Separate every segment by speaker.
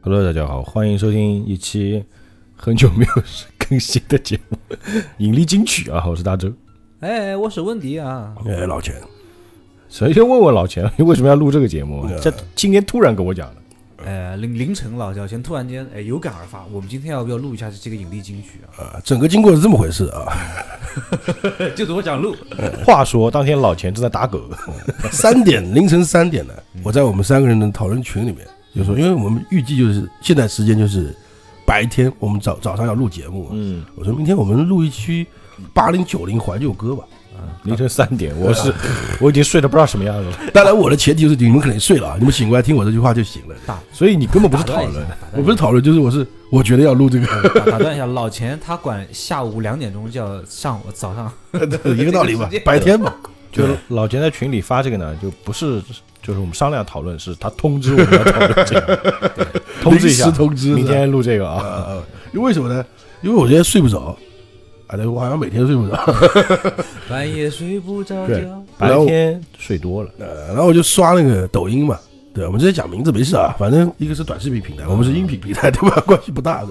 Speaker 1: Hello，大家好，欢迎收听一期很久没有更新的节目 《引力金曲》啊，我是大周。
Speaker 2: 哎，我是温迪啊，
Speaker 3: 哎，老钱，
Speaker 1: 首先问问老钱， 为什么要录这个节
Speaker 3: 啊
Speaker 1: 目？这今天突然跟我讲的，
Speaker 2: 呃，凌凌晨了，小钱突然间哎有感而发，我们今天要不要录一下这个引力金曲啊？
Speaker 3: 呃，整个经过是这么回事啊。
Speaker 2: 就是我想录，
Speaker 1: 话说当天老钱正在打狗，
Speaker 3: 三点凌晨三点呢，我在我们三个人的讨论群里面就说，因为我们预计就是现在时间就是白天，我们早早上要录节目。
Speaker 1: 嗯，
Speaker 3: 我说明天我们录一期八零九零怀旧歌吧。
Speaker 1: 凌晨三点，我 是我已经睡得不知道什么样子了，
Speaker 3: 当然，我的前提就是你们可能睡了啊，你们醒过来听我这句话就行了。
Speaker 1: 所以你根本不是
Speaker 2: 打
Speaker 1: 讨
Speaker 2: 断一下
Speaker 1: 论，
Speaker 2: 打断
Speaker 3: 我不是讨论，就是我是我觉得要录这个
Speaker 2: 一下打打断一下，老钱他管下午两点钟叫上午早上，嗯
Speaker 3: 一个道理吧，白天嘛。
Speaker 1: 就是老钱在群里发这个呢，就不是就是我们商量讨论，是他通知我们要讨论这个， 通知一下
Speaker 3: 临时，通知
Speaker 1: 明天录这个
Speaker 3: 啊
Speaker 1: 啊，
Speaker 3: 啊，啊因为为什么呢？因为我现在睡不着，啊，对我好像每天睡不着。
Speaker 2: 半夜睡不着
Speaker 1: 对
Speaker 2: 觉。
Speaker 1: 白天睡多了。
Speaker 3: 呃，然后我就刷那个抖音嘛，对，我们直接讲名字没事啊，反正一个是短视频平台，我们是音频平台， 对吧？关系不大的。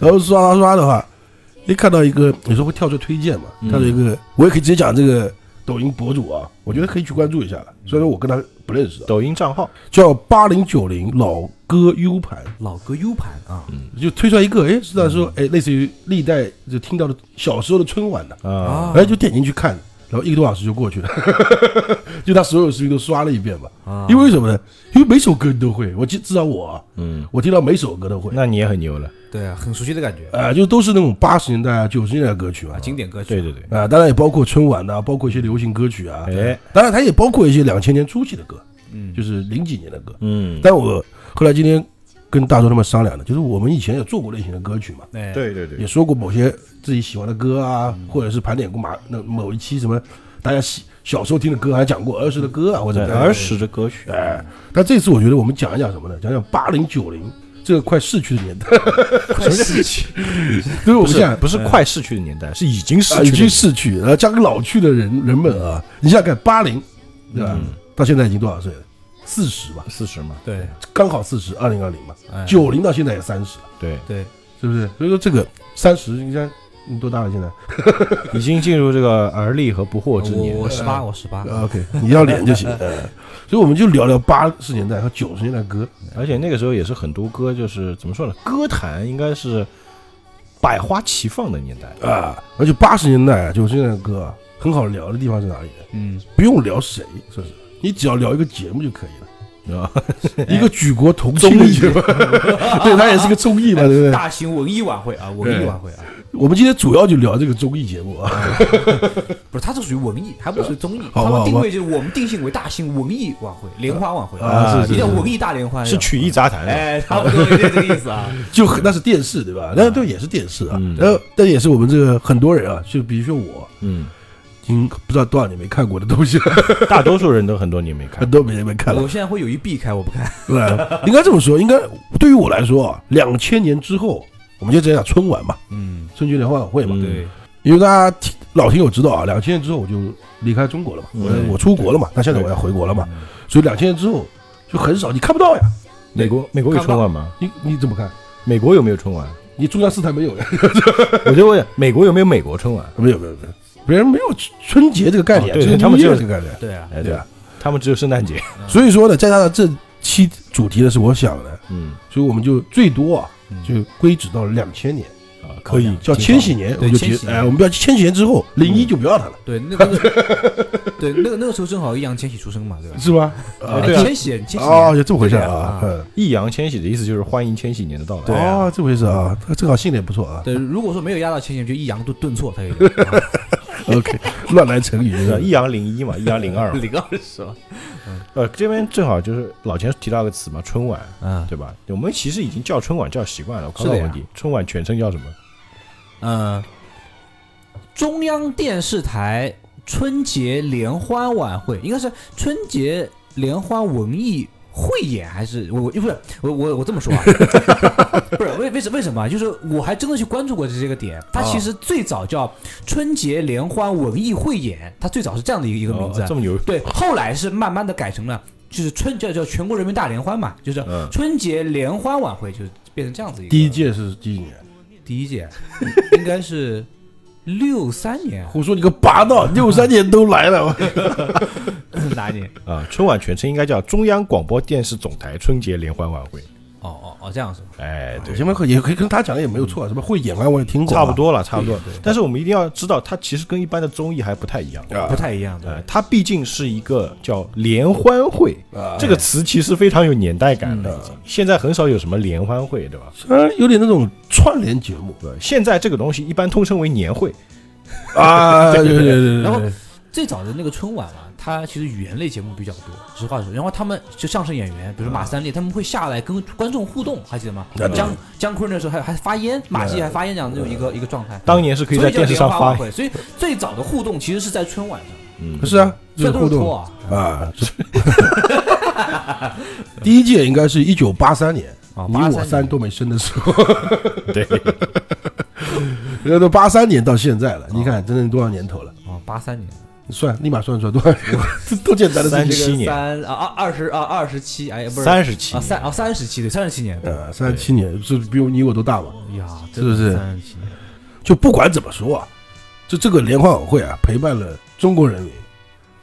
Speaker 3: 然后刷刷刷的话，一看到一个，有时候会跳出推荐嘛，
Speaker 1: 嗯
Speaker 3: 跳出一个，我也可以直接讲这个抖音博主啊，我觉得可以去关注一下的。虽然说我跟他不认识啊，
Speaker 1: 抖音账号，
Speaker 3: 叫八零九零老歌 U 盘，
Speaker 2: 老哥 U 盘啊，
Speaker 3: 就推出来一个，哎，是他说，哎，类似于历代就听到的小时候的春晚的，
Speaker 1: 啊，
Speaker 2: 啊
Speaker 3: 哎，就点进去看，然后一个多小时就过去了， 就他所有视频都刷了一遍吧。
Speaker 2: 啊
Speaker 3: 因为什么呢？因为每首歌你都会，我记至少我啊，
Speaker 1: 嗯，
Speaker 3: 我听到每首歌都会，
Speaker 1: 那你也很牛了。
Speaker 2: 对啊，很熟悉的感觉
Speaker 3: 啊，就都是那种八十年代啊、九十年代的歌曲嘛
Speaker 2: 啊，，经典歌曲。
Speaker 1: 对对对，
Speaker 3: 啊，当然也包括春晚呐、包括一些流行歌曲啊，
Speaker 1: 哎，
Speaker 3: 当然它也包括一些两千年初期的歌，
Speaker 2: 嗯
Speaker 3: 就是零几年的歌。
Speaker 1: 嗯，
Speaker 3: 但我后来今天跟大周他们商量的，就是我们以前也做过类型的歌曲嘛，
Speaker 2: 哎，
Speaker 1: 嗯对对嗯对
Speaker 3: 也，说过某些自己喜欢的歌啊，或者是盘点过马那某一期什么大家喜小时候听的歌，还讲过儿时的歌啊，或者
Speaker 1: 对儿时的歌曲，啊
Speaker 3: 哎，但这次我觉得我们讲一讲什么呢？讲讲八零九零这个快逝去的年代，
Speaker 2: 快逝去，
Speaker 3: 对我
Speaker 1: 不
Speaker 3: 们现
Speaker 1: 是
Speaker 3: 在
Speaker 1: 不是快逝去的年代，是已经逝
Speaker 3: 啊已
Speaker 1: 去的
Speaker 3: 经逝去，然后加个老去的人人们啊，你想想看，八零对吧？
Speaker 1: 嗯
Speaker 3: 到现在已经多少岁了？四十吧，
Speaker 1: 四十嘛。
Speaker 2: 对，
Speaker 3: 刚好四十，二零二零嘛。
Speaker 2: 哎
Speaker 3: 九零到现在也三十了，
Speaker 1: 对，
Speaker 2: 对，
Speaker 3: 是不是？所以说这个三十应该你多大了？现在
Speaker 1: 已经进入这个而立和不惑
Speaker 2: 我
Speaker 1: 之年。
Speaker 2: 我十八，我十八，
Speaker 3: 啊 OK，你要脸就行。呃所以我们就聊聊八十年代和九十年代歌，
Speaker 1: 而且那个时候也是很多歌，就是怎么说呢，歌坛应该是百花齐放的年代。
Speaker 3: 啊，而且八十年代啊，九十年代的歌啊，很好聊的地方是哪里呢？
Speaker 2: 嗯，
Speaker 3: 不用聊谁，是不是？你只要聊一个节目就可以了，
Speaker 1: 啊，
Speaker 3: 一个举国同庆的节目， 对，它也是个综艺嘛，对不对？
Speaker 2: 大型文艺晚会啊，文艺晚会啊，
Speaker 3: 我们今天主要就聊这个综艺节目啊，
Speaker 2: 不是，它这属于文艺，还不属于综艺。
Speaker 3: 好
Speaker 2: 他
Speaker 3: 吧
Speaker 2: 们定
Speaker 3: 好吧
Speaker 2: 位就是我们定性为大型文艺晚会、联欢晚会
Speaker 3: 啊是
Speaker 2: 一定要
Speaker 3: 是是
Speaker 2: 文艺大 联欢
Speaker 1: 是
Speaker 2: 要
Speaker 1: 曲艺杂谈。啊
Speaker 2: 哎，差不多有点这个意思 啊。
Speaker 3: 就很那是电视对吧？那都也是电视啊
Speaker 1: 嗯，
Speaker 3: 然后但也是我们这个很多人啊，就比如说我，
Speaker 1: 嗯，
Speaker 3: 已经不知道多少年没看过的东西了，
Speaker 1: 大多数人都很多年没看
Speaker 3: 很。多年没看了
Speaker 2: 我，现在会有意避开，我不看。
Speaker 3: 对吧？应该这么说，应该对于我来说啊，两千年之后，我们就直接讲春晚嘛，
Speaker 2: 嗯，
Speaker 3: 春节联欢晚会嘛，
Speaker 1: 嗯
Speaker 2: 对，
Speaker 3: 因为大家听老听友知道啊，两千年之后我就离开中国了嘛，我
Speaker 1: 嗯
Speaker 3: 我出国了嘛，那现在我要回国了嘛，所以两千年之后就很少，你看不到呀，
Speaker 1: 美国美国有春晚吗？
Speaker 3: 你你怎么看？
Speaker 1: 美国有没有春晚？
Speaker 3: 你中央四台没有呀？
Speaker 1: 我就问美国有没有美国春晚？
Speaker 3: 没有没有没有， 别人没有春节这个概念，
Speaker 1: 哦对
Speaker 3: 只有
Speaker 1: 他们
Speaker 3: 音乐
Speaker 1: 就是
Speaker 3: 这个概念，
Speaker 2: 对啊，
Speaker 1: 哎，
Speaker 3: 对
Speaker 1: 对
Speaker 3: 吧，
Speaker 1: 他们只有圣诞节。
Speaker 3: 所以说呢，再加上这期主题呢是我想的，
Speaker 1: 嗯，
Speaker 3: 所以我们就最多啊
Speaker 2: 嗯
Speaker 3: 就归止到两千年，
Speaker 1: 啊，可以
Speaker 3: 叫千禧年，我
Speaker 2: 对
Speaker 3: 们就
Speaker 2: 千禧
Speaker 3: 结
Speaker 2: 年
Speaker 3: 哎，我们不要千禧年之后零一就不要它了，
Speaker 2: 对，那个，那个对，那个那个时候正好易烊千玺出生嘛，对吧？
Speaker 3: 是吧？
Speaker 2: 哎
Speaker 3: 啊，
Speaker 1: 对啊
Speaker 2: 千玺，千玺，
Speaker 3: 哦，就这么回事啊，
Speaker 2: 对
Speaker 3: 嗯，
Speaker 1: 易烊千玺的意思就是欢迎千禧年的到来。
Speaker 3: 哦，这么回事啊，正好信的也不错啊
Speaker 2: 对，如果说没有压到千玺，就易烊顿顿挫才 有啊
Speaker 3: ，OK，乱 来成语
Speaker 1: 是吧一阳零一 嘛，一阳零二嘛。
Speaker 2: 零二是吧？
Speaker 1: 呃，这边正好就是老钱提到个词嘛，春晚，
Speaker 2: 啊，
Speaker 1: 对吧？我们其实已经叫春晚叫习惯了。我考考
Speaker 2: 是的呀
Speaker 1: 问题，春晚全称叫什么？
Speaker 2: 呃，中央电视台春节联欢晚会应该是春节联欢文艺汇演还是我我不是我我我这么说 啊，不是为为什为什么啊？就是我还真的去关注过这这个点，它其实最早叫春节联欢文艺汇演，它最早是这样的一个一个名字啊
Speaker 1: 哦，这么牛
Speaker 2: 对，后来是慢慢的改成了就是春叫叫全国人民大联欢嘛，就是
Speaker 1: 嗯
Speaker 2: 春节联欢晚会，就变成这样子一个
Speaker 3: 第一届是第一年，
Speaker 2: 第一 届应该是六三年啊
Speaker 3: 胡说你个八道，六三年都来了，
Speaker 2: 哪年？
Speaker 1: 啊，春晚全称应该叫中央广播电视总台春节联欢晚会。
Speaker 2: 哦哦哦，这样是吗？
Speaker 1: 哎，对，
Speaker 3: 行吧，可也可以跟他讲的也没有错，什么会演啊，我也听过，
Speaker 1: 差不多了，差不多
Speaker 2: 对对。
Speaker 1: 但是我们一定要知道，它其实跟一般的综艺还不太一样。
Speaker 3: 啊
Speaker 2: 不太一样，对
Speaker 1: 呃，它毕竟是一个叫联欢会
Speaker 3: 啊
Speaker 1: 这个词，其实非常有年代感的。已经现在很少有什么联欢会，对吧？
Speaker 3: 虽然有点那种串联节目
Speaker 1: 对，现在这个东西一般通称为年会。
Speaker 3: 啊，对对对对
Speaker 2: 然后
Speaker 3: 对，
Speaker 2: 最早的那个春晚嘛，它其实语言类节目比较多，实话说。然后他们就相声演员，比如
Speaker 1: 啊
Speaker 2: 马三立，他们会下来跟观众互动，还记得吗
Speaker 3: 那？对
Speaker 2: 姜姜昆那时候还还发烟，马季还发烟这样的一个一个状态。
Speaker 1: 当年是可以在电视上
Speaker 2: 发
Speaker 1: 发，
Speaker 2: 会，所以最早的互动其实是在春晚上，
Speaker 1: 嗯
Speaker 3: 不，是啊，就
Speaker 2: 虽
Speaker 3: 是
Speaker 2: 然都
Speaker 3: 互
Speaker 2: 是
Speaker 3: 动
Speaker 2: 脱啊
Speaker 3: 啊。是第一届应该是一九八三年，
Speaker 2: 啊，
Speaker 3: 你
Speaker 2: 83
Speaker 3: 我三
Speaker 2: 年
Speaker 3: 都没生的时候，
Speaker 1: 对，
Speaker 3: 人家都八三年到现在了，你看整整多少年头了？
Speaker 2: 啊，八三年，
Speaker 3: 你算，立马算出来多少年？这多简单的事
Speaker 1: 三
Speaker 3: 情。
Speaker 1: 七年，
Speaker 2: 三啊二二十啊二十七，哎不是
Speaker 1: 三十七
Speaker 2: 啊，三啊三十七对三十七年，
Speaker 3: 呃，三十七年，是比我你我都大嘛。
Speaker 2: 呀，
Speaker 3: 是不是
Speaker 2: 三十七年？
Speaker 3: 就不管怎么说啊，就这个联欢晚会啊，陪伴了中国人民，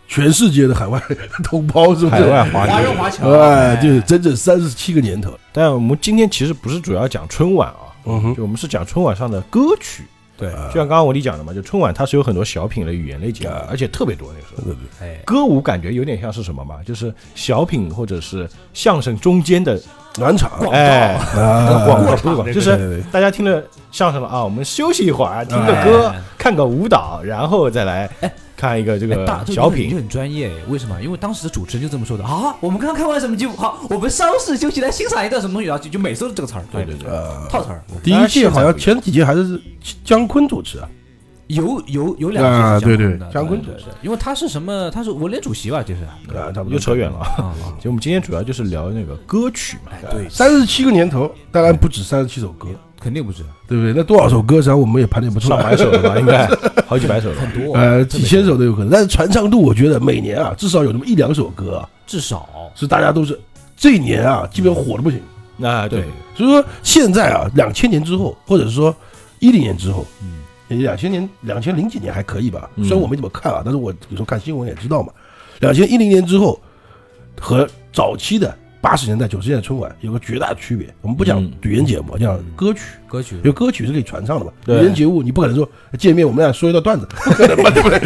Speaker 3: 全世界的海外同胞，是不
Speaker 1: 海
Speaker 3: 是？
Speaker 1: 外华
Speaker 2: 华
Speaker 1: 人
Speaker 2: 人华侨
Speaker 3: 哎，就是整整三十七个年头。
Speaker 1: 但我们今天其实不是主要讲春晚啊，
Speaker 3: 嗯哼，
Speaker 1: 就我们是讲春晚上的歌曲。
Speaker 2: 对
Speaker 1: 就像刚刚我理讲的嘛，就春晚它是有很多小品类语言类节目的，而且特别多那个时候。
Speaker 2: 哎
Speaker 1: 歌舞感觉有点像是什么嘛，就是小品或者是相声中间的
Speaker 3: 暖场
Speaker 2: 广告
Speaker 1: 哎，
Speaker 3: 啊，
Speaker 1: 广告不是广告，就
Speaker 3: 对对
Speaker 1: 是
Speaker 3: 对
Speaker 1: 大家听了相声了啊，我们休息一会儿，听个歌
Speaker 2: 哎，
Speaker 1: 看个舞蹈，然后再来看一个这
Speaker 2: 哎
Speaker 1: 个
Speaker 2: 大这个
Speaker 1: 小
Speaker 2: 就
Speaker 1: 品。
Speaker 2: 很专业，为什么？因为当时的主持人就这么说的啊。我们刚刚看完什么节目？好，我们稍事休息，来欣赏一段什么东西，然后就就每次都是这个词儿，
Speaker 1: 对对，对，
Speaker 3: 呃
Speaker 2: 套词儿。
Speaker 3: 第一届好像前几届还是姜昆主持啊，
Speaker 2: 有有有两个
Speaker 3: 啊
Speaker 2: 是姜
Speaker 3: 对
Speaker 2: 昆
Speaker 3: 对
Speaker 2: 的，
Speaker 3: 姜昆
Speaker 2: 对
Speaker 3: 主持
Speaker 2: 对因为他是什么？他是文联主席吧，就是啊
Speaker 3: 啊，差不多
Speaker 1: 又扯远了。啊。
Speaker 2: 啊，
Speaker 1: 就我们今天主要就是聊那个歌曲嘛，
Speaker 2: 哎对，
Speaker 3: 三十七个年头，当然不止三十七首歌，
Speaker 2: 肯定不是
Speaker 3: 对不对？那多少首歌，实际上我们也盘点不出
Speaker 1: 上
Speaker 3: 来
Speaker 1: 百。首了吧，应该好几百首了吧。
Speaker 2: 很多，
Speaker 3: 呃，几千首都有可能，但是传唱度，我觉得每年啊，至少有那么一两首歌啊，
Speaker 2: 至少
Speaker 3: 是大家都是这一年啊，基本上火的不行。
Speaker 1: 那对，
Speaker 3: 所以说现在啊，两千年之后，或者是说一零年之后，嗯，两千年、两千零几年还可以吧？
Speaker 1: 嗯
Speaker 3: 虽然我没怎么看啊，但是我有时候看新闻也知道嘛。两千一零年之后和早期的八十年代、九十年代春晚有个绝大的区别。我们不讲
Speaker 1: 嗯
Speaker 3: 语言节目，讲歌曲。
Speaker 2: 歌曲
Speaker 3: 因为歌曲是可以传唱的嘛，语
Speaker 1: 对
Speaker 3: 言节目你不可能说哎见面我们俩说一段段子， 不可能嘛，对不对？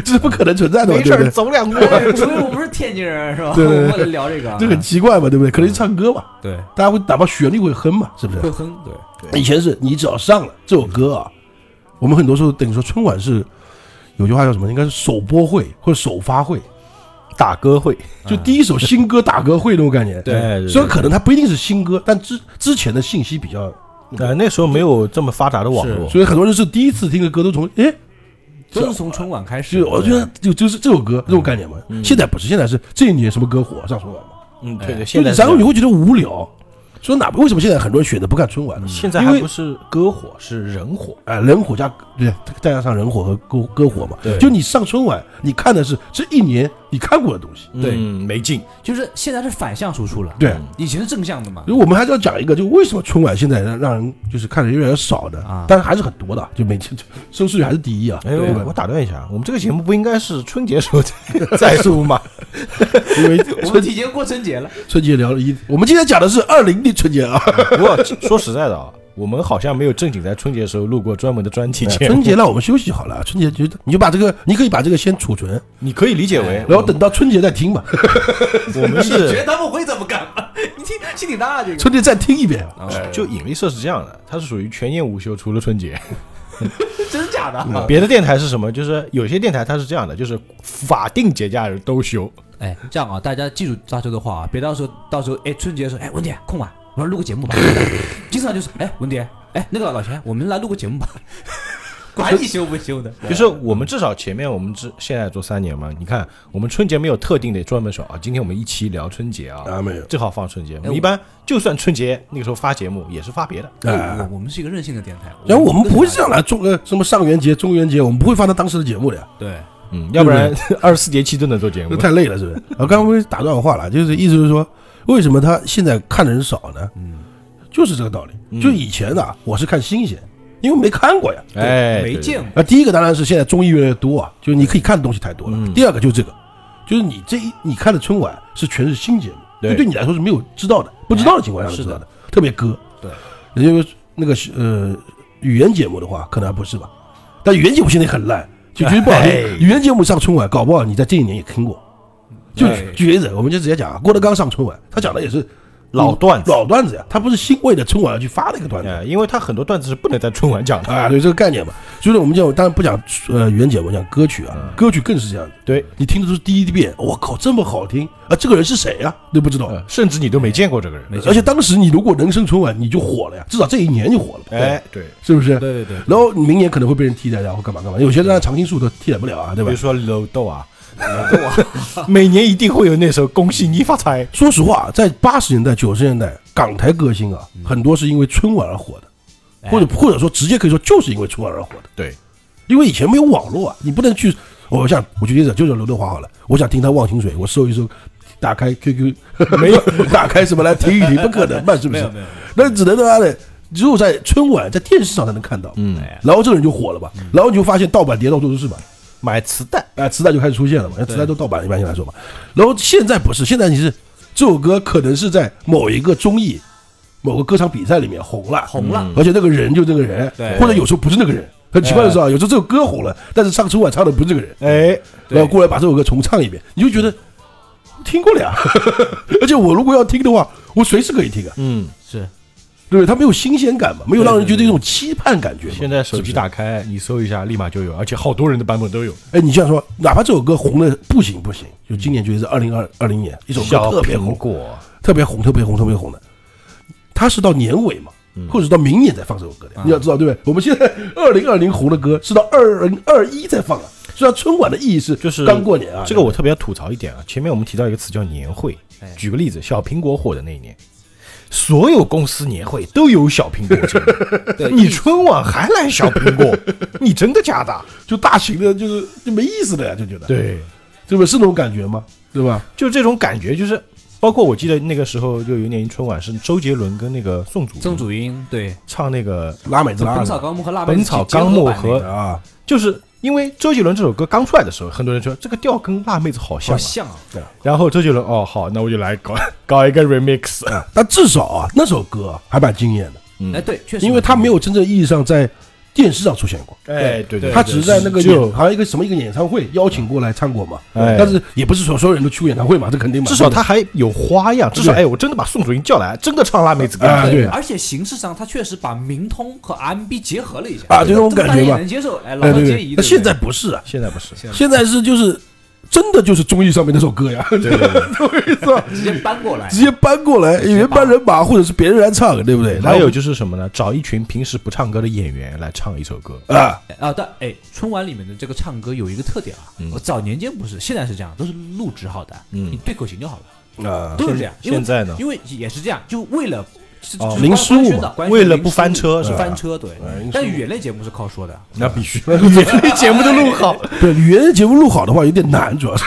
Speaker 3: 这是不可能存在的嘛，对不对？
Speaker 1: 走两步
Speaker 2: 哎所以我不是天津人是吧？
Speaker 3: 对对对
Speaker 2: 我们聊这个啊，
Speaker 3: 这很奇怪嘛，对不对？可能是唱歌嘛，
Speaker 2: 对
Speaker 3: 大家会哪怕旋律会哼嘛，是不是？
Speaker 2: 会哼，对
Speaker 3: 以前是你只要上了这首歌啊，我们很多时候等于说春晚是有句话叫什么？应该是首播会或者首发会，
Speaker 1: 打歌会，
Speaker 3: 就第一首新歌打歌会那种感觉。
Speaker 1: 嗯 对对对
Speaker 3: 虽然可能它不一定是新歌，但之之前的信息比较，
Speaker 1: 呃，那时候没有这么发达的网络，嗯
Speaker 3: 所以很多人是第一次听的歌都从诶，
Speaker 2: 都是从春晚开
Speaker 3: 就
Speaker 2: 始
Speaker 3: 是。我觉得就就是这首歌
Speaker 1: 嗯
Speaker 3: 这种概念嘛。现在不是，现在是这一年什么歌火上春晚嘛，
Speaker 1: 嗯，对对，
Speaker 3: 就
Speaker 1: 现
Speaker 3: 你
Speaker 1: 在
Speaker 3: 然后
Speaker 1: 是
Speaker 3: 你会觉得无聊，说哪为什么现在很多人选择不看春晚呢？
Speaker 1: 现在
Speaker 3: 因
Speaker 1: 还
Speaker 3: 为
Speaker 1: 不是歌火，是人火。
Speaker 3: 哎，人火加对，再加上人火和歌歌火嘛。
Speaker 1: 对
Speaker 3: 就你上春晚，你看的是这一年你看过的东西。
Speaker 2: 对
Speaker 1: 嗯，没劲。
Speaker 2: 就是现在是反向输出了，
Speaker 3: 对，
Speaker 2: 以前是正向的嘛
Speaker 3: 因为，我们还是要讲一个，就为什么春晚现在让让人就是看的越来越少的
Speaker 2: 啊，
Speaker 3: 但是还是很多的，就每天就收视率还是第一啊。
Speaker 1: 哎，
Speaker 3: 对吧
Speaker 1: 我我打断一下，我们这个节目不应该是春节时候 再再录吗？
Speaker 3: 因为
Speaker 2: 我们
Speaker 3: 春
Speaker 2: 提前过春 节了，
Speaker 3: 春节聊了一，我们今天讲的是二零年春节啊，
Speaker 1: 不过说实在的啊，我们好像没有正经在春节时候录过专门的专题节
Speaker 3: 哎春
Speaker 1: 目。
Speaker 3: 节让我们休息好了，春节就你就把这个，你可以把这个先储存，
Speaker 1: 你可以理解为，
Speaker 3: 然后等到春节再听吧，
Speaker 1: 我们
Speaker 2: 你
Speaker 1: 是
Speaker 2: 得他们会这么干吗？你听心挺大这个。
Speaker 3: 春节再听一遍。
Speaker 1: 就引力社是这样的，它是属于全年无休，除了春节。
Speaker 2: 真假的？
Speaker 1: 别的电台是什么？就是有些电台它是这样的，就是法定节假日都休。
Speaker 2: 哎，这样啊，大家记住扎秋的话啊，别到时候到时候哎春节的时候哎文姐 空吧，我们录个节目 吧。经常就是哎文姐哎那个老钱，我们来录个节目吧， 管你休不休的。
Speaker 1: 就是我们至少前面我们之现在做三年嘛，你看我们春节没有特定的专门说啊，今天我们一期聊春节啊，
Speaker 3: 啊，没有，
Speaker 1: 正好放春节。我们一般就算春节那个时候发节目，也是发别的。
Speaker 3: 哎
Speaker 2: 我我们是一个任性的电台，
Speaker 3: 然后我们不会
Speaker 2: 是啊
Speaker 3: 这样来中呃什么上元节、中元节，我们不会放到当时的节目的呀。
Speaker 2: 对
Speaker 1: 嗯，要不然二十四节气都能做节
Speaker 3: 那
Speaker 1: 目。
Speaker 3: 太累了，是不 是？我刚刚打断我话了，就是意思是说，为什么他现在看的人少呢？
Speaker 1: 嗯，
Speaker 3: 就是这个道理。就以前啊，我是看新鲜，因为没看过呀。
Speaker 1: 哎，
Speaker 2: 没
Speaker 1: 对
Speaker 2: 见过。
Speaker 3: 啊，第一个当然是现在综艺越来越多啊，就是你可以看的东西太多了。
Speaker 1: 嗯
Speaker 3: 第二个就是这个，就是你这一你看的春晚是全是新节目，
Speaker 1: 对哎
Speaker 3: 就对你来说是没有知道的，不知道的情况下
Speaker 1: 是
Speaker 3: 知
Speaker 1: 的
Speaker 3: 道的，特别歌。
Speaker 2: 对，
Speaker 3: 因为那个是呃语言节目的话，可能还不是吧，但语言节目现在很烂，就觉得不好听
Speaker 1: 哎。
Speaker 3: 语言节目上春晚，搞不好你在这一年也听过。就
Speaker 2: 哎
Speaker 3: 举例子，我们就直接讲啊，郭德纲上春晚，他讲的也是
Speaker 1: 老段子
Speaker 3: 老段子呀，他不是新为了春晚而去发的一个段子。
Speaker 1: 哎，因为他很多段子是不能在春晚 讲的。
Speaker 3: 啊，对这个概念嘛。所以说我们讲，当然不讲呃原节目，讲歌曲
Speaker 1: 嗯
Speaker 3: 啊，歌曲更是这样子。
Speaker 1: 对，
Speaker 3: 你听的都是第一遍，我靠，这么好听啊！这个人是谁呀、都不知道。
Speaker 1: 呃甚至你都没见过这个人。
Speaker 2: 没见过
Speaker 3: 而且当时你如果能生春晚，你就火了呀，至少这一年就火了，
Speaker 1: 哎，对，
Speaker 3: 是不是？
Speaker 2: 对对对，
Speaker 3: 然后你明年可能会被人替代掉，或干嘛干嘛。有些人按常青树都替代不了啊，对
Speaker 1: 比
Speaker 3: 吧
Speaker 1: 如？说楼豆啊， 每年一定会有那首《恭喜你发财》。
Speaker 3: 说实话，啊在八十年代、九十年代，港台歌星啊，
Speaker 1: 嗯
Speaker 3: 很多是因为春晚而火
Speaker 1: 哎
Speaker 3: 的，或者或者说直接可以说就是因为春晚而火的。
Speaker 1: 对，
Speaker 3: 因为以前没有网络啊，你不能去。我想，我举例子，就是刘德华好了，我想听他《忘情水》，我搜一搜，打开 QQ，没有 打开什 么来听一听，不可能嘛，是不
Speaker 2: 没
Speaker 3: 是
Speaker 2: 有？没有，
Speaker 3: 那只能他妈的，只有在春晚在电视上才能看到，
Speaker 1: 嗯
Speaker 2: 哎
Speaker 3: 然后这个人就火了吧，然后你就发现盗版碟到处都是嘛，
Speaker 1: 买磁带，
Speaker 3: 啊，磁带就开始出现了嘛，那磁带都盗版一般性来说嘛，然后现在不是，现在你是这首歌可能是在某一个综艺、某个歌唱比赛里面红了，嗯
Speaker 2: 红了，
Speaker 3: 而且那个人就那个人
Speaker 2: 对，哎
Speaker 3: 或者有时候不是那个人。很奇怪的是啊，有时候这首歌红了，但是上春晚唱的不是这个人，
Speaker 1: 哎，
Speaker 3: 然后过来把这首歌重唱一遍，你就觉得听过了呀。 而且我如果要听的话，我随时可以听啊，
Speaker 1: 嗯，
Speaker 2: 是
Speaker 3: 对不对？它没有新鲜感嘛，没有让人觉得一种期盼感觉嘛。
Speaker 1: 现在手机
Speaker 3: 是不是，
Speaker 1: 打开，你搜一下，立马就有，而且好多人的版本都有。
Speaker 3: 哎，你这样说，哪怕这首歌红的不行不行，就今年就是二零二二零年一首歌
Speaker 1: 嗯小
Speaker 3: 特别
Speaker 1: 苹
Speaker 3: 红，
Speaker 1: 果，
Speaker 3: 特别红，特别红，特别红的，它是到年尾嘛。
Speaker 1: 嗯
Speaker 3: 或者是到明年再放这首歌
Speaker 1: 啊
Speaker 3: 的，你要知道，对不对？我们现在 二零二零红的歌是到二零二一再放啊，虽然春晚的意义是
Speaker 1: 就是
Speaker 3: 刚过年啊，
Speaker 1: 这个我特别要吐槽一点啊，前面我们提到一个词叫年会
Speaker 2: 哎，
Speaker 1: 举个例子，小苹果火的那一年。所有公司年会都有小苹果节 目
Speaker 2: 对
Speaker 1: 你春晚还来小苹 果，你真的假的？
Speaker 3: 就大型的，就是就没意思了呀，就觉得，
Speaker 1: 对，
Speaker 3: 对不对？是那种感觉吗？对吧？
Speaker 1: 就这种感觉，就是包括我记得那个时候，就有一年春晚是周杰伦跟那个宋祖
Speaker 2: 曾祖英对
Speaker 1: 唱那个，
Speaker 3: 拉美兹
Speaker 2: 《
Speaker 3: 拉
Speaker 2: 本草
Speaker 3: 的
Speaker 2: 纲目》和《辣妹
Speaker 1: 本
Speaker 2: 子
Speaker 1: 草
Speaker 2: 结合
Speaker 1: 纲目
Speaker 2: 版那
Speaker 1: 和
Speaker 2: 个
Speaker 3: 啊，
Speaker 1: 就是因为周杰伦这首歌刚出来的时候，很多人说这个调跟辣妹子好像
Speaker 2: 好
Speaker 1: 啊、
Speaker 2: 像啊，
Speaker 1: 然后周杰伦哦好，那我就来搞 搞一个 remix，
Speaker 3: 但至少啊，那首歌啊还蛮惊艳的，
Speaker 1: 嗯
Speaker 2: 哎，对，确实，
Speaker 3: 因为它没有真正意义上在电视上出现过，
Speaker 1: 哎对对，
Speaker 3: 它只是在那个演
Speaker 1: 就
Speaker 3: 好像一个什么一个演唱会邀请过来唱过嘛，
Speaker 1: 哎
Speaker 3: 但是也不是说所有人都去过演唱会嘛，这肯定嘛，
Speaker 1: 至少他还有花样，至少
Speaker 3: 对
Speaker 1: 哎我真的把宋祖英叫来，真的唱辣妹子歌，
Speaker 3: 啊对
Speaker 2: 而且形式上它确实把民通和 RMB 结合了一下
Speaker 3: 啊
Speaker 2: 对吧
Speaker 3: 就这种感觉吧
Speaker 2: 这个大家也能接受，哎，老
Speaker 3: 哎
Speaker 2: 少
Speaker 3: 对
Speaker 2: 皆
Speaker 3: 对
Speaker 2: 宜。，对
Speaker 3: 那现
Speaker 2: 不
Speaker 3: 在
Speaker 2: 对
Speaker 3: 不是啊，
Speaker 1: 现在不是，
Speaker 3: 现在是就是真的就是综艺上面那首歌呀，
Speaker 1: 对对对，
Speaker 2: 直接搬过 来，
Speaker 3: 直接搬过来原班人马或者是别人来唱，对不对？
Speaker 1: 还有就是什么呢？找一群平时不唱歌的演员来唱一首歌，
Speaker 3: 啊，
Speaker 2: 啊，但哎，春晚里面的这个唱歌有一个特点啊，
Speaker 3: 嗯
Speaker 2: 我早年间不是，现在是这样，都是录制好的，
Speaker 1: 嗯
Speaker 2: 你对口型就好了，
Speaker 3: 啊，
Speaker 2: 都是这样。因为
Speaker 1: 现在呢
Speaker 2: 因为也是这样，就为了是
Speaker 1: 哦
Speaker 2: 就是
Speaker 3: 零
Speaker 2: 官
Speaker 3: 失误
Speaker 2: 宣
Speaker 3: 嘛
Speaker 2: 导官宣
Speaker 1: 为了
Speaker 2: 零
Speaker 1: 不
Speaker 2: 失
Speaker 1: 翻
Speaker 2: 误
Speaker 1: 车是
Speaker 2: 不
Speaker 1: 吧
Speaker 2: 翻车，对
Speaker 3: 哎零。
Speaker 2: 但
Speaker 3: 失误
Speaker 2: 语言类节目是靠说 的，
Speaker 1: 那必须，演员节目都录好，
Speaker 3: 对，语言节目录好的话有点难，主要是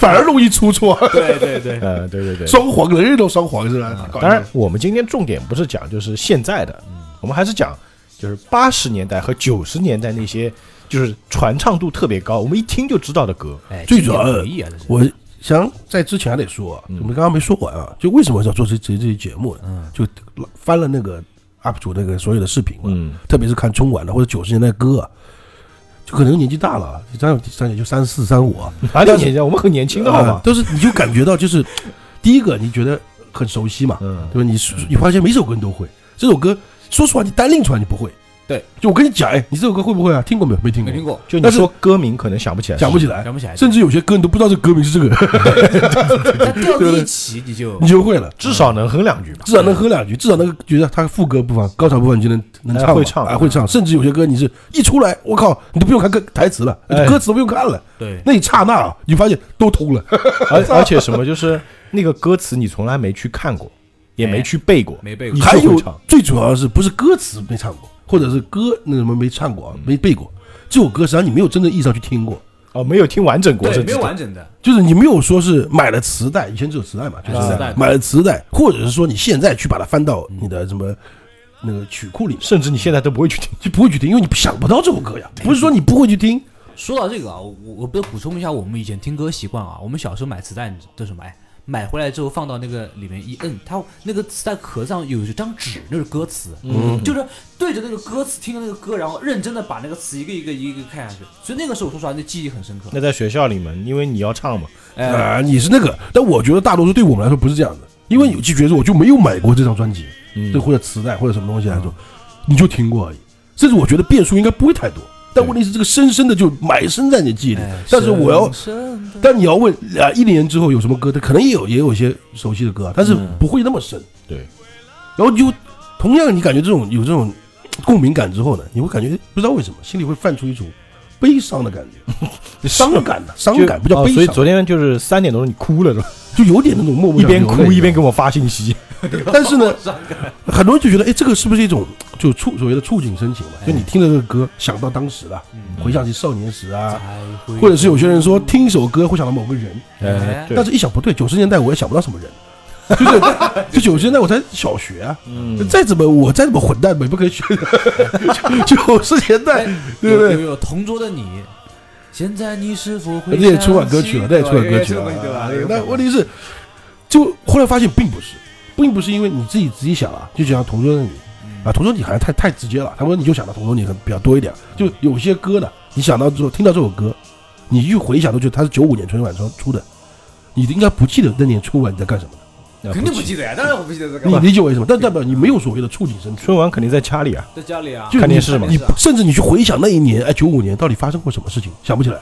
Speaker 3: 反而容易出错，
Speaker 2: 对对 对，
Speaker 1: 呃对对对，
Speaker 3: 双簧，人人都双簧是吧？
Speaker 1: 当然，我们今天重点不是讲就是现在的，我们还是讲就是八十年代和九十年代那些就是传唱度特别高，我们一听就知道的歌。
Speaker 2: 哎，
Speaker 3: 最主要
Speaker 2: 经典回忆啊，这是
Speaker 3: 我想在之前还得说啊，
Speaker 2: 嗯
Speaker 3: 我们刚刚没说完啊，就为什么要做这这这期节目呢？就翻了那个 UP 主那个所有的视频嘛，
Speaker 1: 嗯
Speaker 3: 特别是看春晚的或者九十年代歌啊，就可能年纪大了啊，三三也就三四三五啊，
Speaker 1: 哪里年代？我们很年轻的好
Speaker 3: 啊
Speaker 1: 吗？
Speaker 3: 但是你就感觉到就是第一个你觉得很熟悉嘛，
Speaker 1: 嗯，
Speaker 3: 对吧？你你发现每首歌你都会，这首歌说实话你单拎出来你不会，
Speaker 2: 对，
Speaker 3: 就我跟你讲，哎，你这首歌会不会啊？听过没有？没听
Speaker 2: 没
Speaker 3: 过，
Speaker 2: 听过，
Speaker 1: 就你
Speaker 3: 但是
Speaker 1: 说歌名可能想不起来，
Speaker 3: 想不
Speaker 1: 起
Speaker 3: 起来
Speaker 2: 想，不起来，
Speaker 3: 甚至有些歌你都不知道这歌名是这个。
Speaker 2: 但调
Speaker 3: 对
Speaker 2: 子
Speaker 3: 对
Speaker 2: 一起你就
Speaker 3: 你就会了，
Speaker 1: 至少能哼两句吧。
Speaker 3: 至少能哼两句，至少能觉得他副歌部分、高潮部分你就能能唱
Speaker 1: 哎
Speaker 3: 吧，
Speaker 1: 会唱
Speaker 3: 啊，会唱。甚至有些歌你是一出来，我靠，你都不用看歌台词了，
Speaker 1: 哎
Speaker 3: 歌词都不用看了，
Speaker 2: 对
Speaker 3: 那一刹那啊，你发现都通了。
Speaker 1: 而而且什么就是那个歌词你从来没去看过，也没去背过，
Speaker 2: 没背
Speaker 1: 你就
Speaker 2: 过
Speaker 3: 还有
Speaker 1: 会唱
Speaker 3: 最主要的是不是歌词没
Speaker 1: 嗯
Speaker 3: 唱过，或者是歌那什么没唱过啊，没背过，这首歌实际上你没有真正意义上去听过，
Speaker 1: 哦，没有听完整过，
Speaker 2: 对，
Speaker 1: 甚至
Speaker 2: 没有完整的，
Speaker 3: 就是你没有说是买了磁带，以前只有磁带嘛，就是
Speaker 1: 啊磁
Speaker 3: 磁带
Speaker 2: 带
Speaker 3: 买了磁带，或者是说你现在去把它翻到你的什么那个曲库里面，
Speaker 1: 甚至你现在都不会去听。
Speaker 3: 就不会去听，因为你想不到这首歌呀。不是说你不会去听，
Speaker 2: 说到这个啊，我我不得补充一下我们以前听歌习惯啊。我们小时候买磁带都是什么？哎，买回来之后放到那个里面一摁，它那个磁带壳上有一张纸，那是歌词，
Speaker 1: 嗯
Speaker 2: 就是对着那个歌词听着那个歌，然后认真的把那个词一个一个一个一个看下去。所以那个时候说实话，那记忆很深刻。
Speaker 1: 那在学校里面，因为你要唱嘛，
Speaker 2: 哎，
Speaker 3: 啊、你是那个，但我觉得大多数对我们来说不是这样的，因为有些角色我就没有买过这张专辑，
Speaker 1: 嗯
Speaker 3: 对，或者磁带或者什么东西来说，
Speaker 2: 嗯
Speaker 3: 你就听过而已。甚至我觉得变数应该不会太多，但
Speaker 1: 对
Speaker 3: 问题是这个深深的就埋身在你记忆里。
Speaker 2: 哎
Speaker 3: 但是我要，
Speaker 2: 深深地
Speaker 3: 但你要问啊，一年之后有什么歌，它可能也有也有一些熟悉的歌啊，但是
Speaker 2: 嗯
Speaker 3: 不会那么深。
Speaker 1: 对，
Speaker 3: 然后就同样你感觉这种有这种共鸣感之后呢，你会感觉哎不知道为什么心里会泛出一种悲伤的感觉， 伤感呐、伤感不叫
Speaker 1: 哦
Speaker 3: 悲
Speaker 1: 所以
Speaker 3: 伤，
Speaker 1: 昨天就是三点多钟你哭了是吧？
Speaker 3: 就有点那种默默
Speaker 1: 一边
Speaker 3: 想流泪
Speaker 1: 哭一边给我发信息，
Speaker 3: 但 是呢，
Speaker 2: 伤感
Speaker 3: 很多人就觉得，哎，这个是不是一种就触所谓的触景生情
Speaker 1: 嗯
Speaker 3: 嘛？
Speaker 2: 哎
Speaker 3: 就你听了这个歌，想到当时了，
Speaker 2: 嗯
Speaker 3: 回想起少年时啊，
Speaker 2: 才会
Speaker 3: 或者是有些人说
Speaker 1: 嗯
Speaker 3: 听一首歌会想到某个人，
Speaker 1: 呃，
Speaker 3: 但
Speaker 1: 对，
Speaker 3: 是一想不对，九十年代我也想不到什么人，就是 就九十年代我才小学啊，
Speaker 1: 嗯，
Speaker 3: 再怎么我再怎么混蛋，也不可以学 九十年代
Speaker 2: 哎，
Speaker 3: 对不
Speaker 2: 有
Speaker 3: 对
Speaker 2: 有？有同桌的你，现在你是否会？
Speaker 3: 那也春晚歌曲了，那也春晚歌曲
Speaker 2: 哎对吧
Speaker 3: 了。？
Speaker 2: 那
Speaker 3: 那
Speaker 2: 个
Speaker 3: 问题是，就后来发现并不是，并不是因为你自己仔细想啊，就像同桌的你啊，同桌你好像太太直接了。他们你就想到同桌你可能比较多一点，就有些歌呢，你想到之后听到这首歌，你一回想都觉得它是九五年春晚上出的，你应该不记得那年春晚你在干什么的，
Speaker 1: 那
Speaker 2: 肯定不
Speaker 1: 记
Speaker 2: 记得呀，当然我不记得这个
Speaker 3: 你
Speaker 2: 了。
Speaker 3: 理解我意思吗？但代表你没有所谓的触景生情。
Speaker 1: 春晚肯定在家里啊，
Speaker 2: 在家里啊，
Speaker 3: 就
Speaker 1: 看电视嘛
Speaker 3: 你甚至你去回想那一年，哎，九五年到底发生过什么事情，想不起来，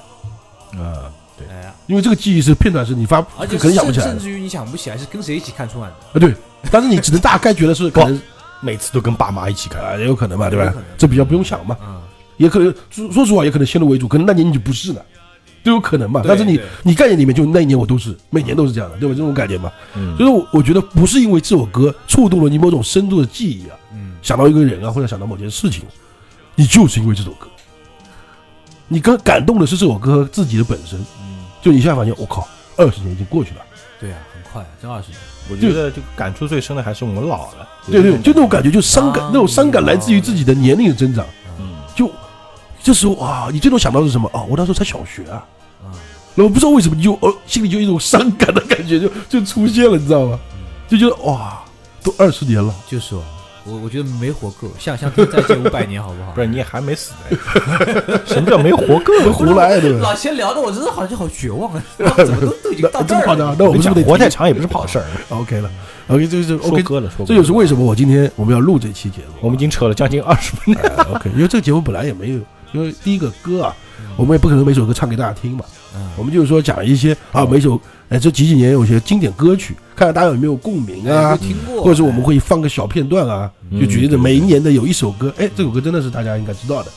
Speaker 1: 啊，对，
Speaker 2: 哎呀，
Speaker 3: 因为这个记忆是片段式，你发
Speaker 2: 而且
Speaker 3: 可能想不起来
Speaker 2: 甚
Speaker 3: 的
Speaker 2: 至于你想不起来是跟谁一起看春晚的，
Speaker 3: 啊。对，但是你只能大概觉得是可能
Speaker 1: 每次都跟爸妈一起看，
Speaker 3: 啊，也有可能吧，对
Speaker 2: 有
Speaker 3: 吧
Speaker 2: 可能？
Speaker 3: 这比较不用想嘛，
Speaker 2: 嗯，
Speaker 3: 也可能说说实话，也可能先入为主，可能那年你就不是呢，都有可能嘛。
Speaker 2: 对
Speaker 3: 但是你
Speaker 2: 对
Speaker 3: 你概念里面就那一年我都是，每年都是这样的，对吧？这种概念嘛。
Speaker 1: 嗯
Speaker 3: 所以我我觉得不是因为这首歌触动了你某种深度的记忆啊，
Speaker 2: 嗯，
Speaker 3: 想到一个人啊，或者想到某件事情，你就是因为这首歌，你更感动的是这首歌自己的本身。
Speaker 2: 嗯
Speaker 3: 就你现在发现，我靠，二十年已经过去了，
Speaker 2: 对啊，很快，真二十年，
Speaker 1: 我觉得就感触最深的还是我们老了，
Speaker 3: 对对，就那种感觉，就伤感
Speaker 2: 啊，
Speaker 3: 那种伤感来自于自己的年龄的增长。
Speaker 1: 嗯，
Speaker 3: 就这时候啊，你最终想到的是什么？哦，我那时候才小学啊，
Speaker 2: 嗯
Speaker 3: 然后不知道为什么你就哦，心里就有一种伤感的感觉就 就出现了，你知道吗？
Speaker 1: 嗯
Speaker 3: 就觉得哇，都二十年了，
Speaker 2: 就是哦我我觉得没活够，像 像再借五百年好不好
Speaker 1: 不？是你也还没死呢， 什么叫没活够？
Speaker 3: 胡来对吧？
Speaker 2: 老钱聊的我真的好像好绝望啊， 怎么都都已经到
Speaker 3: 那
Speaker 2: 这
Speaker 3: 这么
Speaker 2: 儿
Speaker 3: 夸
Speaker 2: 了，
Speaker 3: 张，那我们是
Speaker 1: 讲
Speaker 3: 不是得
Speaker 1: 活太长也不是不好事儿，
Speaker 3: OK 了？OK，这就是
Speaker 1: 说
Speaker 3: OK，
Speaker 1: 歌了，说歌了
Speaker 3: 这就是为什么我今天我们要录这期节目。
Speaker 1: 我们已经扯了将近二十分钟，
Speaker 3: 哎 OK，因为这个节目本来也没有，因为第一个歌啊，我们也不可能每首歌唱给大家听嘛，
Speaker 2: 嗯，
Speaker 3: 我们就是说讲一些啊，每首哎这几几年有些经典歌曲，看看大家有没有共鸣啊
Speaker 2: 有，听过，
Speaker 3: 或者是我们会放个小片段啊，
Speaker 1: 嗯
Speaker 3: 就举例子，每一年的有一首歌，哎，这首歌真的是大家应该知道的，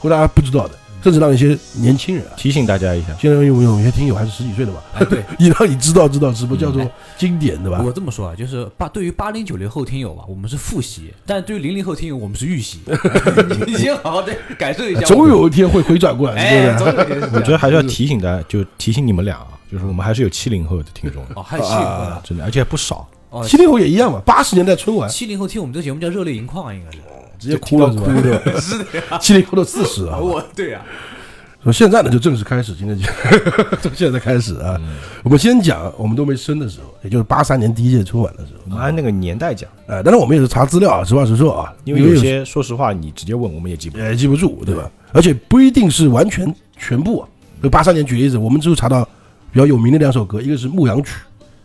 Speaker 3: 或者大家不知道的，甚至让一些年轻人啊，
Speaker 1: 提醒大家一下，
Speaker 3: 现在有有有些听友还是十几岁的嘛，
Speaker 2: 哎对。
Speaker 3: 也让你知道知道什么叫做
Speaker 2: 嗯
Speaker 3: 经典，对吧？
Speaker 2: 我这么说啊，就是八对于八零九零后听友吧，我们是复习；但对于零零后听友，我们是预 习。你先好好的感受一下。
Speaker 3: 总有一天会回转过
Speaker 2: 哎
Speaker 3: 来，，对
Speaker 2: 总
Speaker 3: 不
Speaker 2: 有一天是
Speaker 3: 对？
Speaker 2: 这样
Speaker 1: 我觉得还是要提醒大
Speaker 3: 嗯
Speaker 1: 家，就提醒你们俩啊，就是我们还是有七零后的听众的，
Speaker 2: 哦，还有七零后
Speaker 3: 啊
Speaker 2: 的
Speaker 1: 真的，而且还不少，
Speaker 2: 哦，
Speaker 3: 七零后也一样嘛，八十年代春晚
Speaker 2: 七零后听我们这节目叫热泪盈眶啊，应该是。
Speaker 3: 直接哭了，
Speaker 1: 就
Speaker 3: 是
Speaker 1: 听
Speaker 3: 吧？ 七零后都四十啊，
Speaker 2: 我对啊，
Speaker 3: 说现在呢就正式开始，今天就 从现在开始啊，我们先讲我们都没生的时候，也就是八三年第一届春晚的时候，
Speaker 1: 我们按那个年代讲，
Speaker 3: 呃，当然我们也是查资料啊，实话实说啊，
Speaker 1: 因为有些说实话，你直接问我们也记不住。
Speaker 3: 也记不住，对吧？而且不一定是完全全部啊。就八三年举例子，我们只有查到比较有名的两首歌，一个是《牧羊曲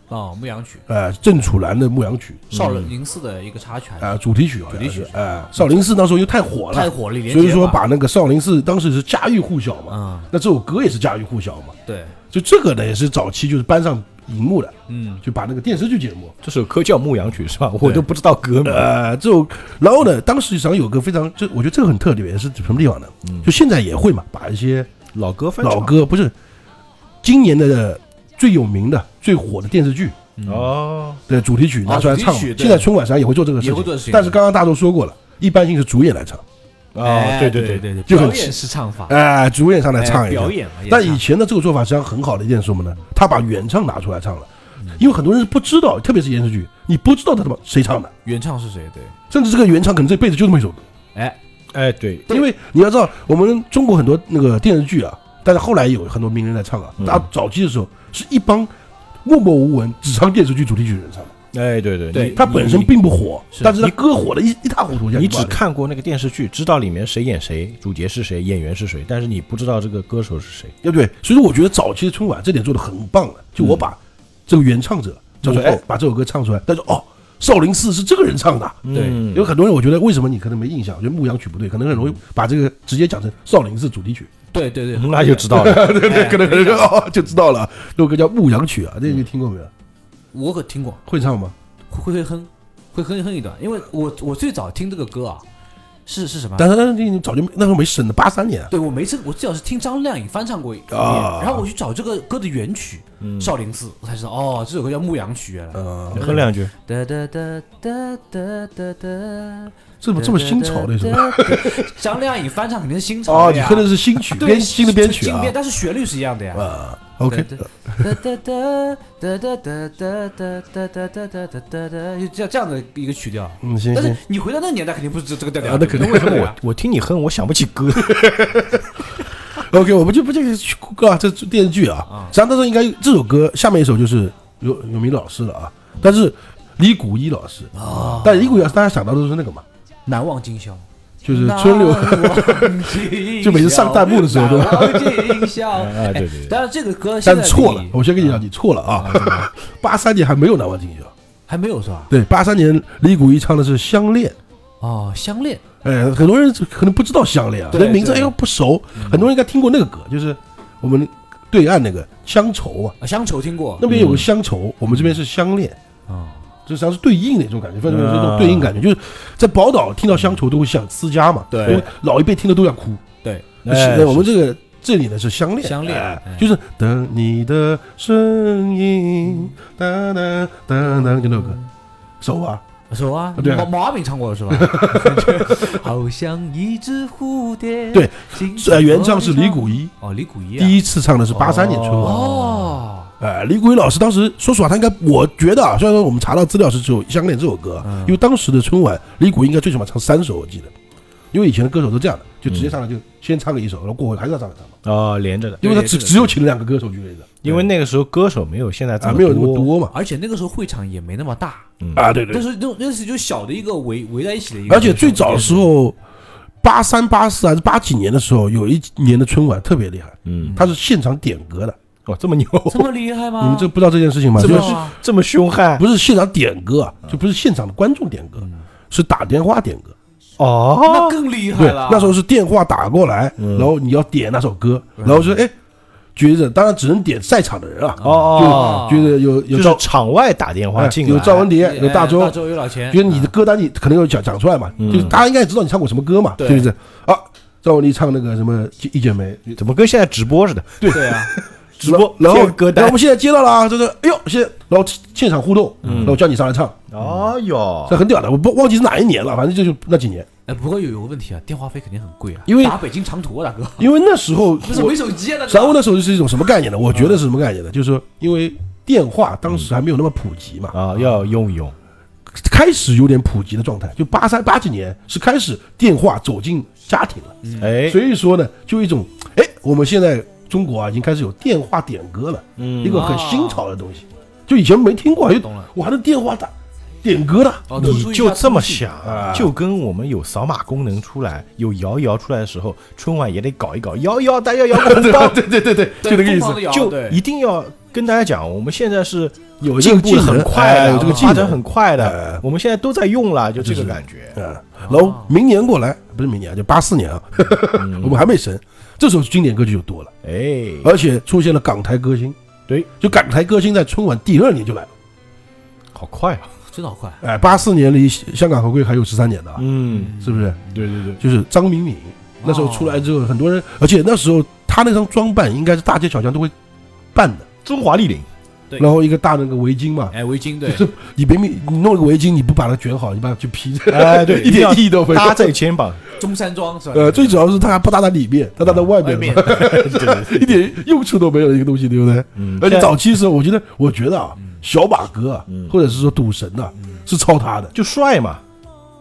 Speaker 2: 哦，牧羊曲》，，
Speaker 3: 呃，郑楚岚的《牧羊曲
Speaker 2: 少林寺的一个插曲》，还是，
Speaker 3: 啊，主题曲好像
Speaker 2: 主题
Speaker 3: 是
Speaker 2: 曲，
Speaker 3: 呃，少林寺那时候又太火了，
Speaker 2: 太火了，李连
Speaker 3: 所以
Speaker 2: 杰
Speaker 3: 说
Speaker 2: 嘛
Speaker 3: 把那个少林寺当时是家喻户晓嘛，
Speaker 2: 嗯，
Speaker 3: 那这首歌也是家喻户晓嘛，
Speaker 2: 对，
Speaker 3: 就这个呢也是早期就是搬上荧幕的，
Speaker 2: 嗯，
Speaker 3: 就把那个电视剧节目，
Speaker 1: 这首歌叫《牧羊曲》是吧？我都不知道歌名。
Speaker 3: 呃，这种，然后呢，当时上有个非常，这我觉得这个很特别，是什么地方呢？就现在也会嘛，把一些
Speaker 1: 老歌翻唱
Speaker 3: 老歌不是今年的最有名的、最火的电视剧
Speaker 1: 哦，
Speaker 3: 的主题曲拿出来唱嘛。
Speaker 2: 主题曲对
Speaker 3: 现在春晚上也会做这个事
Speaker 2: 也会
Speaker 3: 情
Speaker 2: 做，事情
Speaker 3: 但是刚刚大周说过了，一般性是主演来唱，
Speaker 1: 啊，对
Speaker 2: 哎对
Speaker 1: 对
Speaker 2: 对对，
Speaker 3: 就很
Speaker 2: 表演式唱法，
Speaker 3: 哎，主演上来
Speaker 2: 哎
Speaker 3: 唱一
Speaker 2: 表
Speaker 3: 下。
Speaker 2: 演嘛。也
Speaker 3: 但
Speaker 2: 唱
Speaker 3: 以前的这个做法实际上很好的一点是什么呢？他把原唱拿出来唱了，
Speaker 2: 嗯
Speaker 3: 因为很多人是不知道，特别是电视剧，你不知道他他妈谁唱的，
Speaker 2: 原唱是谁？对，
Speaker 3: 甚至这个原唱可能这辈子就那么一首歌。
Speaker 2: 哎，
Speaker 1: 哎对，
Speaker 3: 因为你要知道，我们中国很多那个电视剧啊，但是后来有很多名人来唱啊，
Speaker 1: 嗯
Speaker 3: 大家早期的时候是一帮默默无闻只唱电视剧主题曲的人唱的，
Speaker 1: 哎对对
Speaker 2: 对
Speaker 3: 他本身并不火，
Speaker 2: 是
Speaker 3: 但是他歌火的一一塌糊涂。
Speaker 1: 你
Speaker 3: 像
Speaker 1: 你只
Speaker 3: 说的
Speaker 1: 看过那个电视剧，知道里面谁演谁，主角是谁，演员是谁，但是你不知道这个歌手是谁。
Speaker 3: 对不对？所以说，我觉得早期的春晚这点做的很棒的，就我把这个原唱者叫做
Speaker 1: 嗯
Speaker 3: 哎，把这首歌唱出来，但是哦，少林寺是这个人唱的。啊
Speaker 2: 对
Speaker 1: 嗯
Speaker 3: 有很多人，我觉得为什么你可能没印象？就牧羊曲不对，可能很容易把这个直接讲成少林寺主题曲。
Speaker 2: 对对对，
Speaker 1: 那就知道 了。
Speaker 3: 对对，
Speaker 2: 哎
Speaker 3: 可能可能就哦就知道了。那首歌叫《牧羊曲》啊，这个你听过没有？
Speaker 2: 我可听过，
Speaker 3: 会唱吗？
Speaker 2: 会会哼，会哼哼一段，因为我我最早听这个歌啊，是是什么？啊
Speaker 3: 但是但是你早就没那时候没审的，八三年啊
Speaker 2: 对我没这，我最早是听张靓颖翻唱过一遍，
Speaker 3: 啊嗯
Speaker 2: 然后我去找这个歌的原曲《少林寺》，我才知道哦，这首歌叫《牧羊曲》原来。
Speaker 3: 呃，
Speaker 1: 哼两句，
Speaker 2: 哒哒哒哒哒哒哒，
Speaker 3: 这么这么新潮的是吧？
Speaker 2: 哒哒哒哒 张靓颖翻唱肯定是新潮
Speaker 3: 哦，
Speaker 2: 的
Speaker 3: 你
Speaker 2: 呀，
Speaker 3: 哼的是新曲，
Speaker 2: 对
Speaker 3: 编新的编曲
Speaker 2: 新
Speaker 3: 啊
Speaker 2: 编，但是旋律是一样的呀。
Speaker 3: 啊，OK，
Speaker 2: 对哒哒哒哒哒哒哒哒哒哒哒哒哒哒哒，就这样这样的一个曲调。
Speaker 3: 嗯，行
Speaker 2: 但是
Speaker 3: 行，
Speaker 2: 你回到那个年代，肯定不是这这个调调
Speaker 3: 啊，那肯定
Speaker 2: 为什么
Speaker 1: 我
Speaker 2: 呀？
Speaker 1: 我听你哼，我想不起歌。
Speaker 3: OK，我们就不这个歌啊，这这电视剧啊
Speaker 2: 啊，
Speaker 3: 实际上那时候应该这首歌下面一首就是有有名老师了啊，但是李谷一老师，
Speaker 2: 啊，
Speaker 3: 但李谷一老师大家想到的都是那个嘛，
Speaker 2: 难忘今宵，
Speaker 3: 就是春柳，
Speaker 2: 柳
Speaker 3: 就每次上弹幕的时候都
Speaker 2: 难忘今 宵。
Speaker 1: 啊，对对对，
Speaker 2: 当然，这个歌现
Speaker 3: 但
Speaker 2: 在
Speaker 3: 是错了
Speaker 2: 比，
Speaker 3: 我先跟你讲，你错了啊， 八三年还没有难忘今宵，
Speaker 2: 还没有是吧？
Speaker 3: 啊对，八三年李谷一唱的是《相恋》。
Speaker 2: 哦，相恋
Speaker 3: 哎，很多人可能不知道相恋啊，
Speaker 2: 对
Speaker 3: 这名字哎
Speaker 2: 对嗯
Speaker 3: 呦不熟，很多人应该听过那个歌，就是我们对岸那个乡愁啊，
Speaker 2: 啊，乡愁听过
Speaker 3: 那边有个乡愁，我们这边是相恋，
Speaker 2: 啊，
Speaker 3: 这实际上是对应的一种感觉，反正就是这种
Speaker 1: 啊
Speaker 3: 对应感觉，就是在宝岛听到乡愁都会想思家嘛，
Speaker 2: 对
Speaker 3: 因为老一辈听了都想哭。
Speaker 2: 对，
Speaker 1: 哎
Speaker 3: 那我们这个这里呢是相恋，
Speaker 2: 相恋
Speaker 3: 哎
Speaker 2: 哎
Speaker 3: 就是等你的声音，哒哒哒哒，就那首歌，
Speaker 2: 嗯
Speaker 3: 熟啊，
Speaker 2: 熟啊，
Speaker 3: 对啊
Speaker 2: 毛毛阿敏唱过的 是吧？好像一只蝴蝶，
Speaker 3: 对
Speaker 2: 轻
Speaker 3: 呃，
Speaker 2: 轻
Speaker 3: 原唱是
Speaker 2: 地
Speaker 3: 李谷一，
Speaker 2: 哦，李谷一啊，
Speaker 3: 第一次唱的是八三年春晚。
Speaker 2: 哦，
Speaker 3: 哎，李谷一老师当时说实话，他应该我觉得啊，虽然说我们查到资料是只有《相恋》这首歌，啊
Speaker 2: 嗯
Speaker 3: 因为当时的春晚，李谷一应该最起码唱三首，我记得，因为以前的歌手都这样的，就直接上来就先唱个一首，然后过会还是要唱个唱嘛，
Speaker 1: 哦，连着的，
Speaker 3: 因为他只
Speaker 2: 嗯对对对
Speaker 3: 只有请了两个歌手举例子，
Speaker 1: 因为那个时候歌手没有现在这
Speaker 3: 啊，
Speaker 1: 么
Speaker 3: 没有那么
Speaker 1: 多。
Speaker 3: 多嘛，
Speaker 2: 而且那个时候会场也没那么大，
Speaker 3: 啊，对
Speaker 2: 那，时候那那时候就小的一个围围在一起的一个，
Speaker 3: 而且最早的时候，
Speaker 2: 嗯
Speaker 3: 八三八四还是八几年的时候，有一年的春晚特别厉害，
Speaker 1: 嗯，
Speaker 3: 他是现场点歌的，
Speaker 1: 哦，这么牛，
Speaker 2: 这么厉害吗？
Speaker 3: 你们这不知道这件事情
Speaker 2: 哦
Speaker 3: 吗？
Speaker 2: 这
Speaker 3: 就
Speaker 2: 么
Speaker 3: 是
Speaker 1: 这么凶悍
Speaker 3: 不是现场点歌啊，
Speaker 2: 嗯
Speaker 3: 就不是现场的观众点歌，是打电话点歌。
Speaker 1: 哦
Speaker 2: 那，更厉害
Speaker 3: 对
Speaker 2: 了，，
Speaker 3: 那时候是电话打过来，
Speaker 1: 嗯
Speaker 3: 然后你要点那首歌，然后说哎，觉得当然只能点在场的人啊，
Speaker 1: 哦，
Speaker 3: 就觉得有有
Speaker 1: 就是啊
Speaker 3: 赵
Speaker 1: 场外打电话
Speaker 3: 哎
Speaker 1: 进
Speaker 3: 有
Speaker 1: 来，
Speaker 3: 赵文
Speaker 2: 哎
Speaker 3: 蝶，有大
Speaker 2: 大
Speaker 3: 周，
Speaker 2: 周有老钱，
Speaker 3: 觉得你的歌单里可能有讲讲出来嘛，
Speaker 1: 嗯
Speaker 3: 就是大家应该也知道你唱过什么歌嘛，
Speaker 2: 对
Speaker 3: 是不是？啊，赵文丽唱那个什么《一剪梅》，
Speaker 1: 怎么跟现在直播似的？
Speaker 2: 对对啊，
Speaker 1: 直播
Speaker 3: 然后
Speaker 1: 贴个歌
Speaker 3: 然后
Speaker 1: 单
Speaker 3: 我，们现在接到了啊，这个哎呦，现在然后现场互动，
Speaker 1: 嗯
Speaker 3: 然后叫你上来唱，
Speaker 1: 哦哟
Speaker 3: 这，很屌的，我不忘记是哪一年了，反正就是那几年，
Speaker 2: 哎，不过有有个问题啊，电话费肯定很贵啊，
Speaker 3: 因为
Speaker 2: 打北京长途啊，大哥，
Speaker 3: 因为那时候
Speaker 2: 不是
Speaker 3: 我
Speaker 2: 没手机啊，大哥。
Speaker 3: 然后那时候就是一种什么概
Speaker 2: 啊
Speaker 3: 念呢？我觉得是什么概念呢？就是说，因为电话当时还没有那么普及
Speaker 2: 嗯
Speaker 3: 嘛，
Speaker 1: 啊，要用一用，
Speaker 3: 开始有点普及的状态。就八三八几年是开始电话走进家庭了，
Speaker 2: 嗯
Speaker 1: 哎，
Speaker 3: 所以说呢，就一种哎，我们现在中国啊已经开始有电话点歌了，
Speaker 1: 嗯
Speaker 3: 一个很新潮的东西，就以前没听过，还有
Speaker 2: 啊
Speaker 3: 哎
Speaker 2: 懂了
Speaker 3: 我还能电话打点歌的，
Speaker 2: 哦都注
Speaker 1: 你
Speaker 2: 意一下
Speaker 1: 就这么
Speaker 2: 通信
Speaker 1: 想
Speaker 3: 啊，
Speaker 1: 就跟我们有扫码功能出来，有摇一摇出来的时候，春晚也得搞一搞，摇一摇，大家摇个红包，
Speaker 3: 对对对对，
Speaker 2: 对
Speaker 3: 就那个意
Speaker 2: 疯狂
Speaker 3: 思
Speaker 2: 地，摇
Speaker 1: 就
Speaker 2: 对
Speaker 1: 一定要跟大家讲，我们现在是
Speaker 3: 有这
Speaker 1: 进
Speaker 3: 个
Speaker 1: 步
Speaker 3: 技
Speaker 1: 得
Speaker 3: 能
Speaker 1: 很快
Speaker 3: 哎
Speaker 1: 的，
Speaker 3: 有这个技
Speaker 1: 发
Speaker 3: 能
Speaker 1: 展很快
Speaker 3: 哎
Speaker 1: 的，我们现在都在用了，就这个感觉。
Speaker 3: 啊，然后
Speaker 2: 哦
Speaker 3: 明年过来不是明年啊，就八四年啊，
Speaker 2: 嗯
Speaker 3: 我们还没生，这时候经典歌曲就多了，
Speaker 1: 哎，
Speaker 3: 而且出现了港台歌星，
Speaker 1: 对，
Speaker 3: 就港台歌星在春晚第二年就来了，
Speaker 1: 好快啊！
Speaker 2: 真的好快，
Speaker 3: 哎，八四年离香港回归还有十三年的啊，
Speaker 1: 嗯，
Speaker 3: 是不是？
Speaker 1: 对对对，
Speaker 3: 就是张敏敏那时候出来之后，很多人，而且那时候他那张装扮应该是大街小巷都会办的，
Speaker 1: 中华立领，
Speaker 2: 对
Speaker 3: 然后一个大的那个围巾嘛，
Speaker 2: 哎，围巾对，
Speaker 3: 就是你别你弄了个围巾，你不把它卷好，你把它去披着，
Speaker 1: 哎，对，
Speaker 3: 一点意义都没有。
Speaker 1: 搭在肩膀，
Speaker 2: 中山装是吧？
Speaker 3: 呃，最主要是它还不搭在里面，它搭在外
Speaker 2: 外
Speaker 3: 面，
Speaker 2: 面
Speaker 3: 一点用处都没有的一个东西，对不对？
Speaker 1: 嗯
Speaker 3: 而且早期的时候，我觉得，我觉得啊，小马哥啊，或者是说赌神呐、是抄他的。
Speaker 1: 就帅嘛，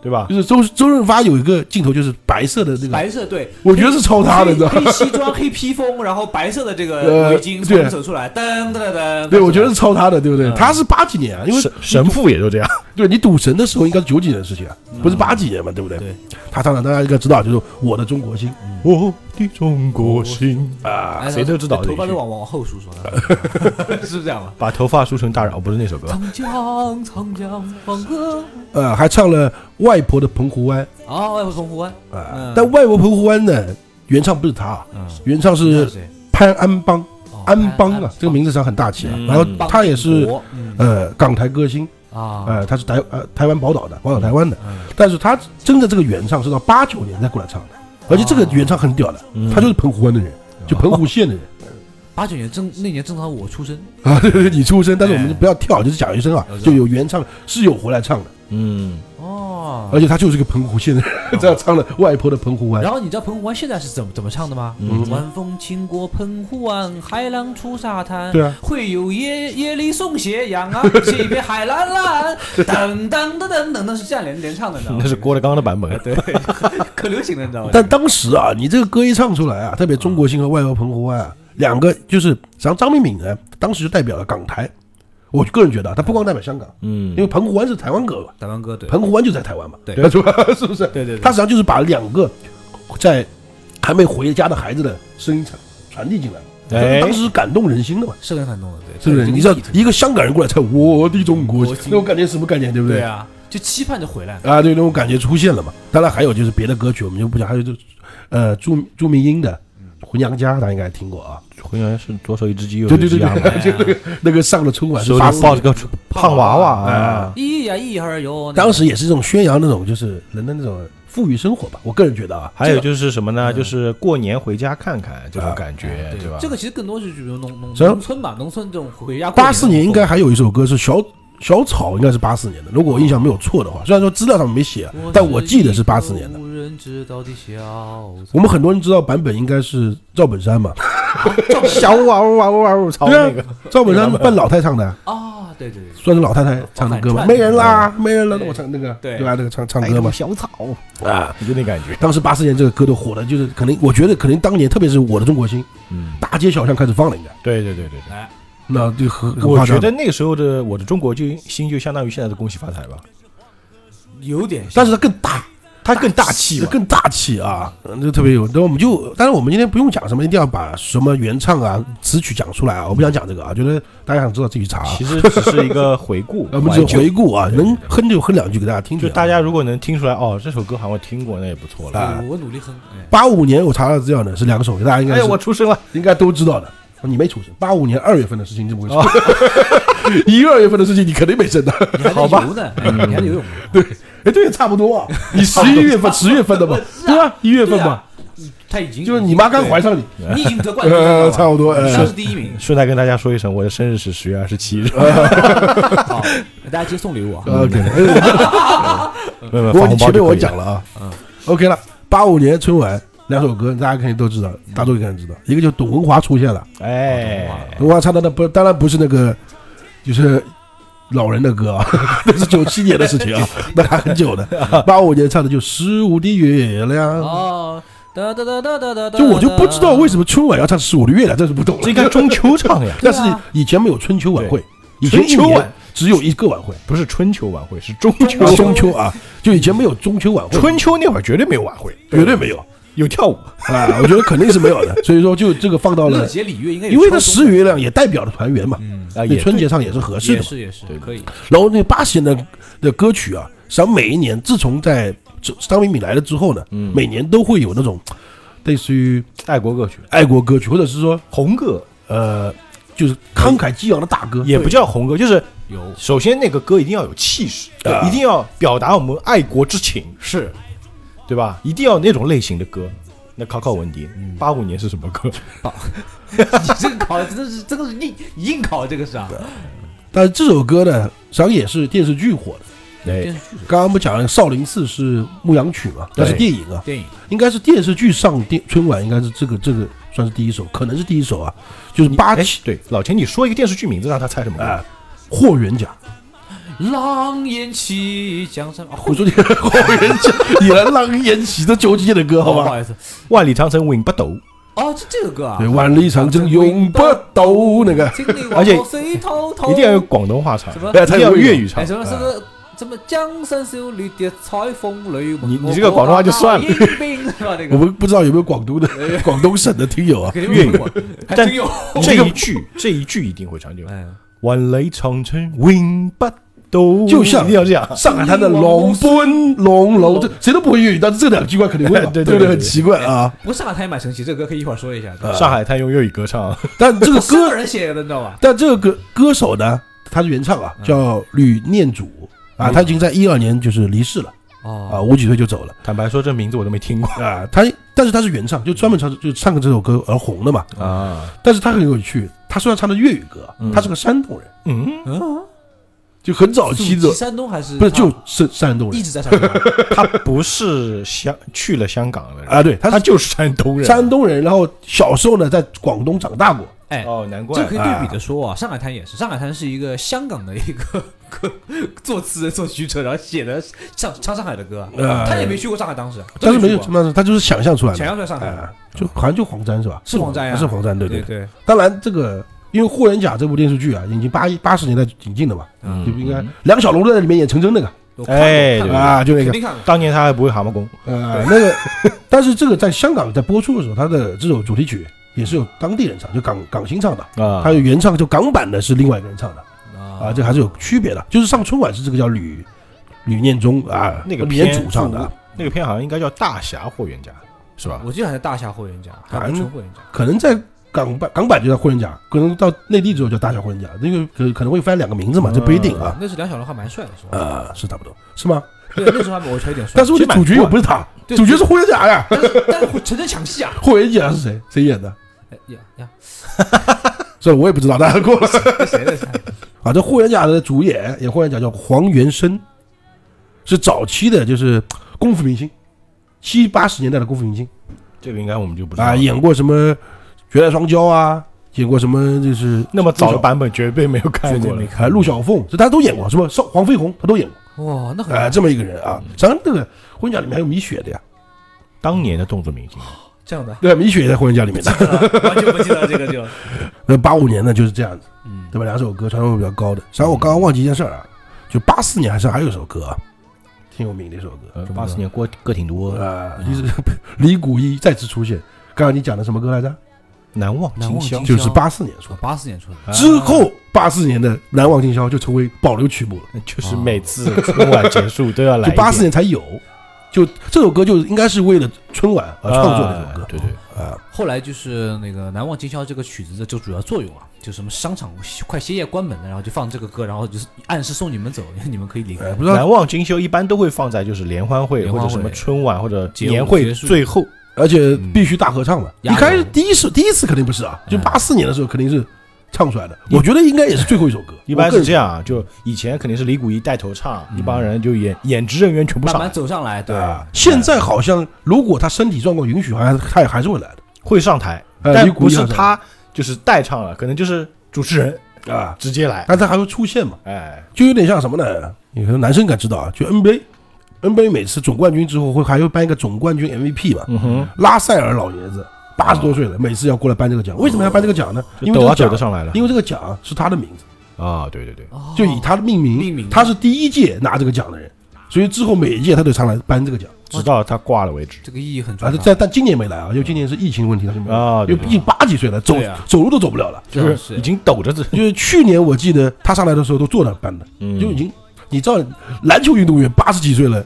Speaker 1: 对吧？
Speaker 3: 就是周周润发有一个镜头，就是白色的那个，
Speaker 2: 白色对，
Speaker 3: 我觉得是抄他的，你知道吗？
Speaker 2: 黑西装、黑披风，然后白色的这个
Speaker 3: 呃
Speaker 2: 围巾
Speaker 3: 对
Speaker 2: 从手出来，噔噔噔噔。
Speaker 3: 对，我觉得是抄他的，对不对？
Speaker 2: 嗯
Speaker 3: 他是八几年啊，因为
Speaker 1: 神神父也就这样，
Speaker 3: 对你赌神的时候应该是九几年的事情啊，不是八几年嘛，对不对？
Speaker 2: 对
Speaker 3: 他当然大家应该知道，就是我的中国心
Speaker 1: 我的中国心，
Speaker 3: 啊，
Speaker 2: 哎
Speaker 1: 谁都知道这
Speaker 2: 头发
Speaker 1: 一句
Speaker 2: 都往往后梳梳了，是不是这样吧？
Speaker 1: 把头发梳成大饶，不是那首歌，
Speaker 2: 长江，长江黄河。
Speaker 3: 呃，还唱了外婆的澎湖湾
Speaker 2: 哦，外婆澎湖湾。
Speaker 3: 啊
Speaker 2: 嗯，
Speaker 3: 但外婆澎湖湾呢，原唱不是他啊，
Speaker 2: 嗯，
Speaker 3: 原唱
Speaker 2: 那
Speaker 3: 是
Speaker 2: 谁？
Speaker 3: 潘安邦，
Speaker 2: 哦
Speaker 3: 安邦啊，这个
Speaker 2: 名
Speaker 3: 名字上很大气啊
Speaker 1: 嗯。
Speaker 3: 然后他也是
Speaker 2: 嗯
Speaker 3: 呃港台歌星，
Speaker 2: 啊，
Speaker 3: 呃，他是台呃台湾宝岛的，宝岛台湾的
Speaker 2: 嗯，
Speaker 3: 但是他真的这个原唱是到八九年才过来唱的，
Speaker 2: 哦
Speaker 3: 而且这个原唱很屌的，
Speaker 2: 嗯
Speaker 3: 他就是澎湖湾的人，就澎湖县的人。
Speaker 2: 八九年正那年正好我出生。
Speaker 3: 啊， 对对，对你出声，但是我
Speaker 2: 哦哎
Speaker 3: 们不要跳，就是讲一声啊
Speaker 2: 我，知道
Speaker 3: 就有原唱是有回来唱的，
Speaker 1: 嗯，
Speaker 2: 哦
Speaker 3: 而且他就是个澎湖县的人，这样唱了外婆的澎湖湾
Speaker 2: 然，后你知道澎湖湾现在是怎么怎么唱的吗？
Speaker 1: 嗯
Speaker 2: 晚风轻过澎湖湾，海浪出沙滩。
Speaker 3: 对啊，
Speaker 2: 会有夜夜里送斜阳啊，西边海蓝 蓝，噔噔噔噔噔噔，是这样连连唱的，你知道吗？
Speaker 1: 那是郭德纲的版本，
Speaker 2: 对，可流行了，你知道吗？
Speaker 3: 但当时啊，你这个歌一唱出来啊，特别中国心和外婆澎湖湾啊，两个就是，然后张明敏呢，当时就代表了港台，我个人觉得啊他不光代表香港，
Speaker 1: 嗯
Speaker 3: 因，为澎湖湾是台湾歌嘛，
Speaker 2: 台湾歌对，
Speaker 3: 澎湖湾就在台湾嘛，
Speaker 2: 对
Speaker 3: 是吧？是不是？
Speaker 2: 对对对
Speaker 3: 他实际上就是把两个在还没回家的孩子的声音传传递进来，
Speaker 1: 哎
Speaker 3: 当时是感动人心的嘛。
Speaker 2: 是很感动的，对，
Speaker 3: 是不是？
Speaker 2: 这个
Speaker 3: 你知道
Speaker 2: 意图
Speaker 3: 一个香港人过来唱《我的中国
Speaker 2: 我
Speaker 3: 心
Speaker 2: 心》，
Speaker 3: 那种感觉什么概念，对不
Speaker 2: 对
Speaker 3: 对？
Speaker 2: 啊，就期盼着回来。
Speaker 3: 啊，对，那种感觉出现了嘛。当然还有就是别的歌曲，我们就不讲，还有就是呃朱朱明英的《回娘家》，大家应该听过啊。
Speaker 1: 回娘是左手一只鸡，右手
Speaker 3: 对
Speaker 1: 一
Speaker 3: 对
Speaker 1: 只
Speaker 3: 对
Speaker 1: 鸭嘛，
Speaker 3: 对，啊
Speaker 2: 啊
Speaker 3: 就那个那个上了春 晚是
Speaker 1: 手
Speaker 3: 发
Speaker 1: 里
Speaker 3: 福
Speaker 1: 抱着个胖娃娃啊，
Speaker 2: 咿呀咿儿哟，那个
Speaker 3: 当时也是这种宣扬那种就是人的那种富裕生活吧。我个人觉得啊，
Speaker 1: 还有
Speaker 3: 这个
Speaker 1: 就是什么呢？就是过年回家看看这种
Speaker 3: 啊
Speaker 1: 感觉，对吧？
Speaker 2: 这个其实更多是比如农农
Speaker 3: 所以
Speaker 2: 农村吧，农村这种回家过
Speaker 3: 啊八四
Speaker 2: 的
Speaker 3: 年应
Speaker 2: 活动
Speaker 3: 该还有一首歌是小。小草应该是八四年的，如果我印象没有错的话，虽然说资料上没写，但我记得是八四年的。
Speaker 2: 无人知道的小草
Speaker 3: 我们很多人知道版本应该是赵本山嘛，
Speaker 1: 小哇呜哇呜哇呜操
Speaker 3: 对啊
Speaker 1: 那个，
Speaker 3: 赵本山扮老太唱的，
Speaker 2: 啊，对对对，
Speaker 3: 算是老太太唱的歌
Speaker 2: 反
Speaker 3: 吧？
Speaker 2: 串
Speaker 3: 没人啦，没人了，那
Speaker 2: 对
Speaker 3: 我唱那个，
Speaker 2: 对
Speaker 3: 对吧？那个唱唱
Speaker 1: 哎
Speaker 3: 歌嘛，
Speaker 1: 小草，
Speaker 3: 啊。
Speaker 1: 你就那感觉，
Speaker 3: 当时八四年这个歌都火的，就是可能我觉得可能当年特别是我的中国心，
Speaker 1: 嗯，
Speaker 3: 大街小巷开始放了，应该
Speaker 1: 对对对对对。
Speaker 2: 哎，
Speaker 3: 那就很很
Speaker 1: 我
Speaker 3: 夸张
Speaker 1: 觉得。那个时候的我的中国就心就相当于现在的恭喜发财吧，
Speaker 2: 有点像，
Speaker 3: 但是它更大，
Speaker 1: 它更大气嘛，
Speaker 3: 更大气啊，嗯就特别有。那我们就，但是我们今天不用讲什么，一定要把什么原唱啊、词曲讲出来啊，我不想讲这个啊，觉得大家想知道自己查啊。，
Speaker 1: 其实只是一个回顾
Speaker 3: 我们只
Speaker 1: 怀旧
Speaker 3: 回顾 啊，
Speaker 1: 对对
Speaker 3: 能哼就哼两句给大家听听
Speaker 1: 就
Speaker 3: 啊。
Speaker 1: 大家如果能听出来，哦，这首歌好像我听过，那也不错了。
Speaker 3: 啊
Speaker 2: 我我努力哼， 哎
Speaker 3: 八五年我查了资料呢，是两首，大家应该
Speaker 1: 哎
Speaker 3: 是
Speaker 1: 呀，我出生了，
Speaker 3: 应该都知道的。你没出生，八五年二月份的事情，你怎么回事？一二月份的事情，你肯定没生的。
Speaker 2: 你还
Speaker 1: 好
Speaker 2: 得
Speaker 1: 吧
Speaker 2: 游呢，哎
Speaker 3: 嗯
Speaker 2: 你还得游 泳，
Speaker 3: 哎，对，差不多啊。你十一月份、十月份的嘛，对吧？一月份
Speaker 2: 对
Speaker 3: 嘛
Speaker 2: 啊，他已经
Speaker 3: 就是你妈刚怀上你，
Speaker 2: 对，你已经得冠军
Speaker 3: 呃，
Speaker 2: 了，
Speaker 3: 差不多。
Speaker 2: 你
Speaker 3: 呃
Speaker 2: 是不是第一 名，
Speaker 1: 顺带跟大家说一声，我的生日是十月二十七日。
Speaker 2: 好，大家接送礼物 啊，
Speaker 3: ，OK，
Speaker 1: 没有没有呃发红包
Speaker 3: 我前面
Speaker 1: 就可
Speaker 3: 我
Speaker 1: 以
Speaker 3: 讲
Speaker 1: 了，嗯
Speaker 3: 了啊。OK 了，八五年春晚两首歌，大家肯定都知道，大众肯定知道。一个就是董文华出现了，
Speaker 1: 哎，
Speaker 3: 董文华唱的那不，当然不是那个，就是。老人的歌啊， 那是九七年的事情啊，那还很久的。八五年唱的就《十五的月亮》，
Speaker 2: 哦，哒哒哒哒哒哒哒，
Speaker 3: 就我就不知道为什么春晚要唱《十五的月亮》，这是不懂
Speaker 1: 这应
Speaker 3: 了。
Speaker 1: 该中秋唱呀，
Speaker 3: 但是以前没有春秋晚会，以前
Speaker 1: 春
Speaker 3: 一
Speaker 1: 秋
Speaker 3: 年
Speaker 1: 晚
Speaker 3: 只有一个晚会，
Speaker 1: 不是春秋晚会，是中 秋。
Speaker 3: 啊中秋啊，就以前没有中秋晚会，
Speaker 1: 春秋那会儿绝对没有晚会，
Speaker 3: 绝对没有
Speaker 1: 有跳舞。
Speaker 3: 啊，我觉得肯定是没有的。所以说，就这个放到
Speaker 2: 乐
Speaker 3: 了，
Speaker 2: 节礼乐应该有
Speaker 3: 因为它
Speaker 2: 超
Speaker 3: 十月亮也代表了团圆嘛，
Speaker 1: 啊，
Speaker 3: 对
Speaker 1: 也
Speaker 3: 春节上也是合适
Speaker 2: 也
Speaker 3: 的嘛。
Speaker 2: 是也是
Speaker 1: 对
Speaker 2: 可以，
Speaker 3: 然后那八十年的的歌曲啊，实际上每一年自从在这张明敏来了之后呢，
Speaker 1: 嗯
Speaker 3: 每年都会有那种类似于
Speaker 1: 爱国歌曲，
Speaker 3: 爱国歌曲，或者是说
Speaker 1: 红歌
Speaker 3: 呃，就是慷慨激昂的大歌，
Speaker 1: 也不叫红歌，就是
Speaker 2: 有
Speaker 1: 首先那个歌一定要有气势，
Speaker 3: 对
Speaker 1: 一定要表达我们爱国之情，
Speaker 2: 是
Speaker 1: 对吧？一定要那种类型的歌，那考考文迪，八五年是什么歌？
Speaker 2: 你这个考真的是真的是硬硬考这个是啊，
Speaker 3: 但是这首歌呢，实际上也是电视剧火的。
Speaker 1: 哎，
Speaker 3: 刚刚不讲了，《少林寺》是牧羊曲嘛，那是
Speaker 1: 对
Speaker 3: 电影啊，
Speaker 2: 电影
Speaker 3: 应该是电视剧上电春晚，应该是这个这个算是第一首，可能是第一首啊，就是八
Speaker 1: 哎
Speaker 3: 七，
Speaker 1: 对，老钱，你说一个电视剧名字，让他猜什么歌？
Speaker 3: 啊，霍元甲。
Speaker 2: 《狼烟起江山》啊，
Speaker 3: 我
Speaker 2: 会
Speaker 3: 说你霍元甲， 你来浪言起的纠结的歌好
Speaker 2: 不
Speaker 1: 哦
Speaker 3: 吧？
Speaker 2: 好意思，
Speaker 1: 万里长城永不抖，
Speaker 2: 哦，这这个歌啊
Speaker 3: 对，，万里长城永不抖那个，
Speaker 2: 经历
Speaker 1: 而且
Speaker 2: 王侯谁滔滔，
Speaker 1: 一定要用广东话唱
Speaker 2: 什，么？
Speaker 3: 哎，
Speaker 1: 一
Speaker 3: 他
Speaker 1: 定要
Speaker 3: 有
Speaker 1: 粤语唱
Speaker 2: 哎，。什么什么什么江山秀丽的彩风雷蒙，
Speaker 1: 你你这个广东话就算了
Speaker 2: 我国大英兵是吧？这
Speaker 3: 我
Speaker 2: 个
Speaker 3: 们不知道有没有广东的
Speaker 1: 哎
Speaker 3: 广东省的听友啊？
Speaker 2: 肯定没有过，还
Speaker 1: 但
Speaker 2: 真有。
Speaker 1: 这一句，这一句一定会唱，就
Speaker 2: 哎，
Speaker 1: 万里长城永不抖，
Speaker 3: 就像啊
Speaker 1: 一定要这样。
Speaker 3: 上海滩的龙奔龙楼，这谁都不会粤语，但是这两句话肯定会 吧，
Speaker 1: 对对
Speaker 3: 对不
Speaker 1: 对
Speaker 3: 很
Speaker 1: 对
Speaker 3: 奇怪啊。
Speaker 2: 不过上海滩也蛮神奇，这个歌可以一会儿说一下。对吧
Speaker 1: 上海滩用粤语歌唱，
Speaker 3: 但这个
Speaker 2: 是个
Speaker 3: 歌，
Speaker 2: 人写的，你知道吧？
Speaker 3: 但这个歌歌手呢，他是原唱啊，
Speaker 1: 嗯
Speaker 3: 叫吕念祖啊，他已经在一二年就是离世了啊，
Speaker 2: 哦，
Speaker 3: 五几岁就走了
Speaker 1: 坦白说，这名字我都没听过
Speaker 3: 啊。他但是他是原唱，就专门唱就唱过这首歌而红的嘛。
Speaker 1: 啊。
Speaker 3: 但是他很有趣，他虽然唱的粤语歌，他是个山东人，
Speaker 1: 嗯，
Speaker 2: 嗯，
Speaker 3: 就很早期的，
Speaker 2: 山东还是
Speaker 3: 不是就山山东
Speaker 2: 一
Speaker 3: 人
Speaker 2: 直在山东，
Speaker 1: 他不是香去了香港了，
Speaker 3: 啊，对，他
Speaker 1: 他
Speaker 3: 是
Speaker 1: 就是山东人。
Speaker 3: 山东人，然后小时候呢在广东长大过。
Speaker 2: 哎。
Speaker 1: 哦，难怪
Speaker 2: 这个可以对比着说啊，上海滩也是，上海滩是一个香港的一个个作词人作曲者，然后写的上唱上海的歌，
Speaker 3: 呃
Speaker 2: 他也没去过上海，当时
Speaker 3: 但是没有
Speaker 2: 真
Speaker 3: 什么，他就是想象出来
Speaker 2: 去过想
Speaker 3: 的，
Speaker 2: 要在上海，
Speaker 3: 哎，就好像就黄沾是吧？哦
Speaker 2: 是黄沾呀
Speaker 3: 是黄沾，对
Speaker 2: 对
Speaker 3: 对。当然，这个因为《霍元甲》这部电视剧啊，已经八一八十年代引进的嘛，
Speaker 2: 嗯
Speaker 3: 就不应该梁小龙都在里面演陈真那个
Speaker 2: 我看过
Speaker 1: 哎，
Speaker 2: 看
Speaker 1: 对
Speaker 2: 过
Speaker 1: 吧
Speaker 3: 啊，就那
Speaker 2: 肯
Speaker 3: 个
Speaker 2: 定看过，
Speaker 1: 当年他还不会蛤蟆功，
Speaker 3: 呃那个，但是这个在香港在播出的时候，他的这首主题曲也是有当地人唱，就港港星唱的，
Speaker 1: 啊
Speaker 3: 还有原唱就港版的是另外一个人唱的啊，
Speaker 2: 啊
Speaker 3: 这还是有区别的。就是上春晚是这个叫吕吕念中啊，
Speaker 1: 那个
Speaker 3: 吕念
Speaker 1: 片
Speaker 3: 祖唱的啊，
Speaker 1: 那个片好像应该叫《大侠霍元甲》，是吧？
Speaker 2: 我记得好像大夏霍元甲，还不是霍元甲，
Speaker 3: 可能在港版港版就叫霍元甲，可能到内地之后叫大小霍元甲，那个可可能会翻两个名字嘛，这不一定啊。
Speaker 2: 那时候梁小龙还蛮帅的，是吧？
Speaker 3: 啊、是差不多，是吗？
Speaker 2: 对，那时候还我觉得有点帅
Speaker 3: 但，是问题主角又不是他，
Speaker 2: 对
Speaker 3: 主角是霍元甲呀。
Speaker 2: 但是但是陈真抢戏啊，
Speaker 3: 霍元甲是谁？谁演的？
Speaker 2: 哎呀呀，
Speaker 3: 这我也不知道，大家过了
Speaker 2: 这谁的？
Speaker 3: 啊。这霍元甲的主演演霍元甲叫黄元生，是早期的，就是功夫明星，七八十年代的功夫明星
Speaker 1: 这个应该我们就不知道
Speaker 3: 啊，
Speaker 1: 了
Speaker 3: 演过什么《绝代双骄》啊，演过什么就是
Speaker 1: 那么早的版本绝对哎没有看过了。
Speaker 3: 啊陆小凤，这他都演过，什么邵黄飞鸿，他都演过。
Speaker 2: 哇，那很
Speaker 3: 哎，这么一个人啊，
Speaker 1: 嗯
Speaker 3: 咱这个婚甲里面还有米雪的呀，
Speaker 1: 当年的动作明星，
Speaker 3: 嗯
Speaker 2: 这 样的，
Speaker 3: 对吧？米雪也在婚甲里面的。
Speaker 2: 完全不记得这个就，
Speaker 3: 那八五年呢就是这样子，
Speaker 2: 嗯，
Speaker 3: 对吧？两首歌传唱度比较高的。然后我刚刚忘记一件事儿啊，就八四年还是还有一首歌啊，挺有名的一首歌
Speaker 1: 呃，，八四年歌歌挺多，
Speaker 3: 啊，一直 李谷一再次出现。刚刚你讲的什么歌来着？
Speaker 1: 难忘
Speaker 2: 难忘
Speaker 1: 今宵
Speaker 2: 今。
Speaker 3: 就是八四年说的。
Speaker 2: 八四年出的，
Speaker 1: 啊
Speaker 3: 之后，八四年的《难忘今宵》就成为保留曲目了，
Speaker 1: 就是每次春晚结束都要来一遍，
Speaker 3: 就八四年才有。就这首歌就应该是为了春晚而创作的
Speaker 1: 啊
Speaker 3: 这首歌
Speaker 1: 对对，
Speaker 3: 啊，
Speaker 2: 后来就是那个《难忘今宵》这个曲子的就主要作用啊，就什么商场快歇业关门了，然后就放这个歌，然后就是暗示送你们走， 你们可以离
Speaker 3: 哎
Speaker 2: 开。
Speaker 3: 不知道
Speaker 1: 难忘今宵一般都会放在就是联欢会
Speaker 2: 联
Speaker 1: 或
Speaker 2: 欢
Speaker 1: 者
Speaker 2: 会
Speaker 1: 什么春晚或者
Speaker 2: 结尾
Speaker 1: 年会
Speaker 2: 结束
Speaker 1: 最后，
Speaker 3: 而且必须大合唱嘛。
Speaker 2: 嗯
Speaker 3: 一开始第一次第一次肯定不是啊，
Speaker 1: 哎
Speaker 3: 就
Speaker 2: 嗯
Speaker 3: 八四年的时候肯定是唱出来的。我觉得应该也是最后一首歌，
Speaker 1: 一般
Speaker 3: 我
Speaker 1: 是
Speaker 3: 个人
Speaker 1: 这样啊，就以前肯定是李谷一带头唱，
Speaker 2: 嗯
Speaker 1: 一帮人就演演职人员全部
Speaker 2: 慢
Speaker 1: 上
Speaker 2: 慢
Speaker 1: 来，
Speaker 2: 走上来，对，
Speaker 3: 啊。现在好像如果他身体状况允许，好像他也还是会来的。
Speaker 1: 会上台，
Speaker 3: 呃
Speaker 1: 但
Speaker 3: 李谷
Speaker 1: 不
Speaker 3: 一
Speaker 1: 是
Speaker 3: 上台
Speaker 1: 他就是代唱了，可能就是主持人
Speaker 3: 啊，
Speaker 1: 直接来，
Speaker 3: 但他还会出现嘛，
Speaker 1: 哎，
Speaker 3: 就有点像什么呢？你可能男生感知道啊，就 NBA。NBA 每次总冠军之后会还会颁一个总冠军 MVP 嘛？
Speaker 1: 嗯哼，
Speaker 3: 拉塞尔老爷子八十多岁了，每次要过来颁这个奖，为什么要颁这个奖呢？因
Speaker 1: 就
Speaker 3: 为
Speaker 1: 抖啊
Speaker 3: 这
Speaker 1: 抖
Speaker 3: 个
Speaker 1: 的
Speaker 3: 奖，
Speaker 1: 上来了，
Speaker 3: 因为这个奖是他的名字。
Speaker 1: 啊，对对对，
Speaker 2: 哦
Speaker 3: 就以他的命名，
Speaker 2: 命名
Speaker 3: 他是第一届拿这个奖的人，所以之后每一届他都常来颁这个奖。
Speaker 1: 直到他挂了为止。
Speaker 2: 这个意义很重
Speaker 3: 啊，
Speaker 2: 要，
Speaker 3: 但但今年没来啊，因为今年是疫情问题，他就没来
Speaker 1: 啊对
Speaker 3: 因为毕竟八几岁了，走
Speaker 2: 对啊
Speaker 3: 走路都走不了了。
Speaker 2: 这
Speaker 1: 就
Speaker 2: 样
Speaker 1: 是已经抖着自己，
Speaker 3: 就是去年我记得他上来的时候都坐那颁的，
Speaker 1: 嗯
Speaker 3: 就已经，你知道篮球运动员八十几岁了，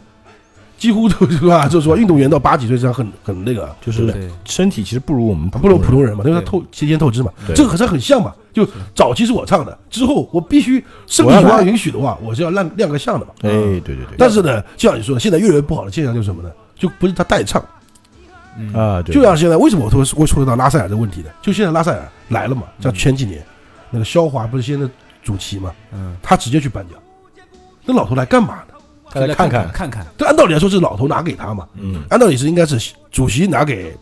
Speaker 3: 几乎都是吧， 就是说运动员到八几岁实际上很很那个啊，
Speaker 1: 就
Speaker 3: 对
Speaker 1: 是
Speaker 2: 对，
Speaker 1: 身体其实不如我们
Speaker 3: 不如普
Speaker 1: 人
Speaker 3: 通人嘛，因为他
Speaker 2: 对
Speaker 3: 透先天透支嘛，
Speaker 1: 对
Speaker 3: 这个和他很像嘛。就早期是我唱的，之后我必须身体
Speaker 1: 我要
Speaker 3: 情
Speaker 1: 来
Speaker 3: 况允许的话，我是要亮亮个相的嘛。
Speaker 1: 哎，对对对，
Speaker 3: 但是呢，就像你说的，现在越来越不好的现象就是什么呢？就不是他代唱，
Speaker 2: 嗯
Speaker 1: 啊，对
Speaker 3: 就像现在，为什么我会会说到拉塞尔的问题呢？就现在拉塞尔来了嘛，像前几年、那个肖华不是现在主席嘛，
Speaker 2: 嗯，
Speaker 3: 他直接去颁奖，那老头来干嘛呢？
Speaker 1: 大家看看，
Speaker 2: 看看，
Speaker 3: 这按道理来说是老头拿给他嘛，
Speaker 1: 嗯，
Speaker 3: 按道理是应该是主席拿给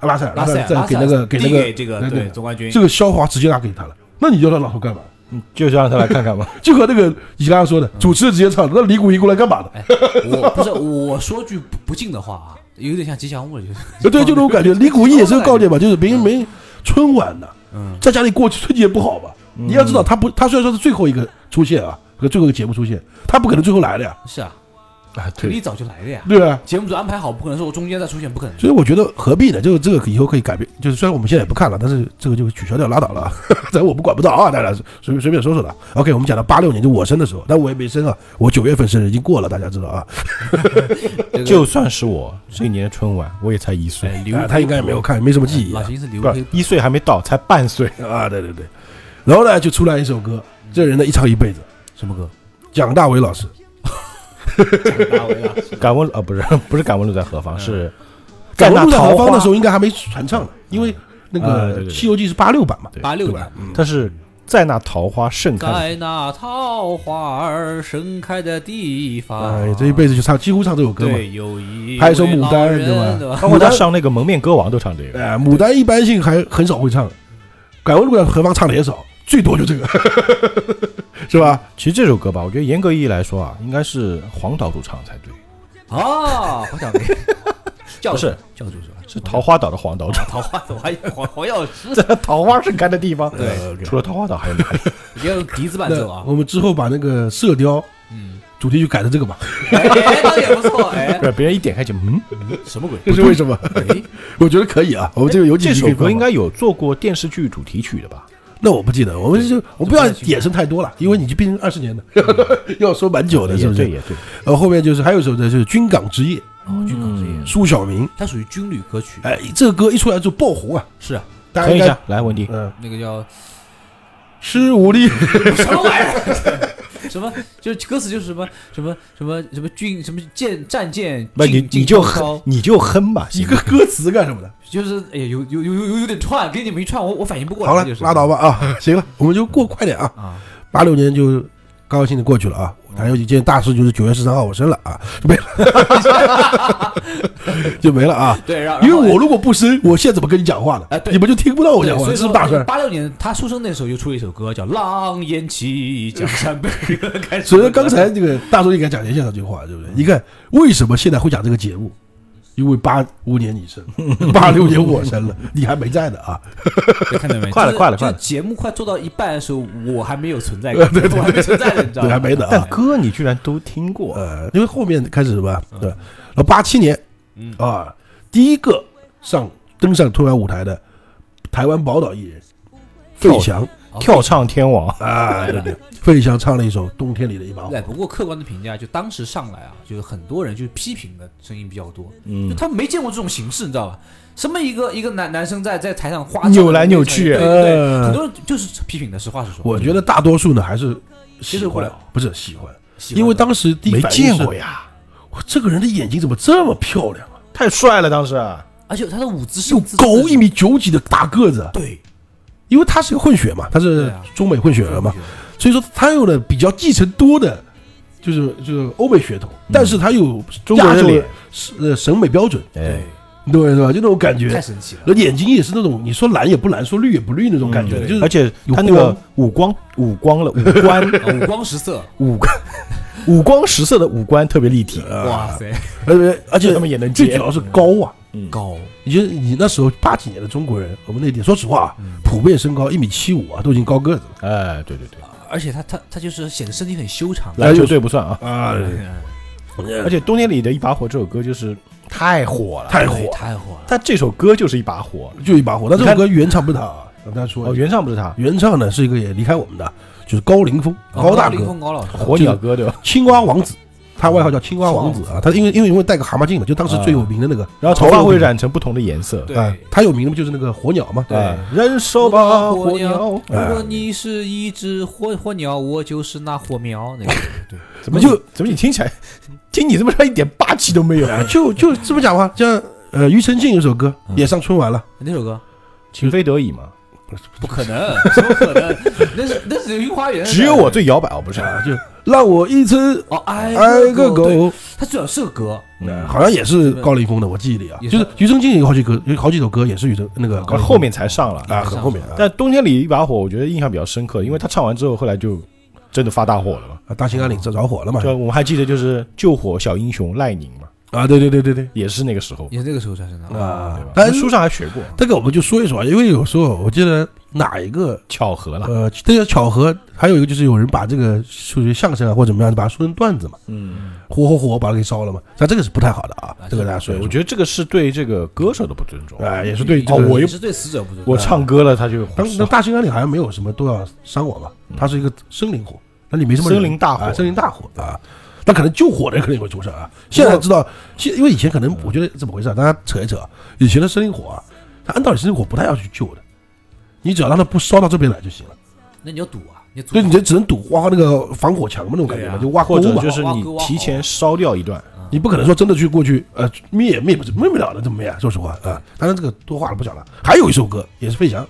Speaker 3: 拉塞尔，
Speaker 2: 拉塞尔
Speaker 3: 再给那个给那
Speaker 2: 递给
Speaker 3: 个
Speaker 2: 这
Speaker 3: 那
Speaker 2: 个
Speaker 3: 个
Speaker 2: 对总冠军
Speaker 3: 这，个肖华直接拿给他了，那你要让老头干嘛？
Speaker 1: 嗯就让他来看看 吧。
Speaker 3: 就和那个你刚刚说的，
Speaker 2: 嗯
Speaker 3: 主持人直接唱，那李谷一过来干嘛的？
Speaker 2: 哎，我不是我说句不不敬的话啊，有点像吉祥 物，就是
Speaker 3: 呃对，就这种感觉。李谷一也是个告诫嘛，就是别人没春晚呢，
Speaker 2: 嗯
Speaker 3: 在家里过春节不好吧？你要知道，他不，他虽然说是最后一个出现啊，和最后一个节目出现，他不可能最后来的呀，
Speaker 2: 是啊，
Speaker 1: 啊，对，
Speaker 2: 肯定早就来的呀。
Speaker 3: 对啊。
Speaker 2: 节目组安排好，不可能说我中间再出现，不可能。
Speaker 3: 所以我觉得何必呢？就是这个以后可以改变，就是虽然我们现在也不看了，但是这个就取消掉拉倒了啊，咱我们管不到啊，大家随便随便说说的。OK，我们讲到八六年就我生的时候，但我也没生啊，我九月份生日已经过了，大家知道啊，
Speaker 2: 这个
Speaker 1: 就算是我这一年的春晚，我也才一岁，
Speaker 2: 哎，刘
Speaker 3: 啊他应该也没有看，没什么记忆啊
Speaker 2: 老。秦是刘
Speaker 1: 不
Speaker 2: 黑
Speaker 1: 是，一岁还没到，才半岁。
Speaker 3: 啊，对对对。然后呢，就出来一首歌，这人呢一唱一辈子，
Speaker 2: 什么歌？
Speaker 3: 蒋大为老师，
Speaker 2: 大卫啊，
Speaker 1: 敢问啊，不是不是敢问路在何方，是
Speaker 3: 在
Speaker 1: 在
Speaker 3: 那
Speaker 1: 那
Speaker 3: 桃
Speaker 1: 桃
Speaker 3: 方
Speaker 1: 花
Speaker 3: 的时候应该还没传唱呢，因为那
Speaker 1: 啊对
Speaker 3: 个
Speaker 1: 对
Speaker 3: 《
Speaker 1: 对
Speaker 3: 西游记》是八六版嘛，
Speaker 1: 对
Speaker 2: 八六
Speaker 3: 对
Speaker 2: 版
Speaker 3: 吧。？嗯
Speaker 1: 他是在那桃花盛开的
Speaker 2: 在那桃花儿盛开的地方，
Speaker 3: 哎，这一辈子就唱，几乎唱这首歌嘛。
Speaker 2: 对有一
Speaker 3: 还有首牡丹
Speaker 2: 位老人
Speaker 3: 对
Speaker 2: 对吧？
Speaker 1: 包括他上那个蒙面歌王都唱这个，
Speaker 3: 哎，牡丹一般性还很少会唱，敢问路在何方唱的也少，最多就这个， 是吧？
Speaker 1: 其实这首歌吧，我觉得严格意义来说啊，应该是黄岛主唱才对，
Speaker 2: 哦，黄 晓明，教
Speaker 1: 不
Speaker 2: 主
Speaker 1: 是
Speaker 2: 教主是吧？
Speaker 1: 是桃花岛的黄岛主，
Speaker 2: 桃花，我还以为黄黄药 师，
Speaker 1: 在桃花盛开的地方。
Speaker 2: 对
Speaker 1: 呃除了桃花岛还有 哪里？
Speaker 2: 你要用笛子伴
Speaker 3: 那
Speaker 2: 奏啊。
Speaker 3: 呃我们之后把那个《射雕》
Speaker 2: 嗯，
Speaker 3: 主题曲改成这个吧，
Speaker 2: 哎，哎倒也不错，哎
Speaker 1: 不，是别人一点开就嗯，
Speaker 2: 什么鬼？
Speaker 3: 这是为什么？
Speaker 2: 哎，
Speaker 3: 我觉得可以啊，我们这个有
Speaker 1: 哎
Speaker 3: 几
Speaker 1: 这
Speaker 3: 集
Speaker 1: 首
Speaker 3: 可以放
Speaker 1: 歌
Speaker 3: 吧
Speaker 1: 应该有做过电视剧主题曲的吧？
Speaker 3: 那我不记得，我们就我们不要衍生太多了，因为你就毕竟二十年的， 要说蛮久的，是
Speaker 1: 也
Speaker 3: 不
Speaker 1: 对，
Speaker 3: 是？
Speaker 1: 也对。
Speaker 3: 然后后面就是还有一首呢，就是《军港之夜》，
Speaker 2: 哦，军港之夜，
Speaker 3: 苏小明，
Speaker 2: 它属于军旅歌曲，
Speaker 3: 哎，这个歌一出来就爆红啊，
Speaker 2: 是啊，
Speaker 3: 大家
Speaker 1: 等
Speaker 3: 应
Speaker 1: 一
Speaker 3: 该
Speaker 1: 下，来文迪，
Speaker 3: 嗯，
Speaker 2: 那个叫
Speaker 3: 施无力，
Speaker 2: 什么玩意儿？ 什么就是歌词就是什么什么什么什么军什么舰战舰
Speaker 1: 不你
Speaker 2: 进
Speaker 1: 你就
Speaker 2: 进攻高
Speaker 1: 哼你就哼吧，
Speaker 3: 一
Speaker 1: 行
Speaker 3: 个
Speaker 1: 吗？
Speaker 3: 歌词干什么的？
Speaker 2: 就是哎呀有有有有有点串，给你们一串我我反应不过来，
Speaker 3: 好了
Speaker 2: 就，是
Speaker 3: 拉倒吧啊， 行了，我们就过快点啊，
Speaker 2: 啊！
Speaker 3: 八六年就高高兴兴的过去了啊。还有一件大事就是九月十三号我生了啊，就没了， 就没了啊。
Speaker 2: 对，然后
Speaker 3: 因为我如果不生，我现在怎么跟你讲话呢
Speaker 2: 哎？对
Speaker 3: 你们就听不到我讲话，
Speaker 2: 所以
Speaker 3: 这是
Speaker 2: 说
Speaker 3: 不是大事儿。
Speaker 2: 八六年他出生那时候就出了一首歌叫《狼烟起江山北》， 开始
Speaker 3: 所以说刚才这个大叔应该讲一下这句话，对不对？你看为什么现在会讲这个节目？因为八五年你生，八六年我生了，你还没在呢啊！
Speaker 2: 对看到 没？
Speaker 1: 快了
Speaker 2: 就是
Speaker 1: 快了
Speaker 2: 就是
Speaker 1: 快了
Speaker 2: 节目快做到一半的时候，我还没有存在 感，我还没存在的，你知道
Speaker 3: 对，还
Speaker 2: 吗？
Speaker 3: 没呢 啊
Speaker 1: 但。歌你居然都听过，
Speaker 3: 呃，因为后面开始什么？对，然后八七年，啊，第一个上登上春晚舞台的台湾宝岛艺人费翔
Speaker 2: 哦
Speaker 1: 跳唱天王，
Speaker 3: 啊，对对，费翔唱了一首《冬天里的一把火
Speaker 2: 对，》，不过客观的评价，就当时上来啊，就是很多人就是批评的声音比较多，就
Speaker 1: 嗯，
Speaker 2: 他们没见过这种形式，你知道吧？什么一个一个男男生在在台上花
Speaker 1: 扭来扭去嗯
Speaker 2: 对对对，
Speaker 3: 呃
Speaker 2: 很多人就是批评的，实话实说。
Speaker 3: 我觉得大多数呢还是
Speaker 2: 接
Speaker 3: 喜
Speaker 2: 受不
Speaker 3: 欢
Speaker 2: 了，
Speaker 3: 不是喜欢，
Speaker 2: 喜欢
Speaker 3: 因为
Speaker 2: 的
Speaker 3: 当时第一
Speaker 1: 没
Speaker 3: 反应
Speaker 1: 见
Speaker 3: 是
Speaker 1: 过呀，
Speaker 3: 哇，这个人的眼睛怎么这么漂亮啊？
Speaker 1: 太帅了，当时啊
Speaker 2: 而且他的舞姿
Speaker 3: 又
Speaker 2: 身姿
Speaker 3: 高一，米九几的大个子，啊
Speaker 2: 对，
Speaker 3: 因为他是个混血嘛，他
Speaker 2: 对
Speaker 3: 是
Speaker 2: 啊
Speaker 3: 中美混血儿嘛，所以说他有了比较继承多的，就是就是欧美血统，但是他有
Speaker 1: 中嗯国人的
Speaker 3: 亚洲
Speaker 1: 脸
Speaker 3: 呃审美标准，
Speaker 1: 哎
Speaker 2: 对，，
Speaker 3: 对对吧？就那种感
Speaker 2: 太
Speaker 3: 觉，
Speaker 2: 神奇了。
Speaker 3: 那眼睛也是那种你说蓝也不蓝，说绿也不绿那种感觉，
Speaker 2: 嗯
Speaker 3: 就是
Speaker 1: 而且他那个五光哦五光 了，五官
Speaker 2: 啊五光十色，
Speaker 1: 五官五光十色的五官特别立体，
Speaker 3: 啊
Speaker 2: 哇塞，
Speaker 3: 而且呃而
Speaker 1: 这
Speaker 3: 且
Speaker 1: 他妈也能接
Speaker 3: 最主要是高啊。
Speaker 2: 高，
Speaker 3: 你觉得你那时候八几年的中国人，我们那点说实话啊，
Speaker 1: 嗯
Speaker 3: 普遍身高一米七五啊，都已经高个子了
Speaker 1: 哎，对对对，
Speaker 2: 而且他他他就是显得身体很修长。
Speaker 1: 篮球队不算啊。
Speaker 3: 啊，
Speaker 1: 而且冬天里的一把火这首歌就是太火了，
Speaker 3: 太火
Speaker 2: 对
Speaker 3: 了，
Speaker 2: 太火了！
Speaker 1: 他这首歌就是一把火。
Speaker 3: 就一把火。那
Speaker 1: 你
Speaker 3: 这首
Speaker 1: 看
Speaker 3: 歌原唱不是他啊，跟大家说
Speaker 1: 哦，，原唱不是他，
Speaker 3: 原唱呢是一个也离开我们的，就是高凌风，
Speaker 1: 哦
Speaker 3: 高大
Speaker 2: 凌
Speaker 3: 哥，
Speaker 2: 哦风高老师，
Speaker 1: 火鸟哥对吧？
Speaker 3: 青蛙王子，他外号叫青蛙王子啊。他因为因为因为戴个蛤蟆镜嘛，就当时最有名的那个，
Speaker 1: 然后头发会染成不同的颜色。
Speaker 2: 对
Speaker 3: 啊，他有名的不就是那个火鸟嘛？
Speaker 2: 对
Speaker 1: 哎，燃烧吧火鸟
Speaker 2: 鸟，，如
Speaker 3: 哎
Speaker 2: 果你是一只火火鸟，我就是那火苗。那个对，
Speaker 3: 哎
Speaker 1: 怎么就怎么你听起来，听你这么说一点霸气都没有？
Speaker 3: 啊就就这么讲话，像呃，庾澄庆有首歌也上春晚了，
Speaker 2: 哪首歌？
Speaker 1: 情非得已嘛，
Speaker 2: 不可能， 怎么可能？那是那是流星花园。
Speaker 1: 只有我最摇摆哦，不是？
Speaker 3: 啊，就让我一直
Speaker 2: 哦，爱
Speaker 3: 爱个
Speaker 2: 个狗，对
Speaker 3: 狗，
Speaker 2: 它最好是个歌，
Speaker 3: 呃好像也是高凌风的，我记忆里啊，
Speaker 2: 也
Speaker 3: 就是是庾澄庆有好几个有好几首歌也是庾澄那个高凌风
Speaker 1: 哦后面才上了。
Speaker 3: 啊，很后面啊，
Speaker 1: 但冬天里一把火，我觉得印象比较深刻，因为他唱完之后，后来就真的发大火了嘛。
Speaker 3: 啊大兴安岭着着火了嘛，
Speaker 1: 就我们还记得，就是救火小英雄赖宁嘛，
Speaker 3: 啊，对对对对对，
Speaker 1: 也是那个时候，
Speaker 2: 也是那个时候产生的。
Speaker 1: 对
Speaker 3: 啊
Speaker 1: 吧，？
Speaker 3: 但
Speaker 1: 我们书
Speaker 3: 是
Speaker 1: 上还学过，
Speaker 3: 这个我们就说一说啊，因为有时候我记得哪一个
Speaker 1: 巧合了。
Speaker 3: 呃，这个巧合，还有一个就是有人把这个属于相声啊或者怎么样，把它说成段子嘛，
Speaker 1: 嗯，
Speaker 3: 火火火把它给烧了嘛，但这个是不太好的啊
Speaker 2: 啊，
Speaker 3: 这个大家说
Speaker 1: 对，
Speaker 3: 一
Speaker 1: 我
Speaker 3: 说，
Speaker 1: 觉得这个是对这个歌手的不尊重。
Speaker 3: 哎，也是对这
Speaker 1: 哦
Speaker 3: 个
Speaker 1: 我又
Speaker 2: 也是对死者不尊重。
Speaker 1: 我唱歌了，他就
Speaker 3: 当时那大兴安岭好像没有什么多少伤亡吧，它是一个森林火，那里没什么
Speaker 1: 嗯
Speaker 3: 人
Speaker 1: 森林大火
Speaker 3: 啊森林大火啊。那可能救火的人肯定会出事啊！现在知道，现因为以前
Speaker 1: 嗯
Speaker 3: 可能我觉得怎么回事啊？大家扯一扯啊，以前的森林火啊，它按道理森林火不太要去救的，你只要让它不烧到这边来就行了。
Speaker 2: 那你要赌啊，你要赌
Speaker 3: 所以你就只能堵挖那个防火墙嘛，那种感觉嘛，
Speaker 2: 对啊
Speaker 3: 就挖沟
Speaker 1: 或者
Speaker 3: 嘛
Speaker 1: 就。是你提前烧掉一段，
Speaker 3: 你不可能说真的去过去呃灭灭不灭不了的，怎么灭啊？说实话啊，当然这个多话了不讲了。还有一首歌也是费翔，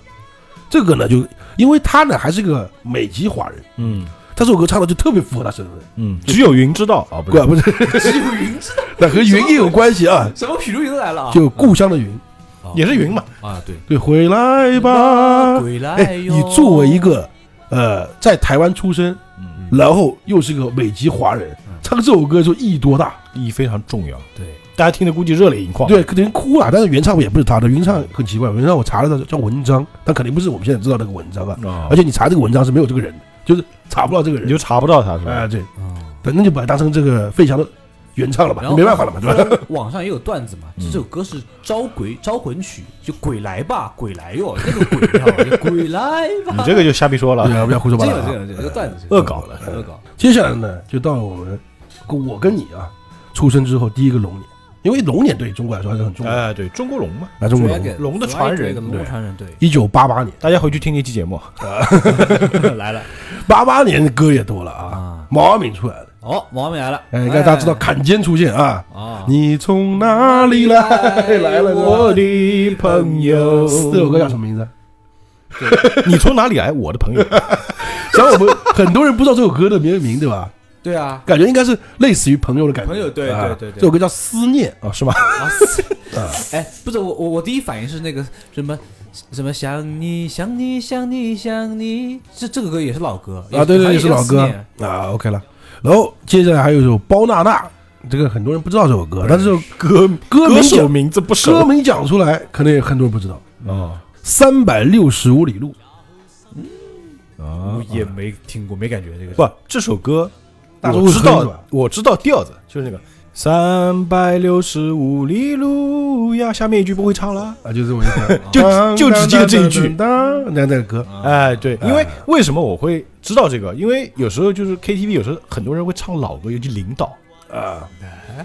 Speaker 3: 这个呢就因为他呢还是个美籍华人，
Speaker 1: 嗯
Speaker 3: 他这首歌唱的就特别符合他身份，
Speaker 1: 嗯，只有云知道啊，不
Speaker 3: 怪
Speaker 1: 是
Speaker 3: 不是，
Speaker 2: 只有云知道，
Speaker 3: 那和云也有关系啊，
Speaker 2: 什么许茹芸来了啊？
Speaker 3: 就故乡的云，
Speaker 2: 哦
Speaker 1: 也是云嘛，
Speaker 2: 啊，对。
Speaker 3: 对，回来吧。
Speaker 2: 鬼来
Speaker 3: 哎，
Speaker 2: 哟！
Speaker 3: 你作为一个呃在台湾出生，然后又是个美籍华人，唱这首歌的时候意义多大？
Speaker 1: 意义非常重要。
Speaker 2: 对
Speaker 1: 大家听的估计热泪盈眶。
Speaker 3: 对，，可能哭啊了，但是原唱也不是他的，原唱很奇怪，原唱我查了，他叫文章，但肯定不是我们现在知道那个文章啊，
Speaker 1: 啊
Speaker 3: 而，且你查这个文章是没有这个人的，就是查不到这个
Speaker 1: 你
Speaker 3: 人，
Speaker 1: 就查不到他是
Speaker 3: 哎、
Speaker 1: 吧？
Speaker 3: 对，
Speaker 2: 嗯
Speaker 3: 反正就把它当成这个费翔的原唱了吧
Speaker 2: 然，后
Speaker 3: 没办法 了嘛，对吧？
Speaker 2: 网上也有段子嘛，
Speaker 1: 嗯
Speaker 2: 这首歌是招鬼招魂曲，就鬼来吧，鬼来哟，那个鬼呀，鬼来吧。
Speaker 1: 你这个就瞎逼说了
Speaker 3: 对。啊，不要胡说八
Speaker 2: 这
Speaker 3: 道
Speaker 2: 个这
Speaker 3: 啊
Speaker 2: 个！这个这个段子
Speaker 1: 恶搞了
Speaker 2: 恶搞。
Speaker 3: 接下来呢，就到了我们我跟你啊出生之后第一个龙年，因为龙年对中国来说还是很重要的，
Speaker 1: 哎，对，中国龙嘛，
Speaker 3: 来中国龙
Speaker 2: Dragon，
Speaker 1: 龙的传人
Speaker 2: Dragon，龙的传人，对，
Speaker 3: 一九八八年，
Speaker 1: 大家回去听那期节目，
Speaker 2: 来了
Speaker 3: 八八年的歌也多了啊，
Speaker 2: 啊！
Speaker 3: 毛阿敏出来了，
Speaker 2: 哦，王冕来了，
Speaker 3: 哎，让大家知道坎肩出现啊，
Speaker 2: 啊，
Speaker 3: 你从哪里来？ 来了，
Speaker 2: 哎我
Speaker 1: 的
Speaker 2: 朋友
Speaker 3: 这首歌叫什么名字？
Speaker 1: 你从哪里来？我的朋 友，
Speaker 3: 然后我们很多人不知道这首歌的名名，对吧？
Speaker 2: 对啊，
Speaker 3: 感觉应该是类似于朋友的感觉。
Speaker 2: 朋友对
Speaker 3: 啊
Speaker 2: 对对对
Speaker 3: 这首歌叫《思念》
Speaker 1: 啊，是吗？
Speaker 2: 啊，是
Speaker 3: 嗯
Speaker 2: 哎，不是我我我第一反应是那个什么什么想你想你想你想你，这这个歌也是老歌
Speaker 3: 啊，对对，对
Speaker 2: 也
Speaker 3: 是老歌
Speaker 2: 64年
Speaker 3: 啊。OK 了，然后接下来还有一首《包娜娜》，这个很多人不知道这首歌，但是这首
Speaker 1: 歌
Speaker 3: 歌
Speaker 1: 歌
Speaker 3: 名
Speaker 1: 手
Speaker 3: 讲
Speaker 1: 名字不熟
Speaker 3: 歌名讲出来，可能也很多人不知道。
Speaker 1: 啊
Speaker 3: 三百六十五里路，
Speaker 1: 啊
Speaker 3: 啊
Speaker 2: 我！也没听过，没感觉这个。
Speaker 1: 不，这首歌
Speaker 3: 大家
Speaker 1: 我
Speaker 3: 会
Speaker 1: 知
Speaker 3: 哼是吧
Speaker 1: 道，我知道调子就是那个三百六十五里路呀，下面一句不会唱了。
Speaker 3: 啊，就这么一个，
Speaker 1: 就就只记得这一句
Speaker 3: 当。那那个歌，
Speaker 1: 哎，对，因为为什么我会知道这个？因为有时候就是 KTV，有时候很多人会唱老歌，尤其领导
Speaker 3: 啊，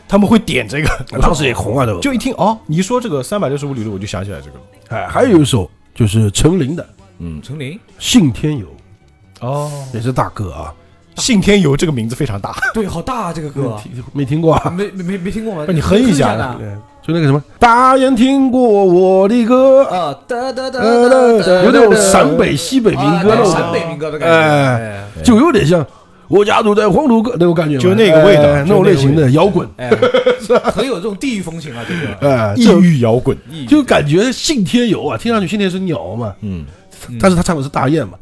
Speaker 1: 他们会点这个，
Speaker 3: 当时也红啊，这首歌
Speaker 1: 就一听哦，你一说这个三百六十五里路，我就想起来这个 了。
Speaker 3: 哎，还有一首就是陈琳的《
Speaker 1: 嗯，
Speaker 2: 陈琳，
Speaker 3: 信天游
Speaker 1: 哦》，，
Speaker 3: 也是大歌啊，
Speaker 1: 信天游这个名字非常 大，
Speaker 2: 对，好大啊这个歌，
Speaker 3: 听没听过啊？
Speaker 2: 没没没没听过吗？
Speaker 1: 不你哼一下
Speaker 2: 呢？
Speaker 3: 对，就那个 什么，大雁听过我的歌，
Speaker 2: 啊，哒哒哒
Speaker 3: 呃
Speaker 2: 哒哒，
Speaker 3: 有那种陕北、西北民歌
Speaker 2: 啊
Speaker 3: 那
Speaker 2: 对
Speaker 3: 种感
Speaker 2: 陕
Speaker 3: 觉，
Speaker 2: 北民歌的感觉。
Speaker 3: 哎
Speaker 2: 哎
Speaker 3: 就有点像我家住在黄土沟那种感觉嘛，
Speaker 1: 就那个味道
Speaker 3: 哎那种类型的摇滚，
Speaker 2: 哎，很有这种地域风情啊，这个
Speaker 3: 哎，
Speaker 1: 异
Speaker 3: 就
Speaker 1: 域摇 滚。
Speaker 3: 就感觉信天游啊，听上去信天是鸟嘛，
Speaker 1: 嗯，
Speaker 3: 但是他唱的是大雁嘛，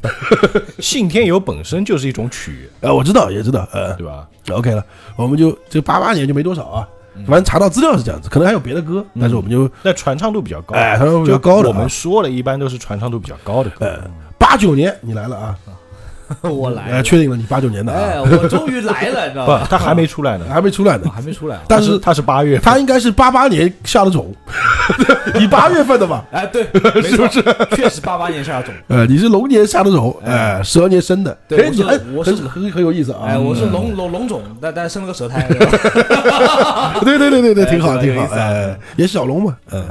Speaker 1: 信天游本身就是一种曲，
Speaker 3: 哎，我知道也知道，呃
Speaker 1: 对吧？
Speaker 3: ，OK 了，我们就这八八年就没多少啊，
Speaker 1: 嗯
Speaker 3: 反正查到资料是这样子，可能还有别的歌，但是我们就
Speaker 1: 那传唱度比较嗯高，
Speaker 3: 哎传唱度比
Speaker 1: 就
Speaker 3: 较高的
Speaker 1: 我
Speaker 3: 啊
Speaker 1: 们说了一般都是传唱度比较高的歌。
Speaker 3: 呃八九年你来了啊，
Speaker 2: 我来
Speaker 3: 呃，
Speaker 2: 了，
Speaker 3: 确定了你八九年的
Speaker 2: 哎，
Speaker 3: 啊，
Speaker 2: 我终于来了，你知道
Speaker 1: 不
Speaker 2: 吧？，
Speaker 1: 他还没出来呢，
Speaker 3: 还没出来呢
Speaker 2: 我。还没出来啊。
Speaker 3: 啊但
Speaker 1: 他
Speaker 3: 是
Speaker 1: 他是八月份，
Speaker 3: 他应该是八八年下的种， 你八月份的吧？
Speaker 2: 哎， 对，没错， 确实八八年下的种。
Speaker 3: 呃，你是龙年下的种，哎、十二年生的，
Speaker 2: 哎对
Speaker 3: 哎，
Speaker 2: 我
Speaker 3: 你
Speaker 2: 是
Speaker 3: 还
Speaker 2: 我是
Speaker 3: 很很很有意思啊！
Speaker 2: 哎，我是龙龙龙种，但但生了个舌苔，对吧
Speaker 3: 嗯 对对对对对，
Speaker 2: 哎
Speaker 3: 挺好
Speaker 2: 这个
Speaker 3: 挺
Speaker 2: 有
Speaker 3: 好
Speaker 2: 意，思啊哎
Speaker 3: 哎，也小龙嘛，嗯。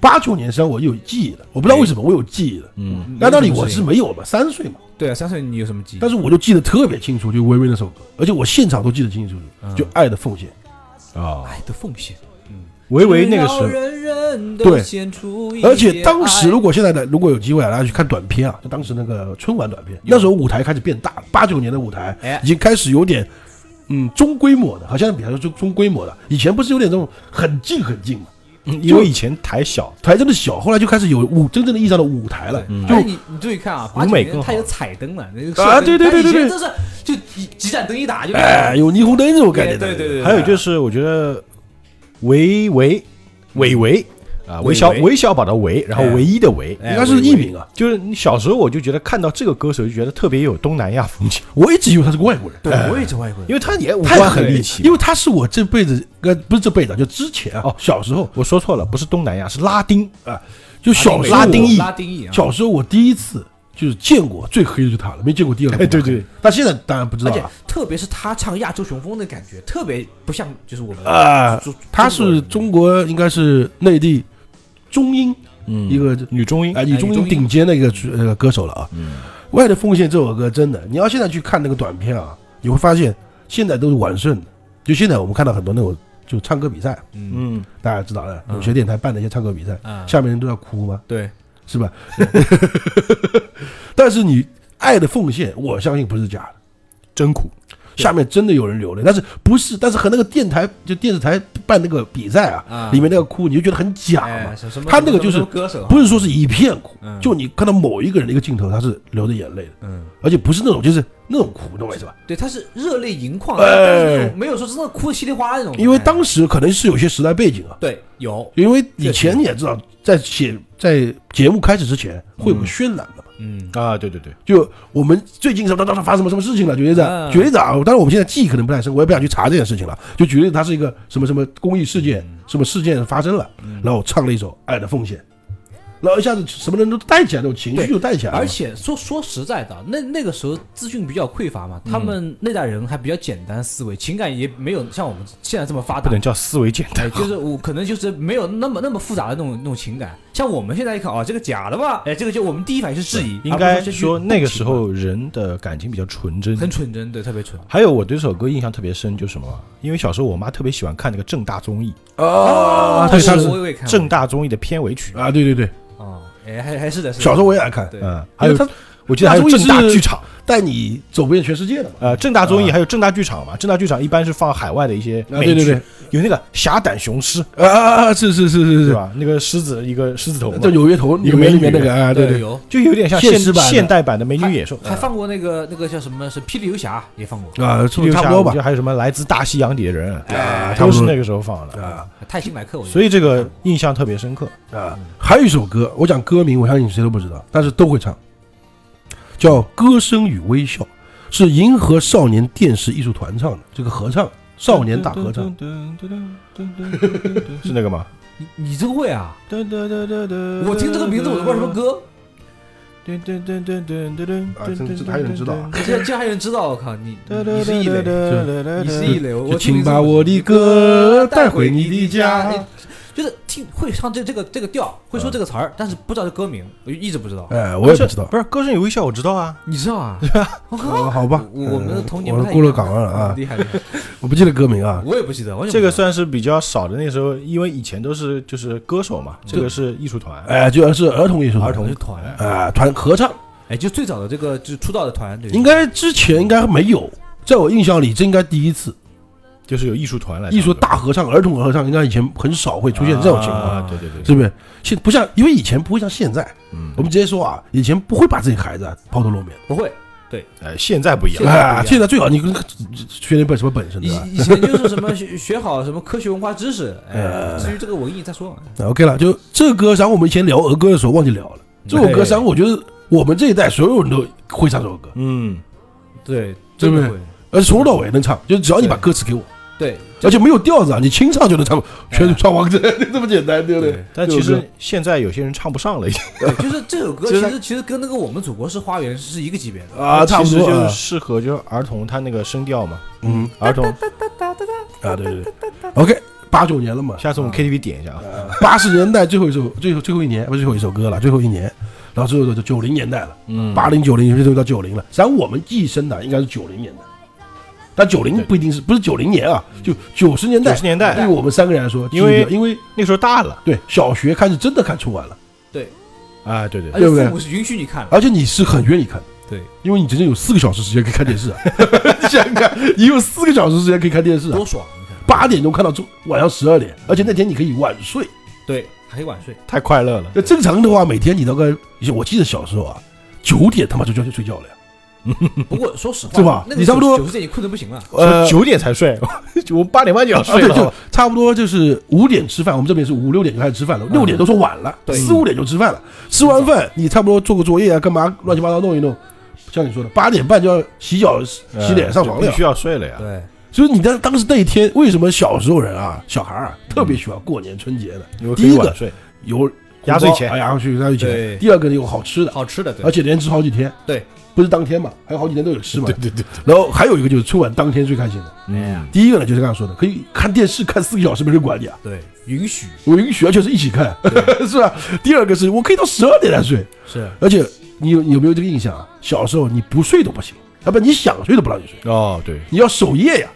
Speaker 3: 八九年生我有记忆的，我不知道为什么我有记忆的。
Speaker 1: 嗯，
Speaker 3: 按道理我是没有嘛，三岁嘛，
Speaker 2: 对啊，三岁你有什么记忆？
Speaker 3: 但是我就记得特别清楚，就微微
Speaker 2: 嗯
Speaker 3: 那首歌，而且我现场都记得清清楚楚，就《爱的奉献》。
Speaker 1: 啊，
Speaker 2: 哎爱的奉献，
Speaker 1: 维维那个时
Speaker 2: 只要
Speaker 1: 候，
Speaker 2: 人人
Speaker 3: 对
Speaker 2: 都献出一点爱，
Speaker 3: 而且当时如果现在的如果有机会啊，大家去看短片啊，就当时那个春晚短片，那时候舞台开始变大了，八九年的舞台
Speaker 2: 哎
Speaker 3: 已经开始有点嗯中规模的，好像比较中中规模的，以前不是有点这种很近很近嘛，
Speaker 1: 嗯因为以前台小，
Speaker 3: 台真的小，后来就开始有舞真正的意义上的舞台了，
Speaker 2: 而哎且你你注意看啊，八
Speaker 1: 舞
Speaker 2: 九
Speaker 1: 美
Speaker 2: 年
Speaker 1: 更
Speaker 2: 它
Speaker 1: 好
Speaker 2: 有彩灯了，那个
Speaker 3: 啊
Speaker 2: 射灯
Speaker 3: 对对对
Speaker 2: 它以
Speaker 3: 对
Speaker 2: 前
Speaker 3: 对
Speaker 2: 都是就几几盏灯一打就
Speaker 3: 哎，有霓虹灯这种概念的，
Speaker 2: 对对对对
Speaker 1: 还有就是我觉得维维伟维啊，
Speaker 2: 韦
Speaker 1: 韦小
Speaker 2: 唯
Speaker 1: 韦小宝的韦，然后
Speaker 2: 哎
Speaker 1: 唯一的唯。
Speaker 2: 哎
Speaker 3: 应该是艺名啊，
Speaker 1: 就是你小时候我就觉得看到这个歌手就觉得特别有东南亚风情，
Speaker 3: 我一直以为他是个外国人。
Speaker 2: 对，哎我也是外国人，
Speaker 1: 因为他也五
Speaker 3: 太
Speaker 1: 官
Speaker 3: 可
Speaker 1: 很
Speaker 3: 以
Speaker 1: 立体
Speaker 3: 因。为他是我这辈子，呃，不是这辈子啊，就之前啊，
Speaker 1: 哦
Speaker 3: 小时候
Speaker 1: 我说错了，不是东南亚，是拉丁。
Speaker 3: 就小时候
Speaker 1: 拉丁裔
Speaker 2: 拉丁裔啊，
Speaker 3: 小时候我第一次就是见过最黑就是他了，没见过第二个。
Speaker 1: 哎对对，
Speaker 3: 但现在当然不知
Speaker 2: 而
Speaker 3: 道
Speaker 2: 且
Speaker 3: 了。
Speaker 2: 特别是他唱亚洲雄风的感觉，特别不像就是我们
Speaker 3: 啊、
Speaker 2: 呃中
Speaker 3: 他是中国应该是内地中音
Speaker 1: 嗯
Speaker 3: 一个
Speaker 1: 女中音
Speaker 3: 哎，女中音顶尖的一个呃歌手了啊。外的奉献这首歌真的，你要现在去看那个短片啊，你会发现现在都是完胜的。就现在我们看到很多那种就唱歌比赛，
Speaker 2: 嗯
Speaker 1: 嗯，
Speaker 3: 大家知道的，
Speaker 2: 嗯
Speaker 3: 有些电台办的一些唱歌比赛，
Speaker 2: 啊，
Speaker 3: 下面人都要哭吗？
Speaker 2: 对，
Speaker 3: 是吧？ 但是你爱的奉献，我相信不是假的。
Speaker 1: 真苦。对
Speaker 3: 下面真的有人流泪，但是不是？但是和那个电台就电视台办那个比赛啊，
Speaker 2: 啊
Speaker 3: 里面那个哭，你就觉得很假嘛
Speaker 2: 哎，。什么什么
Speaker 3: 他那个就是
Speaker 2: 什么歌手，啊
Speaker 3: 不是说是一片哭，
Speaker 2: 嗯
Speaker 3: 就你看到某一个人的一个镜头，他是流着眼泪的，
Speaker 2: 嗯，
Speaker 3: 而且不是那种就是那种哭，懂我意思吧？
Speaker 2: 对，他是热泪盈眶，啊
Speaker 3: 哎
Speaker 2: 但是那种没有说真的哭的稀里哗啦那种，
Speaker 3: 因为当时可能是有些时代背景
Speaker 2: 嗯
Speaker 3: 啊，
Speaker 2: 对有，
Speaker 3: 因为以前你也知道，在写在节目开始之前会有个渲染的嘛。
Speaker 2: 嗯，
Speaker 1: 啊，对对对，
Speaker 3: 就我们最近什么当当发生什么什么事情了？举例子啊，
Speaker 2: 嗯
Speaker 3: 举例子啊！当然我们现在记忆可能不太深，我也不想去查这件事情了。就举例子，它是一个什么什么公益事件，什么事件发生了，然后唱了一首《爱的奉献》，然后一下子什么人都带起来，那种情绪
Speaker 2: 对
Speaker 3: 就带起来了。
Speaker 2: 而且说说实在的，那那个时候资讯比较匮乏
Speaker 3: 嗯
Speaker 2: 嘛，他们那代人还比较简单思维，情感也没有像我们现在这么发
Speaker 1: 不
Speaker 2: 达
Speaker 1: 能。叫思维简单
Speaker 2: 哎，。就是我可能就是没有那么那么复杂的那种那种情感，像我们现在一看啊、哦，这个假的吧？哎，这个就我们第一反应是质疑，
Speaker 1: 应
Speaker 2: 而
Speaker 1: 该
Speaker 2: 不是去
Speaker 1: 说那个时
Speaker 2: 去
Speaker 1: 候人的感情比较纯真。
Speaker 2: 很纯真，对，特别纯。
Speaker 1: 还有我对这首歌印象特别深，就是什么？因为小时候我妈特别喜欢看那个正大综艺，
Speaker 3: 啊
Speaker 1: 对他
Speaker 2: 我
Speaker 1: 是
Speaker 2: 我也看过
Speaker 1: 正大综艺的片尾曲，
Speaker 3: 啊，对对对，
Speaker 2: 哦，哎，还还是的，是的
Speaker 3: 小时候我也爱看，
Speaker 2: 对
Speaker 1: 嗯，还有
Speaker 3: 他
Speaker 1: 我记得还有
Speaker 3: 正大综
Speaker 1: 正大
Speaker 3: 艺是嗯
Speaker 1: 剧场，
Speaker 3: 带你走遍全世界的嘛。
Speaker 1: 呃，正大综艺还有正大剧场嘛，正大剧场一般是放海外的一些
Speaker 3: 啊，
Speaker 1: 美
Speaker 3: 对
Speaker 1: 剧，
Speaker 3: 对对，
Speaker 1: 有那个侠胆雄狮，
Speaker 3: 啊啊啊！是是是是
Speaker 1: 对
Speaker 3: 是，
Speaker 1: 吧？那个狮子一个狮子头嘛
Speaker 3: 叫，纽约头，纽约里面那个啊，对嗯对，
Speaker 2: 有。
Speaker 1: 就有点像
Speaker 3: 现
Speaker 1: 现
Speaker 3: 实版的
Speaker 1: 现代版的美女与野兽，
Speaker 2: 还放过那个那个叫什么是霹雳游侠也放过，
Speaker 3: 啊，是
Speaker 1: 嗯
Speaker 3: 不是差不多
Speaker 1: 我
Speaker 3: 吧
Speaker 1: 记？得还有什么来自大西洋底的人，
Speaker 3: 啊，差
Speaker 1: 都
Speaker 3: 不
Speaker 1: 是
Speaker 3: 多
Speaker 1: 那个时候放的，
Speaker 3: 啊。
Speaker 2: 泰辛莱克我觉得
Speaker 1: 所以这个印象特别深刻。
Speaker 3: 啊，还有一首歌，我讲歌名，我相信谁都不知道，但是都会唱，叫《歌声与微笑》，是银河少年电视艺术团唱的，这个合唱少年大合唱。
Speaker 1: 是那个吗？
Speaker 2: 你你真会啊！我听这个名字我都不知道什么歌，
Speaker 3: 啊这这还有人知道啊
Speaker 2: 竟然竟然还有人知道，我靠你你你是异类，你是异
Speaker 1: 类，
Speaker 2: 类，我
Speaker 3: 就
Speaker 2: 我听
Speaker 3: 请
Speaker 2: 名字
Speaker 3: 把我的歌带回你的家。嗯
Speaker 2: 哎就是听会唱这这个这个调，会说这个词儿，但是不知道这歌名，我就一直不知道。
Speaker 3: 哎，我也不知道。
Speaker 1: 不是歌声有微笑，我知道啊。
Speaker 2: 你知道 啊？我靠
Speaker 3: 啊，！好吧，
Speaker 2: 我我们的
Speaker 3: 嗯
Speaker 2: 童年
Speaker 3: 我
Speaker 2: 不
Speaker 3: 是
Speaker 2: 太
Speaker 3: 孤陋
Speaker 2: 一样
Speaker 3: 寡闻了啊，
Speaker 2: 厉害厉害！
Speaker 3: 我不记得歌名啊。
Speaker 2: 我也不记得，完全
Speaker 1: 这
Speaker 2: 不
Speaker 1: 个
Speaker 2: 知道
Speaker 1: 算是比较少的，那时候因为以前都是就是歌手嘛，这个是艺术团，
Speaker 3: 哎，居然是儿童艺术团
Speaker 1: 儿童
Speaker 2: 是团，
Speaker 3: 啊，团合唱，
Speaker 2: 哎，就最早的这个就是出道的团，对
Speaker 3: 应该之前应该没有，在我印象里，这应该第一次
Speaker 1: 就是有艺术团来
Speaker 3: 艺术大合唱，儿童合唱，应该以前很少会出现这种情况。
Speaker 1: 啊，对对对，
Speaker 3: 是不是？现不像，因为以前不会像现在，
Speaker 1: 嗯
Speaker 3: 我，们直接说啊，以前不会把自己孩子啊抛头露面
Speaker 2: 不会，
Speaker 1: 哎，现在不一
Speaker 2: 现在
Speaker 1: 样，
Speaker 2: 不一
Speaker 3: 啊。
Speaker 2: 样
Speaker 3: 现在最好你跟学点本什么本事
Speaker 2: 以
Speaker 3: 对吧？
Speaker 2: 以前就是什么学学好什么科学文化知 识，哎，
Speaker 3: 呃
Speaker 2: 至于这个文艺再说嘛。
Speaker 3: 啊，OK 了，就这个歌，然后我们以前聊儿歌的时候忘记聊了。这首歌，
Speaker 1: 哎
Speaker 3: 然后我觉得我们这一代所有人都会唱这首歌，
Speaker 1: 嗯，
Speaker 2: 对，
Speaker 3: 对
Speaker 2: 真
Speaker 3: 不对
Speaker 2: 的会，
Speaker 3: 而且从头到尾能唱，就只要你把歌词给我，
Speaker 2: 对，
Speaker 3: 而且没有调子啊，你清唱就能唱，全是唱王者， 这么简单，对不对
Speaker 2: 对？
Speaker 1: 哎但
Speaker 3: 这首
Speaker 1: 其
Speaker 3: 歌
Speaker 1: 实现在有些人唱不上了，已经
Speaker 2: 对，就是这首歌
Speaker 1: 就
Speaker 2: 其
Speaker 1: 是它
Speaker 2: 实其实跟那个我们祖国是花园是一个级别的。
Speaker 3: 啊，差不
Speaker 1: 其实
Speaker 3: 多
Speaker 1: 就是
Speaker 3: 啊，
Speaker 1: 适合就是儿童他那个声调嘛，
Speaker 3: 嗯
Speaker 1: 儿童。
Speaker 3: 啊，对对对，OK，八九年了嘛，
Speaker 1: 下次我们 KTV 点一下啊，
Speaker 3: 八十年代最后一首，最后最后一年不是最后一首歌了，最后一年，然后最后就九零年代了，
Speaker 1: 嗯
Speaker 3: 八零九零就到九零了。然后我们记忆深的应该是九零年代，但九零不一定是，不是九零年啊，就九十年代，
Speaker 1: 嗯九十年代
Speaker 3: 对我们三个人来说，
Speaker 1: 因为
Speaker 3: 记忆比较因为
Speaker 1: 那时候大了
Speaker 3: 对小学开始真的看春晚了，
Speaker 1: 啊，对对
Speaker 2: 而
Speaker 1: 对，
Speaker 2: 且
Speaker 3: 对不对
Speaker 2: 哎
Speaker 3: 啊
Speaker 2: 父母是允许你看的，
Speaker 3: 而且你是很愿意看的，
Speaker 2: 对，
Speaker 3: 因为你整整有四个小时时间可以看电视 啊，你想想看，你有四个小时时间可以看电视啊
Speaker 2: 多，爽！你看，
Speaker 3: 八点钟看到中晚上十二点，而且那天你可以晚睡。
Speaker 2: 对，还可以晚睡，
Speaker 1: 太快乐了，
Speaker 3: 那正常的话，每天你大概，我记得小时候啊，九点他妈就就就睡觉了呀。
Speaker 2: 不过说实话，
Speaker 3: 对嗯吧
Speaker 2: 那个
Speaker 3: 你差不多
Speaker 2: 九十点你困得不行了，
Speaker 1: 呃，
Speaker 3: 说
Speaker 1: 九点才睡， 我们八点半就要
Speaker 3: 啊，
Speaker 1: 睡
Speaker 3: 对，
Speaker 1: 了
Speaker 3: 就，差不多就是五点吃饭，我们这边是五六点就开始吃饭了，六点都说晚了，
Speaker 2: 对
Speaker 3: 四五点就吃饭了。吃完饭你差不多做个作业啊，干嘛乱七八糟弄一弄，像你说的八点半就要洗脚、
Speaker 1: 呃
Speaker 3: 洗脸、上床
Speaker 1: 必
Speaker 3: 了呃呀。
Speaker 1: 须要睡了呀。
Speaker 2: 对，
Speaker 3: 所以你在当时那一天，为什么小时候人啊，小孩儿啊，特别喜欢过年春节的？
Speaker 1: 因为可
Speaker 3: 第
Speaker 1: 以
Speaker 3: 一个
Speaker 1: 晚睡，
Speaker 3: 有
Speaker 1: 压岁钱
Speaker 3: 红包哎压岁钱，压
Speaker 2: 对
Speaker 3: 岁钱。第二个呢，有好吃的，
Speaker 2: 好吃的，
Speaker 3: 而
Speaker 2: 对，
Speaker 3: 且连吃好几天。
Speaker 2: 对，
Speaker 3: 不是当天嘛，还有好几天都有吃嘛。
Speaker 1: 对对，
Speaker 3: 然后还有一个就是春晚当天最开心的，
Speaker 1: 嗯，
Speaker 3: 第一个呢就是刚刚说的，可以看电视看四个小时，没人管你啊，
Speaker 2: 对，允许
Speaker 3: 我允许，而且啊是一 起看，是吧？第二个是我可以到十二点来睡，
Speaker 2: 是
Speaker 3: 而且你有你有没有这个印象啊？小时候你不睡都不行，啊不，你想睡都不让你睡，
Speaker 1: 哦对，
Speaker 3: 你要守夜呀。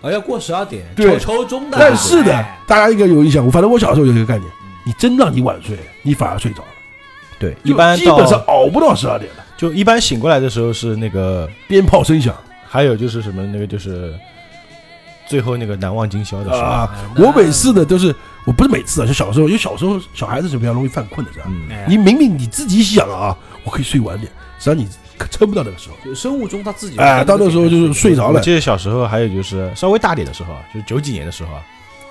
Speaker 2: 啊，要过十二点，抽
Speaker 3: 对
Speaker 2: 抽钟的，
Speaker 3: 但是呢
Speaker 2: 哎，
Speaker 3: 大家应该有印象，我反正我小时候有一个概念，你真让你晚睡，你反而睡着了，
Speaker 1: 对，
Speaker 3: 就
Speaker 1: 一般
Speaker 3: 基本
Speaker 1: 到
Speaker 3: 上熬不到十二点的，
Speaker 1: 就一般醒过来的时候是那个，
Speaker 3: 鞭炮声响
Speaker 1: 还有就是什么那个就是最后那个难忘今宵的时候，
Speaker 3: 啊。
Speaker 2: 哎
Speaker 3: 我每次呢都是，我不是每次啊，就小时候，因为小时候小孩子是比较容易犯困的，这样。
Speaker 1: 嗯，
Speaker 2: 哎
Speaker 3: 你明明你自己想啊，我可以睡晚点，实际上你撑不到那个时候。
Speaker 2: 就生物钟它自己
Speaker 3: 哎，到那时候就是睡着
Speaker 1: 我
Speaker 3: 了。
Speaker 1: 记得小时候还有就是稍微大点的时候啊，就是九几年的时候啊，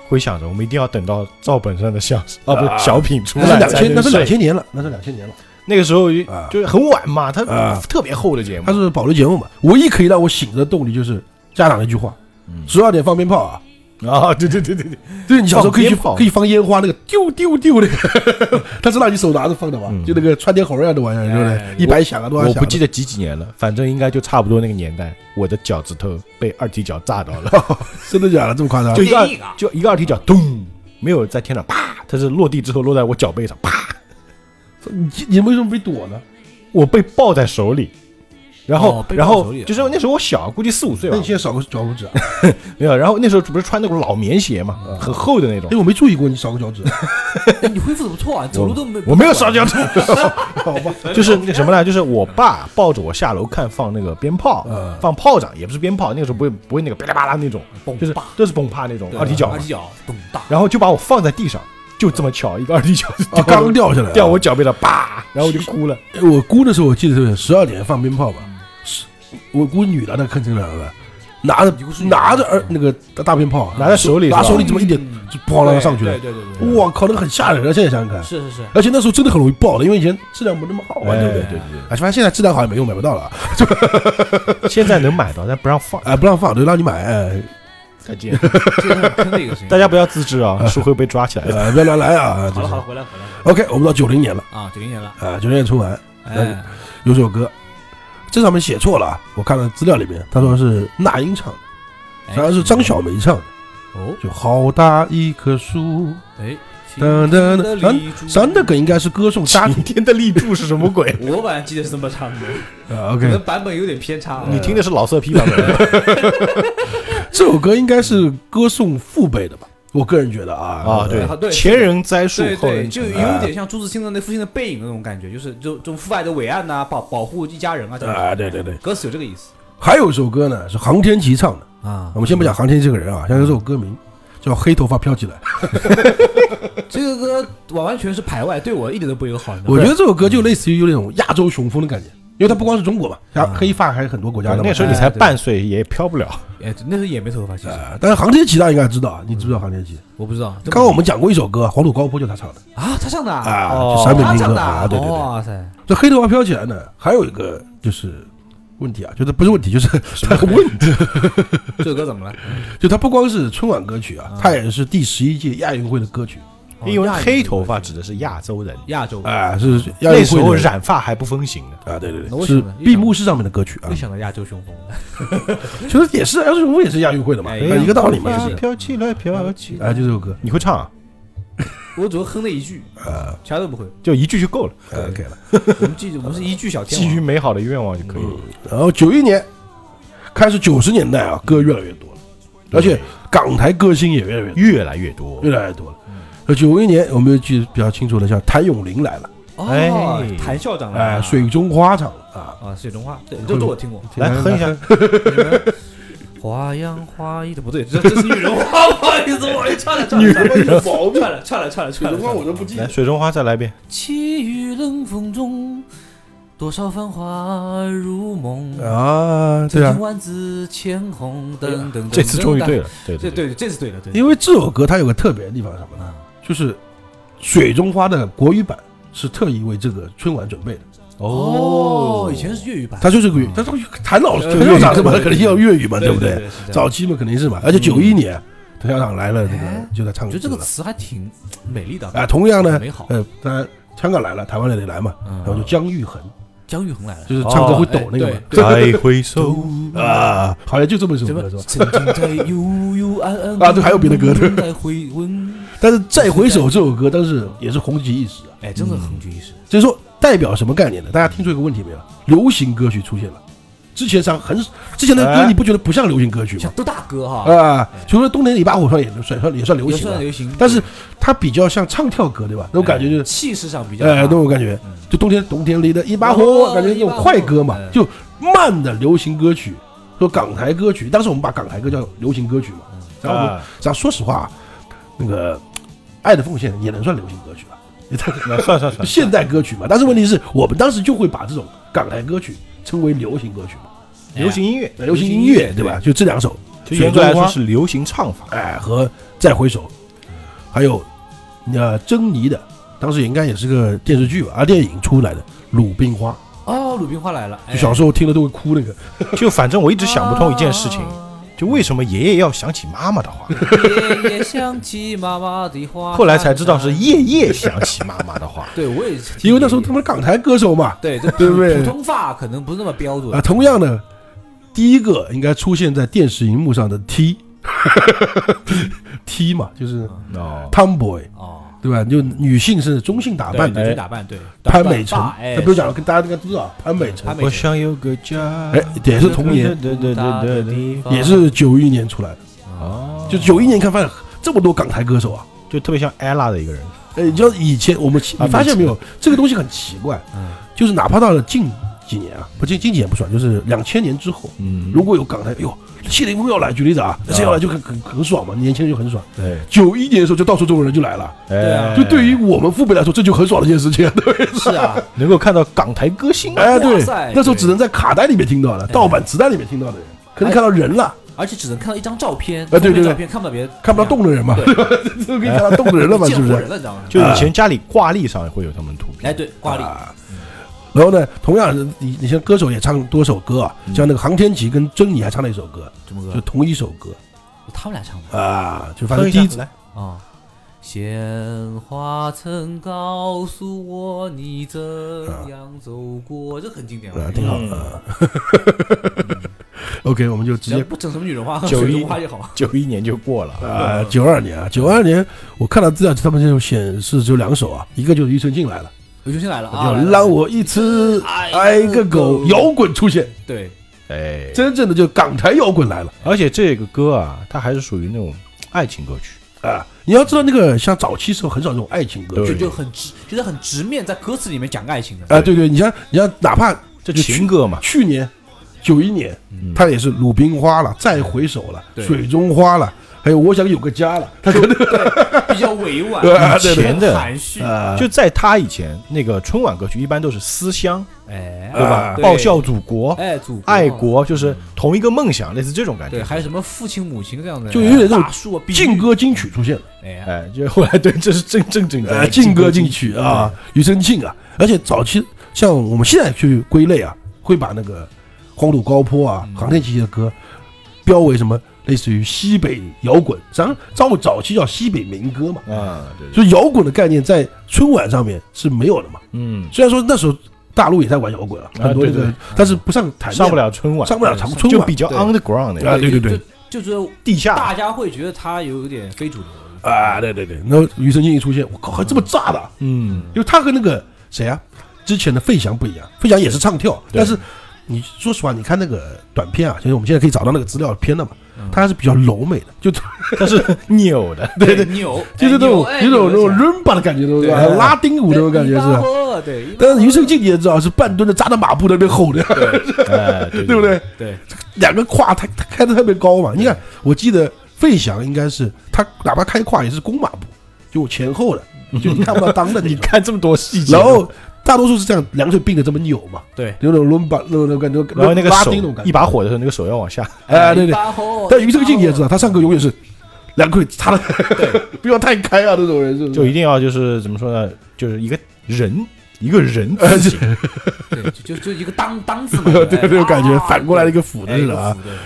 Speaker 1: 会想着我们一定要等到赵本山的相声哦，不
Speaker 3: 啊
Speaker 1: 是小品出
Speaker 3: 那是
Speaker 1: 来
Speaker 3: 两
Speaker 1: 才
Speaker 3: 千，
Speaker 1: 能
Speaker 3: 那是两
Speaker 1: 睡。
Speaker 3: 千年了，那是两千年了。
Speaker 1: 那个时候
Speaker 3: 啊
Speaker 1: 就是很晚嘛，他
Speaker 3: 啊
Speaker 1: 特别厚的节目
Speaker 3: 它，是保留节目嘛，唯一可以让我醒着的动力就是家长那句话：
Speaker 1: 嗯
Speaker 3: 十二点放鞭炮啊！
Speaker 1: 啊，对对对对对，
Speaker 3: 对你小时候可以去
Speaker 1: 放鞭炮
Speaker 3: 可以放烟花，那个丢丢 丢那个，它是让你手拿着放的嘛，
Speaker 1: 嗯
Speaker 3: 就那个穿天猴一样的玩意儿，对不
Speaker 2: 哎
Speaker 3: 对？一百响啊，多少
Speaker 1: 我
Speaker 3: 响啊？
Speaker 1: 不记得几几年了，反正应该就差不多那个年代，我的脚趾头被二踢脚炸 到了，
Speaker 3: 真的假的这么夸张？
Speaker 1: 就一个
Speaker 2: 电影啊
Speaker 1: 二就一个二踢脚咚，没有在天上啪，它是落地之后落在我脚背上啪，
Speaker 3: 你你为什么没躲呢？
Speaker 1: 我被抱在手里。然后
Speaker 2: 哦，被抱
Speaker 1: 然后
Speaker 2: 手里啊
Speaker 1: 就是那时候我小，估计四五岁吧
Speaker 3: 那你，现在少个脚拇指啊？
Speaker 1: 没有。然后那时候不是穿那种老棉鞋嘛，很厚的那种
Speaker 3: 哎，。我没注意过你少个 脚趾，
Speaker 2: 哎你恢复的不错啊，走路都没
Speaker 1: 我没有烧，焦头，
Speaker 3: 好吧？
Speaker 1: 就是那什么呢？ 就是我爸抱着我下楼看放那个鞭炮，
Speaker 3: 嗯
Speaker 1: 放炮仗，也不是鞭炮，那个时候不会不会那个噼里啪啦那种，
Speaker 2: 蹦
Speaker 1: 就是
Speaker 2: 吧
Speaker 1: 都是蹦啪那种
Speaker 2: 对啊
Speaker 1: 二踢脚嘛
Speaker 2: 二，踢脚，咚大，
Speaker 1: 然后就把我放在地上，就这么巧，一个二踢脚
Speaker 3: 啊
Speaker 1: 就
Speaker 3: 刚掉下来啊，
Speaker 1: 掉我脚背上，啪，然后我就哭了。
Speaker 3: 哎我姑那时候我记得特别，十二点放鞭炮吧，
Speaker 2: 嗯
Speaker 3: 是我姑女的那坑成两个，拿着
Speaker 2: 有是有
Speaker 3: 拿着儿那个大大鞭炮，啊
Speaker 1: 拿在手里是吧
Speaker 3: 拿手里这么一点
Speaker 2: 嗯
Speaker 3: 就咣啷上去了
Speaker 2: 对，对对对，
Speaker 3: 我靠，那个很吓人啊！现在想想看
Speaker 2: 对，是是是，
Speaker 3: 而且那时候真的很容易爆的，因为以前质量没那么好啊，
Speaker 1: 哎
Speaker 3: 对不对？
Speaker 1: 对
Speaker 3: 哎，反正现在质量好也没用，买不到了啊，
Speaker 1: 对，现在能买到，但不让放。
Speaker 3: 哎，不让放，就让你买，哎，
Speaker 1: 再见，
Speaker 2: 这个坑的一个 事 情。
Speaker 1: 大家不要自知啊，是会被抓 起来的。
Speaker 3: 呃不要乱来啊！
Speaker 2: 好
Speaker 3: 这
Speaker 2: 了
Speaker 3: 是
Speaker 2: 好了，回来回来回来
Speaker 3: OK，我们到九零年了
Speaker 2: 啊，九零年了，
Speaker 3: 啊，九零年春晚
Speaker 2: 哎，
Speaker 3: 有首歌，这上面写错了啊，我看了资料里面，他说是那英唱的，
Speaker 2: 哎
Speaker 3: 实际上是张小梅唱的。
Speaker 2: 哦，
Speaker 3: 就好大一棵树，
Speaker 2: 哎，
Speaker 3: 噔噔噔
Speaker 2: 噔
Speaker 3: 咱那个应该是歌颂家庭
Speaker 1: 晴天的立柱是什么鬼？
Speaker 2: 我反正记得是这么 唱的，
Speaker 3: 啊。
Speaker 2: 可
Speaker 3: OK，
Speaker 2: 能版本有点偏差。啊
Speaker 1: 你听的是老色批版本
Speaker 3: 这首歌应该是歌颂父辈的吧？我个人觉得啊
Speaker 1: 啊？
Speaker 2: 啊对
Speaker 1: 对，前人栽树
Speaker 2: 对，
Speaker 1: 后人
Speaker 2: 对，就有点像朱自清的那父亲的背影那种感觉，就是就这种父爱的伟岸呐，保保护一家人啊，这种
Speaker 3: 啊，对对对。
Speaker 2: 歌词有这个意思
Speaker 3: 还有一首歌呢，是航天奇唱的。
Speaker 2: 啊
Speaker 3: 我。们先
Speaker 1: 嗯
Speaker 3: 不讲航天这个人啊，先说这首歌名叫《黑头发飘起来》。
Speaker 2: 这个歌完完全是排外，对我一点都不友
Speaker 1: 嗯
Speaker 2: 好。你知道吗
Speaker 3: 我觉得这首歌就类似于有那种亚洲雄风的感觉，因为它不光是中国嘛，它
Speaker 2: 啊
Speaker 3: 黑发还有很多国家的嘛。
Speaker 1: 嗯那时候你才半岁，也飘不了。
Speaker 2: 哎，那时候也没头发，其实
Speaker 3: 啊，但是航天奇大家应该知道啊，你知不知道航天奇？
Speaker 1: 嗯
Speaker 2: 我不知道。
Speaker 3: 刚刚我们讲过一首歌《黄土高坡》，就他唱的
Speaker 2: 啊，他唱的啊，
Speaker 3: 啊，
Speaker 1: 哦
Speaker 3: 就陕北
Speaker 2: 他
Speaker 3: 民
Speaker 2: 唱
Speaker 3: 歌
Speaker 2: 的啊，
Speaker 3: 啊，对对对。
Speaker 2: 哇塞，
Speaker 3: 这黑头发飘起来呢，还有一个就是问题啊，就是不是问题，就是它的问题，
Speaker 2: 这首歌怎么了？
Speaker 3: 就它不光是春晚歌曲啊，它也是第十一届亚运会的歌曲
Speaker 2: 哦
Speaker 1: 因为
Speaker 2: 亚洲
Speaker 1: 黑头发指的是亚洲人，
Speaker 2: 哦亚洲，
Speaker 3: 啊，是亚
Speaker 1: 那
Speaker 3: 运
Speaker 1: 时
Speaker 3: 会
Speaker 1: 候
Speaker 3: 的
Speaker 1: 染发还不风行呢。
Speaker 3: 啊，对对
Speaker 2: 那为
Speaker 3: 对，
Speaker 2: 什么
Speaker 3: 是闭幕式上面的歌曲啊
Speaker 2: 又，想到亚洲雄风了。
Speaker 3: 其实也是亚洲舞也是亚运会的嘛，
Speaker 2: 哎
Speaker 3: 一个道理嘛，
Speaker 1: 发
Speaker 3: 就是
Speaker 1: 飘起来，飘起来。
Speaker 3: 啊，就这首歌
Speaker 1: 你会唱啊？
Speaker 2: 我主要哼那一句，其他都不会。
Speaker 1: 就一句就够了，
Speaker 3: 啊 OK 了。
Speaker 2: 我们记住，我们是一句小天
Speaker 1: 基于嗯
Speaker 2: 王。
Speaker 1: 美好的愿望就可以了。
Speaker 3: 然后九一年开始九十年代啊，歌越来越多了，而且港台歌星也越来越
Speaker 1: 越来越多，
Speaker 3: 多越来越多了。呃，九一年我们记得比较清楚的，像谭咏麟来了，
Speaker 2: 哦
Speaker 1: 哎，
Speaker 2: 谭校长
Speaker 3: 哎、
Speaker 2: 来了
Speaker 3: 水中花场了啊，
Speaker 2: 啊，水中花，对，这这我听过。
Speaker 1: 来哼一下，
Speaker 2: 你们花样花一的不对，哎这这是女人花，不好意思，我串了串了，
Speaker 3: 有 毛
Speaker 2: 串了串了串了
Speaker 3: 水
Speaker 2: 串了
Speaker 3: 中花
Speaker 2: 串
Speaker 3: 我
Speaker 2: 了。
Speaker 3: 都不记
Speaker 1: 来
Speaker 3: 得。
Speaker 1: 水中花再来一遍，
Speaker 2: 凄雨冷风中，多少繁华如梦。
Speaker 3: 啊，对
Speaker 2: 曾
Speaker 3: 啊
Speaker 2: 经，万紫千红，等 等。
Speaker 1: 这次终于对
Speaker 2: 了，
Speaker 1: 了，对
Speaker 2: 这
Speaker 1: 对对，
Speaker 2: 对这次对了，对。啊
Speaker 3: 因为这首歌它有个特别的地方是什么呢？就是水中花的国语版是特意为这个春晚准备的，
Speaker 2: 哦，以前是粤语版，
Speaker 3: 它就是个粤，
Speaker 2: 嗯
Speaker 3: 它是谭老师，
Speaker 2: 呃
Speaker 3: 谭校长
Speaker 2: 对对
Speaker 3: 嘛，
Speaker 2: 对
Speaker 3: 肯定要粤语嘛，
Speaker 2: 对
Speaker 3: 不
Speaker 2: 对
Speaker 3: 对？？
Speaker 2: 是 这样
Speaker 3: 早期嘛肯定是嘛，而且九一年谭校长来了，那
Speaker 2: 哎
Speaker 3: 个就在唱
Speaker 2: 我
Speaker 3: 歌
Speaker 2: 觉得这个
Speaker 3: 了
Speaker 2: 词还挺美丽的
Speaker 3: 啊。同样呢
Speaker 2: 美好，
Speaker 3: 呃，当然香港来了，台湾也得来嘛，
Speaker 2: 嗯
Speaker 3: 然后就江玉恒，
Speaker 2: 姜育恒来了，
Speaker 3: 就是唱歌会抖那个
Speaker 2: 对
Speaker 3: 嘛
Speaker 2: 对
Speaker 1: 再回 首，
Speaker 3: 啊，好像就这么一首
Speaker 2: 什么
Speaker 3: 歌是吧？
Speaker 2: 曾经在幽幽暗暗
Speaker 3: 啊对还有别的歌对
Speaker 2: 在回温，
Speaker 3: 但是再回首这首歌，当时也是红极一时啊。
Speaker 2: 哎，真的很具一时。
Speaker 3: 所以说，代表什么概念呢？大家听出一个问题没有？流行歌曲出现了，之前上很之前的歌，
Speaker 1: 哎
Speaker 3: 你不觉得不像流行歌曲
Speaker 2: 像
Speaker 3: 吗？
Speaker 2: 都大哥哈，
Speaker 3: 嗯啊，除了《东南里巴火算也算算也算流
Speaker 2: 也
Speaker 3: 行
Speaker 2: 算
Speaker 3: 了，
Speaker 2: 流行，
Speaker 3: 但是它比较像唱跳歌，对吧？那种感觉就是，
Speaker 2: 气势上比较
Speaker 3: 哎，
Speaker 2: 大
Speaker 3: 那种感觉
Speaker 2: 嗯
Speaker 3: 就冬天冬天里的一把火，
Speaker 2: 哦哎
Speaker 3: 感觉那种快歌嘛
Speaker 2: 一把，火
Speaker 3: 就慢的流行歌曲，说港台歌曲，当时我们把港台歌叫流行歌曲嘛，
Speaker 2: 嗯
Speaker 3: 然后我们
Speaker 1: 啊，
Speaker 3: 咱说实话，那个《爱的奉献》也能算流行歌曲吧？
Speaker 1: 那算算算，
Speaker 3: 现代歌曲嘛。但是问题是我们当时就会把这种港台歌曲称为流行歌曲嘛，
Speaker 1: 流行音乐，
Speaker 3: 流行音乐对吧？就这两首，
Speaker 1: 就严格来说是流行唱法，
Speaker 3: 哎，和《再回首》，还有呃珍妮的，当时应该也是个电视剧吧，啊电影出来的《鲁冰花
Speaker 2: 哦，鲁冰花来了，》，哎
Speaker 3: 就小时候听了都会哭那个。
Speaker 1: 就反正我一直想不通一件事情，
Speaker 2: 啊
Speaker 1: 就为什么爷爷要想起妈妈的话，
Speaker 2: 夜夜想起妈妈的话，
Speaker 1: 后来才知道是夜夜想起妈妈的话。
Speaker 2: 对，我也
Speaker 3: 因为那时候他们港台歌手嘛，
Speaker 2: 对这
Speaker 3: 对不对
Speaker 2: 普通话可能不是那么标准
Speaker 3: 啊，同样的，第一个应该出现在电视荧幕上的 T T 嘛，就是
Speaker 2: 嗯
Speaker 1: 哦，
Speaker 3: Tomboy，
Speaker 2: 哦，
Speaker 3: 对吧？就女性是中性打扮
Speaker 2: 对，
Speaker 3: 的
Speaker 1: 哎
Speaker 2: 女性打扮对，
Speaker 3: 潘
Speaker 2: 短
Speaker 3: 美辰
Speaker 2: 发，哎，
Speaker 3: 他不是讲跟大家应该知道啊潘美辰，
Speaker 2: 潘美
Speaker 1: 我
Speaker 2: 辰
Speaker 1: 想有个家，
Speaker 3: 哎，也是童年，
Speaker 1: 对对对对对，
Speaker 2: 对
Speaker 3: 也是九一年出来的，
Speaker 1: 哦，
Speaker 3: 就九一年看发现这么多港台歌手啊。
Speaker 1: 就特别像 ella 的一个人，
Speaker 3: 哎，你知道以前我们奇
Speaker 1: 啊
Speaker 3: 你发现没有，这个东西很奇怪
Speaker 2: 嗯，
Speaker 3: 就是哪怕到了近几年啊，不近近几年不算，就是两千年之后，
Speaker 1: 嗯
Speaker 3: 如果有港台，哎呦，谢霆锋要来，举例子啊，这要来就很很很爽嘛，年轻人就很爽。
Speaker 1: 对，
Speaker 3: 九一年的时候，就到处中国人就来了，
Speaker 1: 对
Speaker 2: 啊
Speaker 3: 就对于我们父辈来说，这就很爽的一件事情。
Speaker 2: 是啊，
Speaker 1: 能够看到港台歌星啊，
Speaker 3: 哎，对
Speaker 2: 哇塞，
Speaker 3: 那时候只能在卡带里面听到了，盗版磁带里面听到的人，可能看到人了，
Speaker 2: 而且只能看到一张照片，
Speaker 3: 啊对
Speaker 2: 封
Speaker 3: 对
Speaker 2: 面
Speaker 3: 对
Speaker 2: 照片看不到别的，
Speaker 3: 看不到动的人嘛，
Speaker 2: 对哎
Speaker 3: 对吧？ 这可以看到动的人了嘛，
Speaker 2: 见
Speaker 3: 是不
Speaker 2: 活人
Speaker 3: 是？
Speaker 2: 了，你知道吗？
Speaker 1: 就以前家里挂历上会有他们图
Speaker 2: 哎，
Speaker 1: 片，
Speaker 2: 对，挂历，
Speaker 3: 啊。然后呢，同样是你你像歌手也唱多首歌啊，像那个航天奇跟珍妮还唱了一首歌，
Speaker 2: 这么
Speaker 3: 就
Speaker 2: 个，
Speaker 3: 同一首歌
Speaker 2: 他们俩唱的
Speaker 3: 啊，就反
Speaker 1: 哼
Speaker 3: 正
Speaker 1: 一下
Speaker 3: 第一
Speaker 1: 来，
Speaker 2: 啊。鲜花曾告诉我你怎样走过，这很经典。嗯
Speaker 3: 啊
Speaker 2: 我觉
Speaker 3: 挺
Speaker 2: 得
Speaker 3: 好的
Speaker 1: 呃
Speaker 3: 啊。OK，我们就直
Speaker 2: 只要
Speaker 3: 接
Speaker 2: 不整什么女人花，
Speaker 1: 九一
Speaker 2: 水 中花就好。
Speaker 1: 九一年就过了
Speaker 3: 啊，九二年啊，九二年我看到资料，他们就显示只有两首啊，一个就是庾澄庆来了，
Speaker 2: 刘秋先来了啊
Speaker 3: 叫，
Speaker 2: 来了
Speaker 3: 让我一次爱个狗，摇滚出现，
Speaker 2: 对，
Speaker 1: 哎，
Speaker 3: 真正的就港台摇滚来了
Speaker 1: 而且这个歌啊，它还是属于那种爱情歌曲，
Speaker 3: 啊！你要知道，那个像早期时候很少这种爱情歌
Speaker 2: 就
Speaker 3: 曲
Speaker 1: 对
Speaker 2: 就很直，觉得很直面，在歌词里面讲爱情 的。
Speaker 3: 啊，对对，你像你像哪怕
Speaker 1: 这情歌嘛，
Speaker 3: 去年九一年，他也是《鲁冰花》了，《再回首》了，《
Speaker 2: 对
Speaker 3: 水中花》了，还有《我想有个家》了，他可能
Speaker 2: 比较委 婉，
Speaker 3: 啊
Speaker 2: 比
Speaker 1: 对
Speaker 2: 较
Speaker 1: 对对
Speaker 2: 含蓄，
Speaker 3: 啊，
Speaker 1: 就在他以前，那个春晚歌曲一般都是思乡，
Speaker 2: 哎，
Speaker 1: 对
Speaker 3: 啊
Speaker 1: 吧？
Speaker 2: 对
Speaker 1: 报效祖国，
Speaker 2: 哎，祖
Speaker 1: 爱国，就是同一个梦想，类似这种感
Speaker 2: 对，
Speaker 1: 觉。
Speaker 2: 还有什么父亲母亲这样的，
Speaker 3: 就有点这种
Speaker 2: 大树啊，比喻
Speaker 3: 劲，歌金曲出现了。
Speaker 2: 哎，
Speaker 1: 哎，就后来对，这是正正经
Speaker 3: 呃，
Speaker 1: 的
Speaker 3: 劲歌进曲啊，庾澄庆啊，而且早期像我们现在去归类啊，会把那个荒土高坡
Speaker 1: 嗯
Speaker 3: 啊、航天奇的歌标为什么类似于西北摇滚，咱照早期叫西北民歌嘛，
Speaker 1: 啊，对，对
Speaker 3: 所以摇滚的概念在春晚上面是没有的嘛。
Speaker 1: 嗯，
Speaker 3: 虽然说那时候大陆也在玩摇滚啊，
Speaker 1: 啊
Speaker 3: 很多
Speaker 1: 对
Speaker 3: 这个
Speaker 1: 对，
Speaker 3: 但是不上台
Speaker 1: 嗯
Speaker 3: 面
Speaker 1: 上不了春晚，
Speaker 3: 上不了长春
Speaker 1: 就
Speaker 3: 晚
Speaker 1: 比较
Speaker 2: 对
Speaker 1: underground 那
Speaker 3: 啊
Speaker 1: 个
Speaker 3: 对对
Speaker 2: 就
Speaker 3: 对，
Speaker 2: 就就是
Speaker 1: 地下
Speaker 2: 大家会觉得他有点非主流，
Speaker 3: 啊，对对对，那庾澄庆一出现，我靠，还这么炸的啊，
Speaker 1: 嗯，
Speaker 3: 因为他和那个谁啊，之前的费翔不一样，费翔也是唱跳，
Speaker 1: 对
Speaker 3: 但是你说实话，你看那个短片啊，就是我们现在可以找到那个资料片了嘛，
Speaker 1: 嗯
Speaker 3: 它还是比较柔美的， 就
Speaker 1: 它是 扭的，
Speaker 2: 对对，扭，
Speaker 3: 就是那种
Speaker 2: 哎
Speaker 3: 哎有种那种 r u 的感觉，对吧？
Speaker 2: 对
Speaker 3: 拉丁舞那种感觉是吧？
Speaker 2: 吧？对，
Speaker 3: 但是余胜进你也知道是半蹲着扎着马步在那边吼的，
Speaker 1: 哎，对
Speaker 3: 对不？对？
Speaker 2: 对，
Speaker 3: 两个胯他他开的特别高嘛，你看我记得费翔应该是他哪怕开胯也是弓马步，就前后的，就 你看不到裆的
Speaker 1: 嗯
Speaker 3: 那
Speaker 1: 你
Speaker 3: 种。
Speaker 1: 看这么多细节，
Speaker 3: 然后大多数是这样，两个腿并着这么扭嘛，
Speaker 2: 对，
Speaker 3: 有种伦巴那种那种感觉，
Speaker 1: 然后那个
Speaker 3: 拉
Speaker 1: 手
Speaker 3: 丁那种感
Speaker 1: 一
Speaker 3: 觉。
Speaker 1: 把火的时候，那个手要往下，
Speaker 3: 哎，对对。
Speaker 2: 八后
Speaker 3: 但余胜进你也知道，他上课永远是两个腿插的， 不要太开啊，那种人是不？
Speaker 1: 就是一定要就是怎么说呢？就是一个人，一个人
Speaker 3: 呃
Speaker 1: 自己，
Speaker 2: 对，就就就一个当当字嘛，
Speaker 3: 对
Speaker 2: 对
Speaker 3: 那种感觉，反过来一个斧子
Speaker 2: 哎
Speaker 3: 似
Speaker 2: 一
Speaker 3: 的啊
Speaker 2: 个。斧子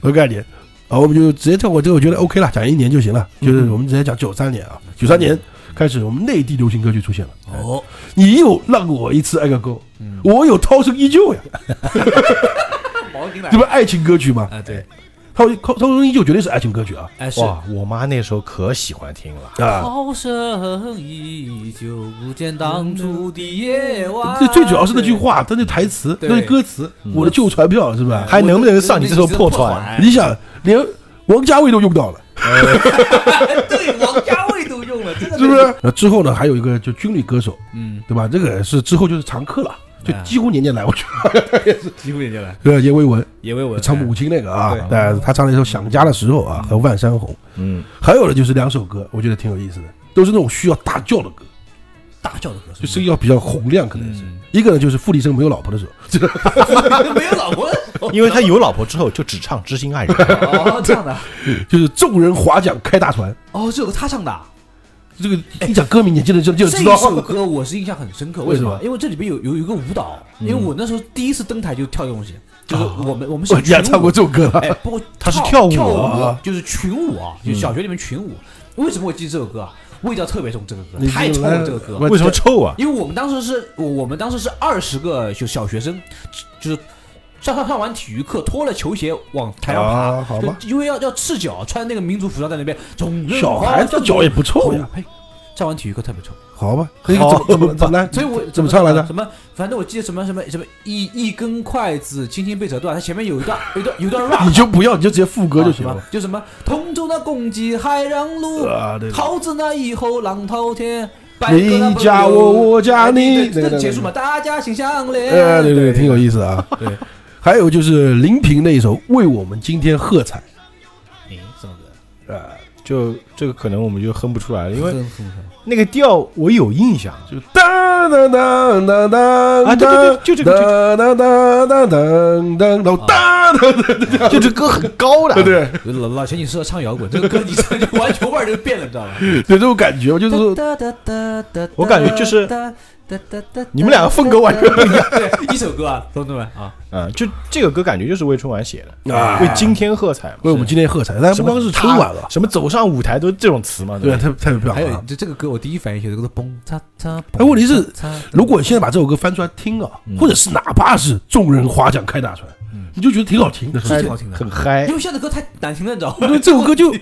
Speaker 3: 我概念。啊，我们就直接跳过这个，我觉得 OK 了，讲一年就行
Speaker 1: 嗯
Speaker 3: 了。就是我们直接讲九三年啊，九三年开始，我们内地流行歌就出现了。
Speaker 2: 哦，
Speaker 3: 你有让我一次爱个够，
Speaker 1: 嗯
Speaker 3: 我有涛声依旧呀，
Speaker 1: 哎
Speaker 2: 毛巾来
Speaker 3: 这不是爱情歌曲吗？
Speaker 1: 哎
Speaker 2: 啊，对，
Speaker 3: 涛涛涛声依旧绝对是爱情歌曲啊
Speaker 2: 哎是。
Speaker 1: 哇，我妈那时候可喜欢听了。
Speaker 3: 啊！
Speaker 2: 涛声依旧，不见当初的夜晚。
Speaker 3: 这最主要是那句话，它那台词，
Speaker 2: 啊对嗯
Speaker 3: 那是歌词，我的旧船票是吧？
Speaker 1: 还哎能不能上你这艘破船？
Speaker 2: 船？
Speaker 3: 你想，连王家卫都用到了，
Speaker 2: 对，王家卫都用了，真的
Speaker 3: 是不？是？那之后呢，还有一个就军旅歌手，
Speaker 2: 嗯，
Speaker 3: 对吧？这个是之后就是常客了，就
Speaker 2: 哎
Speaker 3: 几乎年年来，我觉得。
Speaker 2: 几乎也就来，
Speaker 3: 呃， 叶维文，
Speaker 2: 也为我
Speaker 3: 唱母亲那个啊
Speaker 2: 对，
Speaker 3: 但是他唱了一首《想家的时候》啊，和《万山红》，
Speaker 1: 嗯，
Speaker 3: 还有呢就是两首歌，我觉得挺有意思的，都是那种需要大叫的歌，
Speaker 2: 大叫的歌
Speaker 3: 就声音要比较洪亮，可能是
Speaker 2: 嗯
Speaker 3: 一个呢就是傅立生没有老婆的时候， 这个
Speaker 2: 手，没有老婆，，
Speaker 1: 因为他有老婆之后就只唱《知心爱人》
Speaker 2: 哦，这样的，
Speaker 3: 就是众人划桨开大船，
Speaker 2: 哦，这首歌他唱的啊，
Speaker 3: 这个一讲歌名你真的就就
Speaker 2: 这
Speaker 3: 知
Speaker 2: 一
Speaker 3: 道
Speaker 2: 首
Speaker 3: 了。
Speaker 2: 歌我是印象很深刻，
Speaker 3: 为
Speaker 2: 为
Speaker 3: 什
Speaker 2: 什
Speaker 3: 么嗯
Speaker 2: 么？因为这里边有有有一个舞蹈，因为我那时候第一次登台就跳这东西，就是我们我们小
Speaker 3: 我
Speaker 2: 群
Speaker 3: 家啊哎唱
Speaker 2: 舞
Speaker 3: 过这首歌了，
Speaker 2: 哎，不过
Speaker 1: 他是
Speaker 2: 跳
Speaker 1: 跳舞
Speaker 2: 舞
Speaker 3: 啊，
Speaker 2: 就是群舞啊，就是小学里面群舞。为什么我记这首歌啊？味道特别重，这个歌
Speaker 3: 你
Speaker 2: 太
Speaker 3: 你
Speaker 2: 重
Speaker 3: 来
Speaker 2: 了，这个歌
Speaker 3: 我。
Speaker 1: 为什么臭啊？
Speaker 2: 因为我们当时是，我我们当时是二十个就小学生，就就是上上上完体育课，脱了球鞋往台上爬，
Speaker 3: 啊，好吧，
Speaker 2: 就因为要要赤脚，穿那个民族服装在那边。总人
Speaker 3: 小孩子脚也不臭呀，
Speaker 2: 嘿，哎上完体育课特别臭。
Speaker 3: 好吧，那个怎么怎么怎么来？
Speaker 2: 所以我
Speaker 3: 怎么唱来着？
Speaker 2: 什么？反正我记得什么什么什么一一根筷子轻轻被折断，它前面有一段有一段有一段 rap，
Speaker 3: 你就不要，你就直接副歌就
Speaker 2: 啊
Speaker 3: 行
Speaker 2: 吧
Speaker 3: 了。
Speaker 2: 就什么同舟那共济海洋路，
Speaker 3: 啊，对，
Speaker 2: 桃子那以后浪滔天。百个那
Speaker 3: 你
Speaker 2: 朋
Speaker 3: 加
Speaker 2: 友
Speaker 3: 我，我加你，
Speaker 2: 哎对这个
Speaker 3: 那个
Speaker 2: 结束嘛，大家心相连。
Speaker 3: 哎，对对，挺有意思啊。
Speaker 2: 对，
Speaker 3: 还有就是林平那一首《为我们今天喝彩
Speaker 2: 哎，什么歌？》，
Speaker 3: 啊，
Speaker 1: 就这个可能我们就哼不出来了，因为
Speaker 2: 真服他
Speaker 1: 那个调我有印 象，就
Speaker 3: 就当当当当当
Speaker 1: 啊对对对就这个
Speaker 3: 当当当当当，然后当当当，
Speaker 1: 就这歌很高的，
Speaker 3: 对对
Speaker 2: 老老钱，你适合唱摇滚，这个歌你唱就完全味儿就变了，你知道吗？
Speaker 3: 对，这种感觉，就是说
Speaker 1: 我感觉就是你们两个风格完全
Speaker 2: 不一样。对，一首歌啊，同志们啊，
Speaker 1: 啊，就这个歌感觉就是为春晚写的，
Speaker 3: 啊
Speaker 1: 为今天喝彩嘛。
Speaker 3: 为我们今天喝彩，但不光是春晚了，
Speaker 1: 什么走上舞台都是这种词嘛，
Speaker 3: 对，
Speaker 1: 吧？
Speaker 3: 特特别漂
Speaker 2: 还
Speaker 3: 亮
Speaker 2: 有
Speaker 3: 啊。
Speaker 2: 这这个歌，我第一反应写的歌是蹦擦擦。
Speaker 3: 哎问题是
Speaker 2: 蹦擦擦
Speaker 3: 如果现在把这首歌翻出来听啊，或者是哪怕是众人划桨开大船，你就觉得挺好听的，
Speaker 2: 是挺好听的，
Speaker 1: 很嗨
Speaker 2: 因，为现在歌太难听了，你知道
Speaker 3: 我
Speaker 2: 吗
Speaker 3: 觉？得这首歌就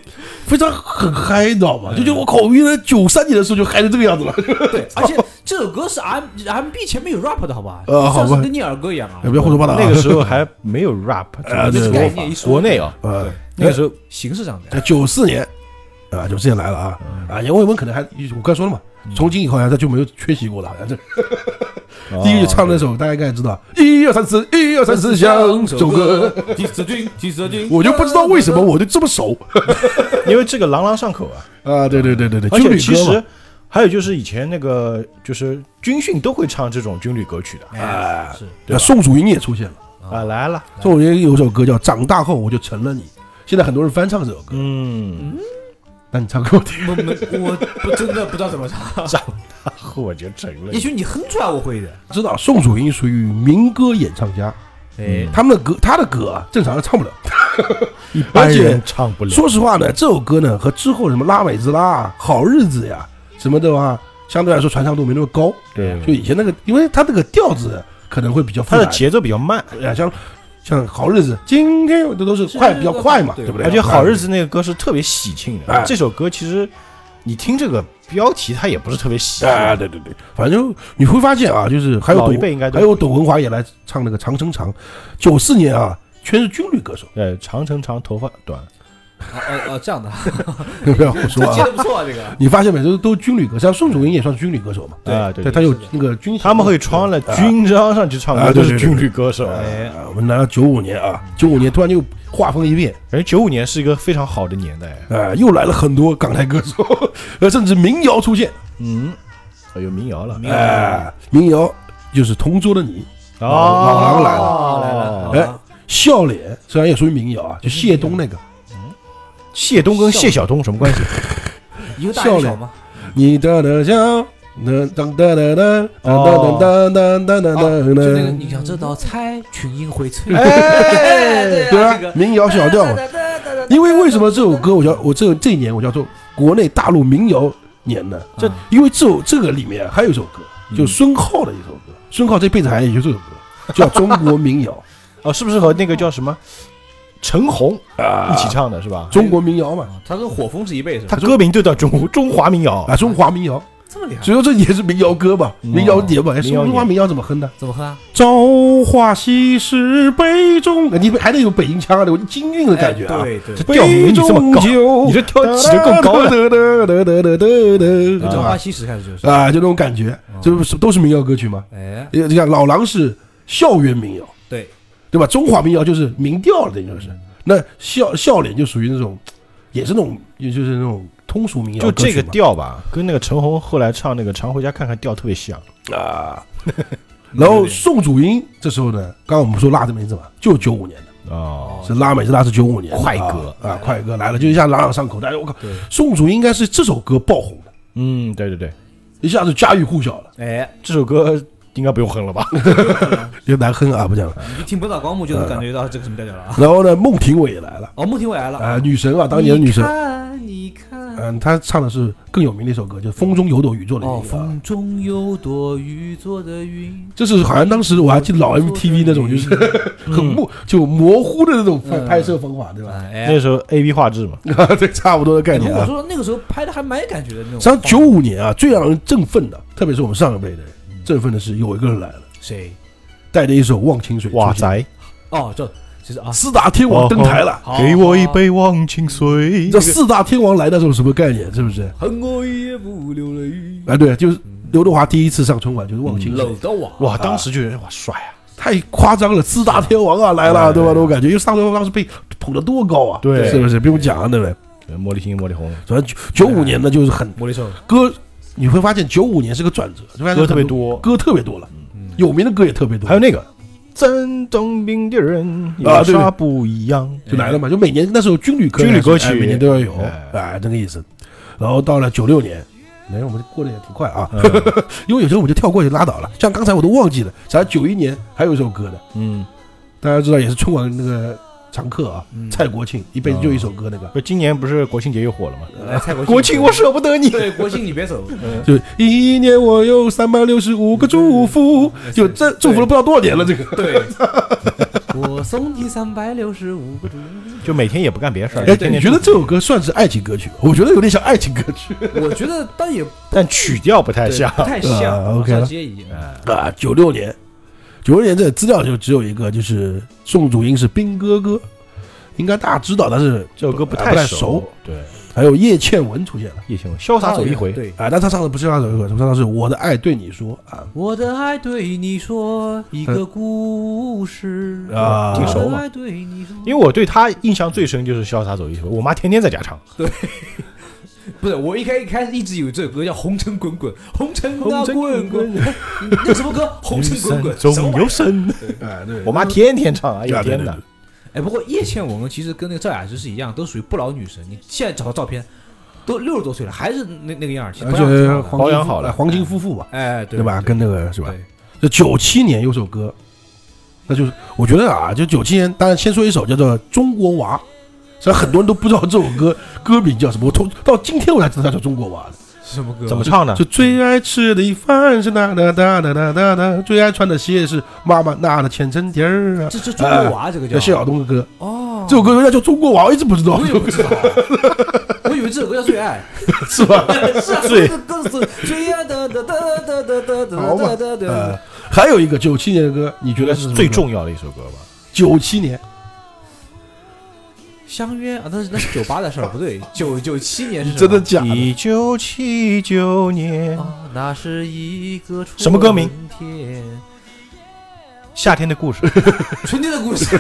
Speaker 3: 非常很嗨，你知道吗？就觉得我靠，原来九三年的时候就嗨成这个样子了。
Speaker 2: 对，而且这首歌是 R M B 前面有 rap 的好吧？
Speaker 3: 呃好吧
Speaker 2: 像是跟聂耳歌一样啊
Speaker 3: 哎，。 不要胡说八道啊！
Speaker 1: 那个时候还没有 rap
Speaker 3: 啊
Speaker 1: 这个
Speaker 3: 对对
Speaker 1: 说
Speaker 2: 对
Speaker 1: 法，国内啊，
Speaker 3: 呃，
Speaker 1: 那个时候
Speaker 2: 形式上的，
Speaker 3: 候九四年，啊，九四年来了啊啊！阎维文可能还我刚才说了嘛，从今以后好像啊他就没有缺席过了，好像这第一
Speaker 1: 哦
Speaker 3: 就唱那首，大家应该知道，一二三四，一二三四，像首歌。，
Speaker 2: 几十军，几十军，
Speaker 3: 我就不知道为什么我就这么熟
Speaker 1: 因为这个朗朗上口啊，
Speaker 3: 啊！对对对对对，
Speaker 1: 而
Speaker 3: 军
Speaker 1: 且
Speaker 3: 旅
Speaker 1: 其
Speaker 3: 歌嘛
Speaker 1: 实还有就是以前那个就是军训都会唱这种军旅歌曲的
Speaker 2: 哎，是
Speaker 1: 对吧
Speaker 3: 啊，宋祖英也出现了。
Speaker 1: 啊，来了，
Speaker 3: 宋祖英有首歌叫《长大后我就成了你》，现在很多人翻唱这首歌，
Speaker 1: 嗯，
Speaker 3: 那你唱给我听。
Speaker 2: 我没，我不真的不知道怎么唱，
Speaker 1: 长大后我就成了
Speaker 2: 也许你哼出来我会的。
Speaker 3: 知道宋祖英属于民歌演唱家，
Speaker 2: 哎，
Speaker 3: 他们的歌，他的歌啊，正常人嗯唱不了。
Speaker 1: 一般
Speaker 3: 而且
Speaker 1: 人唱不了，
Speaker 3: 说实话呢，这首歌呢和之后什么《拉美兹拉》啊、《好日子》呀什么的话，相对来说传唱度没那么高。
Speaker 1: 对
Speaker 3: 就以前那个，因为他这个调子可能会比较复
Speaker 1: 它的
Speaker 3: 杂一点，
Speaker 1: 节奏比较慢，
Speaker 3: 啊，像像《好日子》，今天这都是快，比较快嘛，
Speaker 2: 对
Speaker 3: 对不对？
Speaker 1: 而且《好日
Speaker 3: 子
Speaker 1: 子》那个歌是特别喜庆
Speaker 3: 哎
Speaker 1: 的，这首歌其实你听这个标题，他也不是特别喜
Speaker 3: 啊，
Speaker 1: 欢。
Speaker 3: 对对对，反正你会发现啊，就是还有
Speaker 1: 老
Speaker 3: 董
Speaker 1: 一辈应该都
Speaker 3: 还有董文华也来唱那个《长城长》，九四年啊，全是军旅歌手，
Speaker 1: 呃，长城长，头发短，
Speaker 2: 哦哦哦，这样的，
Speaker 3: 不要 胡说
Speaker 2: 接
Speaker 3: 啊！
Speaker 2: 的不错啊，这个。
Speaker 3: 你发现没？都都军旅歌手，像宋祖英也算是军旅歌手嘛？
Speaker 2: 对
Speaker 1: 啊，对
Speaker 3: 对，他有那个军衔
Speaker 1: 他们会穿了
Speaker 3: 啊
Speaker 1: 军装上去唱
Speaker 3: 啊
Speaker 1: 歌，
Speaker 3: 对
Speaker 1: 都是
Speaker 3: 对对
Speaker 1: 军旅歌手。
Speaker 2: 哎，
Speaker 3: 啊，我们来到九五年啊，九五年突然就画风一变，
Speaker 1: 感觉九五年是一个非常好的年代。
Speaker 3: 啊，又来了很多港台歌手， 呃，甚至民谣出现，
Speaker 1: 嗯，哦有民谣了，
Speaker 2: 民
Speaker 3: 哎、民谣就是《同桌的你
Speaker 1: 哦，
Speaker 3: 老狼来
Speaker 2: 了哦来了》，
Speaker 3: 哎，笑脸虽然也属于民谣
Speaker 2: 嗯
Speaker 3: 啊，就谢东那个，
Speaker 1: 谢东跟谢晓东什么关系？
Speaker 2: 一个大一个
Speaker 3: 哎笑
Speaker 2: 小
Speaker 3: 脸
Speaker 2: 吗？
Speaker 3: 你的的笑，噔噔噔噔噔噔噔噔噔噔
Speaker 2: 啊就那
Speaker 3: 噔
Speaker 2: 个，你
Speaker 3: 噔，
Speaker 2: 想知道猜群英荟萃？
Speaker 1: 哎，
Speaker 3: 对
Speaker 2: 啊这
Speaker 3: 吧？
Speaker 2: 个
Speaker 3: 民谣小调嘛，因为为什么这首歌我叫我这这一年我叫做国内大陆民谣年呢？
Speaker 1: 这
Speaker 2: 啊
Speaker 3: 因为这首这个里面还有一首歌，
Speaker 2: 嗯
Speaker 3: 就是孙浩的一首歌，孙浩这辈子还有这首歌叫《中国民 谣
Speaker 1: 哦，是不是和那个叫什么陈红》
Speaker 3: 啊，
Speaker 1: 一起唱的是吧？
Speaker 3: 中国民谣嘛，
Speaker 2: 啊 他跟火风是一辈是吧？
Speaker 1: 他歌名就叫中中华民谣
Speaker 3: 啊，，中华民谣，
Speaker 2: 这么厉害，
Speaker 3: 所以说这也是民谣歌吧，
Speaker 2: 嗯
Speaker 3: 民谣节吧，哎
Speaker 1: 民谣
Speaker 3: 中华民谣怎么哼的？
Speaker 2: 怎么喝啊？
Speaker 3: 朝花夕拾杯中，你还得有北京腔的，有京韵的感觉啊。
Speaker 2: 哎对对
Speaker 1: 这，调
Speaker 3: 杯
Speaker 1: 名这
Speaker 3: 中
Speaker 1: 么高，
Speaker 3: 酒，
Speaker 1: 你这调起就更高了。
Speaker 2: 跟
Speaker 3: 了
Speaker 2: 朝花夕拾开始就是。
Speaker 3: 啊，就那种感觉，这不是都是民谣歌曲吗？
Speaker 2: 哎，
Speaker 3: 你看老狼是校园民谣，
Speaker 2: 对，
Speaker 3: 对吧？中华民谣就是民调的，就是那笑笑脸就属于那种，也是那种，也就是那种通俗民谣
Speaker 1: 就
Speaker 3: 歌曲嘛。
Speaker 1: 这个调吧，跟那个陈红后来唱那个《常回家看看》调特别像。
Speaker 3: 啊。然后宋祖英这时候呢，刚刚我们说辣的名字嘛，就是九五年的，
Speaker 1: 哦，
Speaker 3: 是拉美是拉是九五年的啊
Speaker 1: 快歌
Speaker 3: 啊，快歌来了，就一下朗朗上口，大家我靠
Speaker 2: 对，
Speaker 3: 宋祖英应该是这首歌爆红的，
Speaker 1: 嗯，对对对，
Speaker 3: 一下子家喻户晓了，
Speaker 2: 哎，
Speaker 1: 这首歌应该不用哼了吧？
Speaker 3: 有难哼啊，不讲了。
Speaker 2: 你听不到光幕就能感觉到这个什么调调了啊？
Speaker 3: 然后呢，孟庭苇也来了
Speaker 2: 哦，穆庭苇来了
Speaker 3: 啊，女神嗯啊，当年的女神，
Speaker 2: 看，你看，
Speaker 3: 嗯，她唱的是更有名的一首歌，就是《风中有朵雨做的云
Speaker 2: 哦，》
Speaker 3: 啊。
Speaker 2: 风中有朵雨做的云，
Speaker 3: 这是好像当时我还记得老 MTV 那种，就是很模就模糊的那种拍
Speaker 2: 嗯
Speaker 3: 拍摄方法，对吧？
Speaker 1: 那
Speaker 2: 哎，
Speaker 1: 时候 A B 画质嘛，
Speaker 3: 啊，对，差不多的概念
Speaker 2: 如果
Speaker 3: 啊。
Speaker 2: 说那个时候拍的还蛮有感觉的那种。
Speaker 3: 实际上，九五年啊，最让人振奋的，特别是我们上一辈的人，振奋的是有一个人来了，
Speaker 2: 谁？
Speaker 3: 带着一首《忘情水》
Speaker 1: 哇
Speaker 3: 出现，
Speaker 1: 塞，
Speaker 2: 哦，这其实啊，
Speaker 3: 四大天王登台了。
Speaker 2: 好
Speaker 1: 给我一，杯忘情水
Speaker 3: 你知。道四大天王来的时候什么概念？是不是？
Speaker 2: 恨我也不流泪，
Speaker 3: 啊，对，就是刘德华第一次上春晚就是《忘情水》
Speaker 1: 嗯
Speaker 2: 搂到我。
Speaker 1: 哇，当时就觉得哇帅啊！
Speaker 3: 太夸张了，四大天王啊来了，对吧？那种感觉，因为四大天王当时被捧得多高啊，
Speaker 1: 哎对
Speaker 3: 是不是？不用讲啊，对不对？
Speaker 1: 对茉莉心，茉莉红，
Speaker 3: 反正九九五年呢，就是很
Speaker 2: 魔力兽，
Speaker 3: 歌，你会发现九五年是个转折，就发现
Speaker 1: 歌特别
Speaker 3: 很
Speaker 1: 多，嗯
Speaker 3: 歌特别多了，有名的歌也特别多，
Speaker 1: 还有那个咱当兵的人
Speaker 3: 啊
Speaker 1: 有
Speaker 3: 对
Speaker 1: 啥不一样？
Speaker 3: 就来了嘛，就每年那时候军旅歌
Speaker 1: 军旅歌曲
Speaker 3: 哎每年都要有，
Speaker 1: 哎
Speaker 3: 哎，这个意思。然后到了九六年。哎，我们过得也挺快啊，
Speaker 1: 嗯
Speaker 3: 因为有时候我们就跳过去拉倒了。像刚才我都忘记了，咱九一年还有一首歌呢，
Speaker 1: 嗯，
Speaker 3: 大家知道也是春晚那个常客啊，
Speaker 2: 嗯
Speaker 3: 蔡国庆一辈子就一首歌那个，
Speaker 1: 不，今年不是国庆节又火了吗？
Speaker 2: 来哎蔡国
Speaker 1: 哦
Speaker 2: 庆，嗯
Speaker 1: 国庆我舍不得你，
Speaker 2: 对国庆你别 走，
Speaker 3: 就一年我有三百六十五个祝福，
Speaker 1: 嗯
Speaker 3: 就这祝福了不知道多少年了。这个，
Speaker 2: 对，我送你三百六十五个祝
Speaker 1: 就每天也不干别的事儿。
Speaker 3: 哎，
Speaker 1: 天天
Speaker 3: 你觉得这首歌算是爱情歌曲吗？我觉得有点像爱情歌曲
Speaker 2: 福。 我觉得倒也不
Speaker 1: 但曲调不太像
Speaker 2: 不。太
Speaker 3: 啊
Speaker 2: 像
Speaker 3: ，OK 了
Speaker 2: 接一
Speaker 3: 啊。九六年，九六年这资料就只有一个，就是宋祖英是兵哥哥，应该大家知道，但是
Speaker 1: 这首歌不
Speaker 3: 太
Speaker 1: 太
Speaker 3: 熟。。
Speaker 1: 对，
Speaker 3: 还有叶倩文出现了
Speaker 1: 叶倩文《潇洒走一回》
Speaker 2: 对，
Speaker 3: 啊，但他唱的不是那首歌，他唱的是《我的爱对你说》啊
Speaker 2: 我的爱对你说一个
Speaker 1: 嗯
Speaker 2: 故事
Speaker 3: 啊，
Speaker 1: 挺熟啊
Speaker 2: 我的
Speaker 1: 嘛
Speaker 2: 爱对你说，
Speaker 1: 因为我对他印象最深就是《潇洒走一回》，我妈天天在家唱。
Speaker 2: 不是我一开一开始一直以为这首歌叫《红尘滚滚》，红尘啊滚滚，那什么歌？红尘滚滚，什么
Speaker 1: 总
Speaker 2: 玩意
Speaker 1: 有
Speaker 2: 儿
Speaker 1: 神，
Speaker 3: 哎，对
Speaker 1: 我妈天天唱。哎
Speaker 3: 对啊
Speaker 1: 呦
Speaker 3: 对
Speaker 1: 天
Speaker 3: 对
Speaker 1: 哪！
Speaker 2: 哎，不过叶倩文其实跟那个赵雅芝是一样，都属于不老女神。你现在找到照片，都六十多岁了，还是那那个样儿，其实
Speaker 3: 而
Speaker 2: 不让人
Speaker 3: 且
Speaker 2: 看
Speaker 3: 黄
Speaker 2: 的
Speaker 1: 保养
Speaker 3: 金夫
Speaker 1: 好了
Speaker 3: 哎黄金夫妇嘛，
Speaker 2: 哎，对
Speaker 3: 对吧？跟那个是吧？
Speaker 2: 对
Speaker 3: 这九七年有首歌，那就是我觉得啊，就九七年，当然先说一首叫做《中国娃》，虽然很多人都不知道这首歌歌名叫什么，我从到今天我才知道它叫《中国娃》的，
Speaker 2: 什么歌？
Speaker 1: 怎么唱呢
Speaker 3: 就？最爱吃的饭是那那那那那那那，最爱穿的鞋是妈妈拿的千层底儿啊，
Speaker 2: 这这中国娃这个
Speaker 3: 叫
Speaker 2: 叫
Speaker 3: 谢晓东的歌，
Speaker 2: 哦，
Speaker 3: 这首歌原来叫《中国娃》，我一直不知道
Speaker 2: 我。也不知道，我以为们这首歌叫《最 爱》，
Speaker 1: 是吧？
Speaker 2: 是啊，
Speaker 1: 最
Speaker 2: 这歌是最爱的的的的的的
Speaker 3: 好嘛
Speaker 2: 的的
Speaker 3: 呃
Speaker 2: 的。，
Speaker 3: 还有一个九七年的歌，你觉
Speaker 1: 觉
Speaker 3: 得
Speaker 1: 得
Speaker 3: 是什
Speaker 1: 是
Speaker 3: 么
Speaker 1: 最
Speaker 3: 歌？
Speaker 1: 重要的一首歌吧？
Speaker 3: 九七年，
Speaker 2: 相约啊，那是那是九八的事儿，不对，九九七年是什
Speaker 3: 真的
Speaker 2: 么
Speaker 3: 假的？
Speaker 1: 一九七九年
Speaker 2: 啊，那是一个春
Speaker 1: 什么歌名
Speaker 2: 天？
Speaker 1: 夏天的故 事，
Speaker 2: 春天的故事，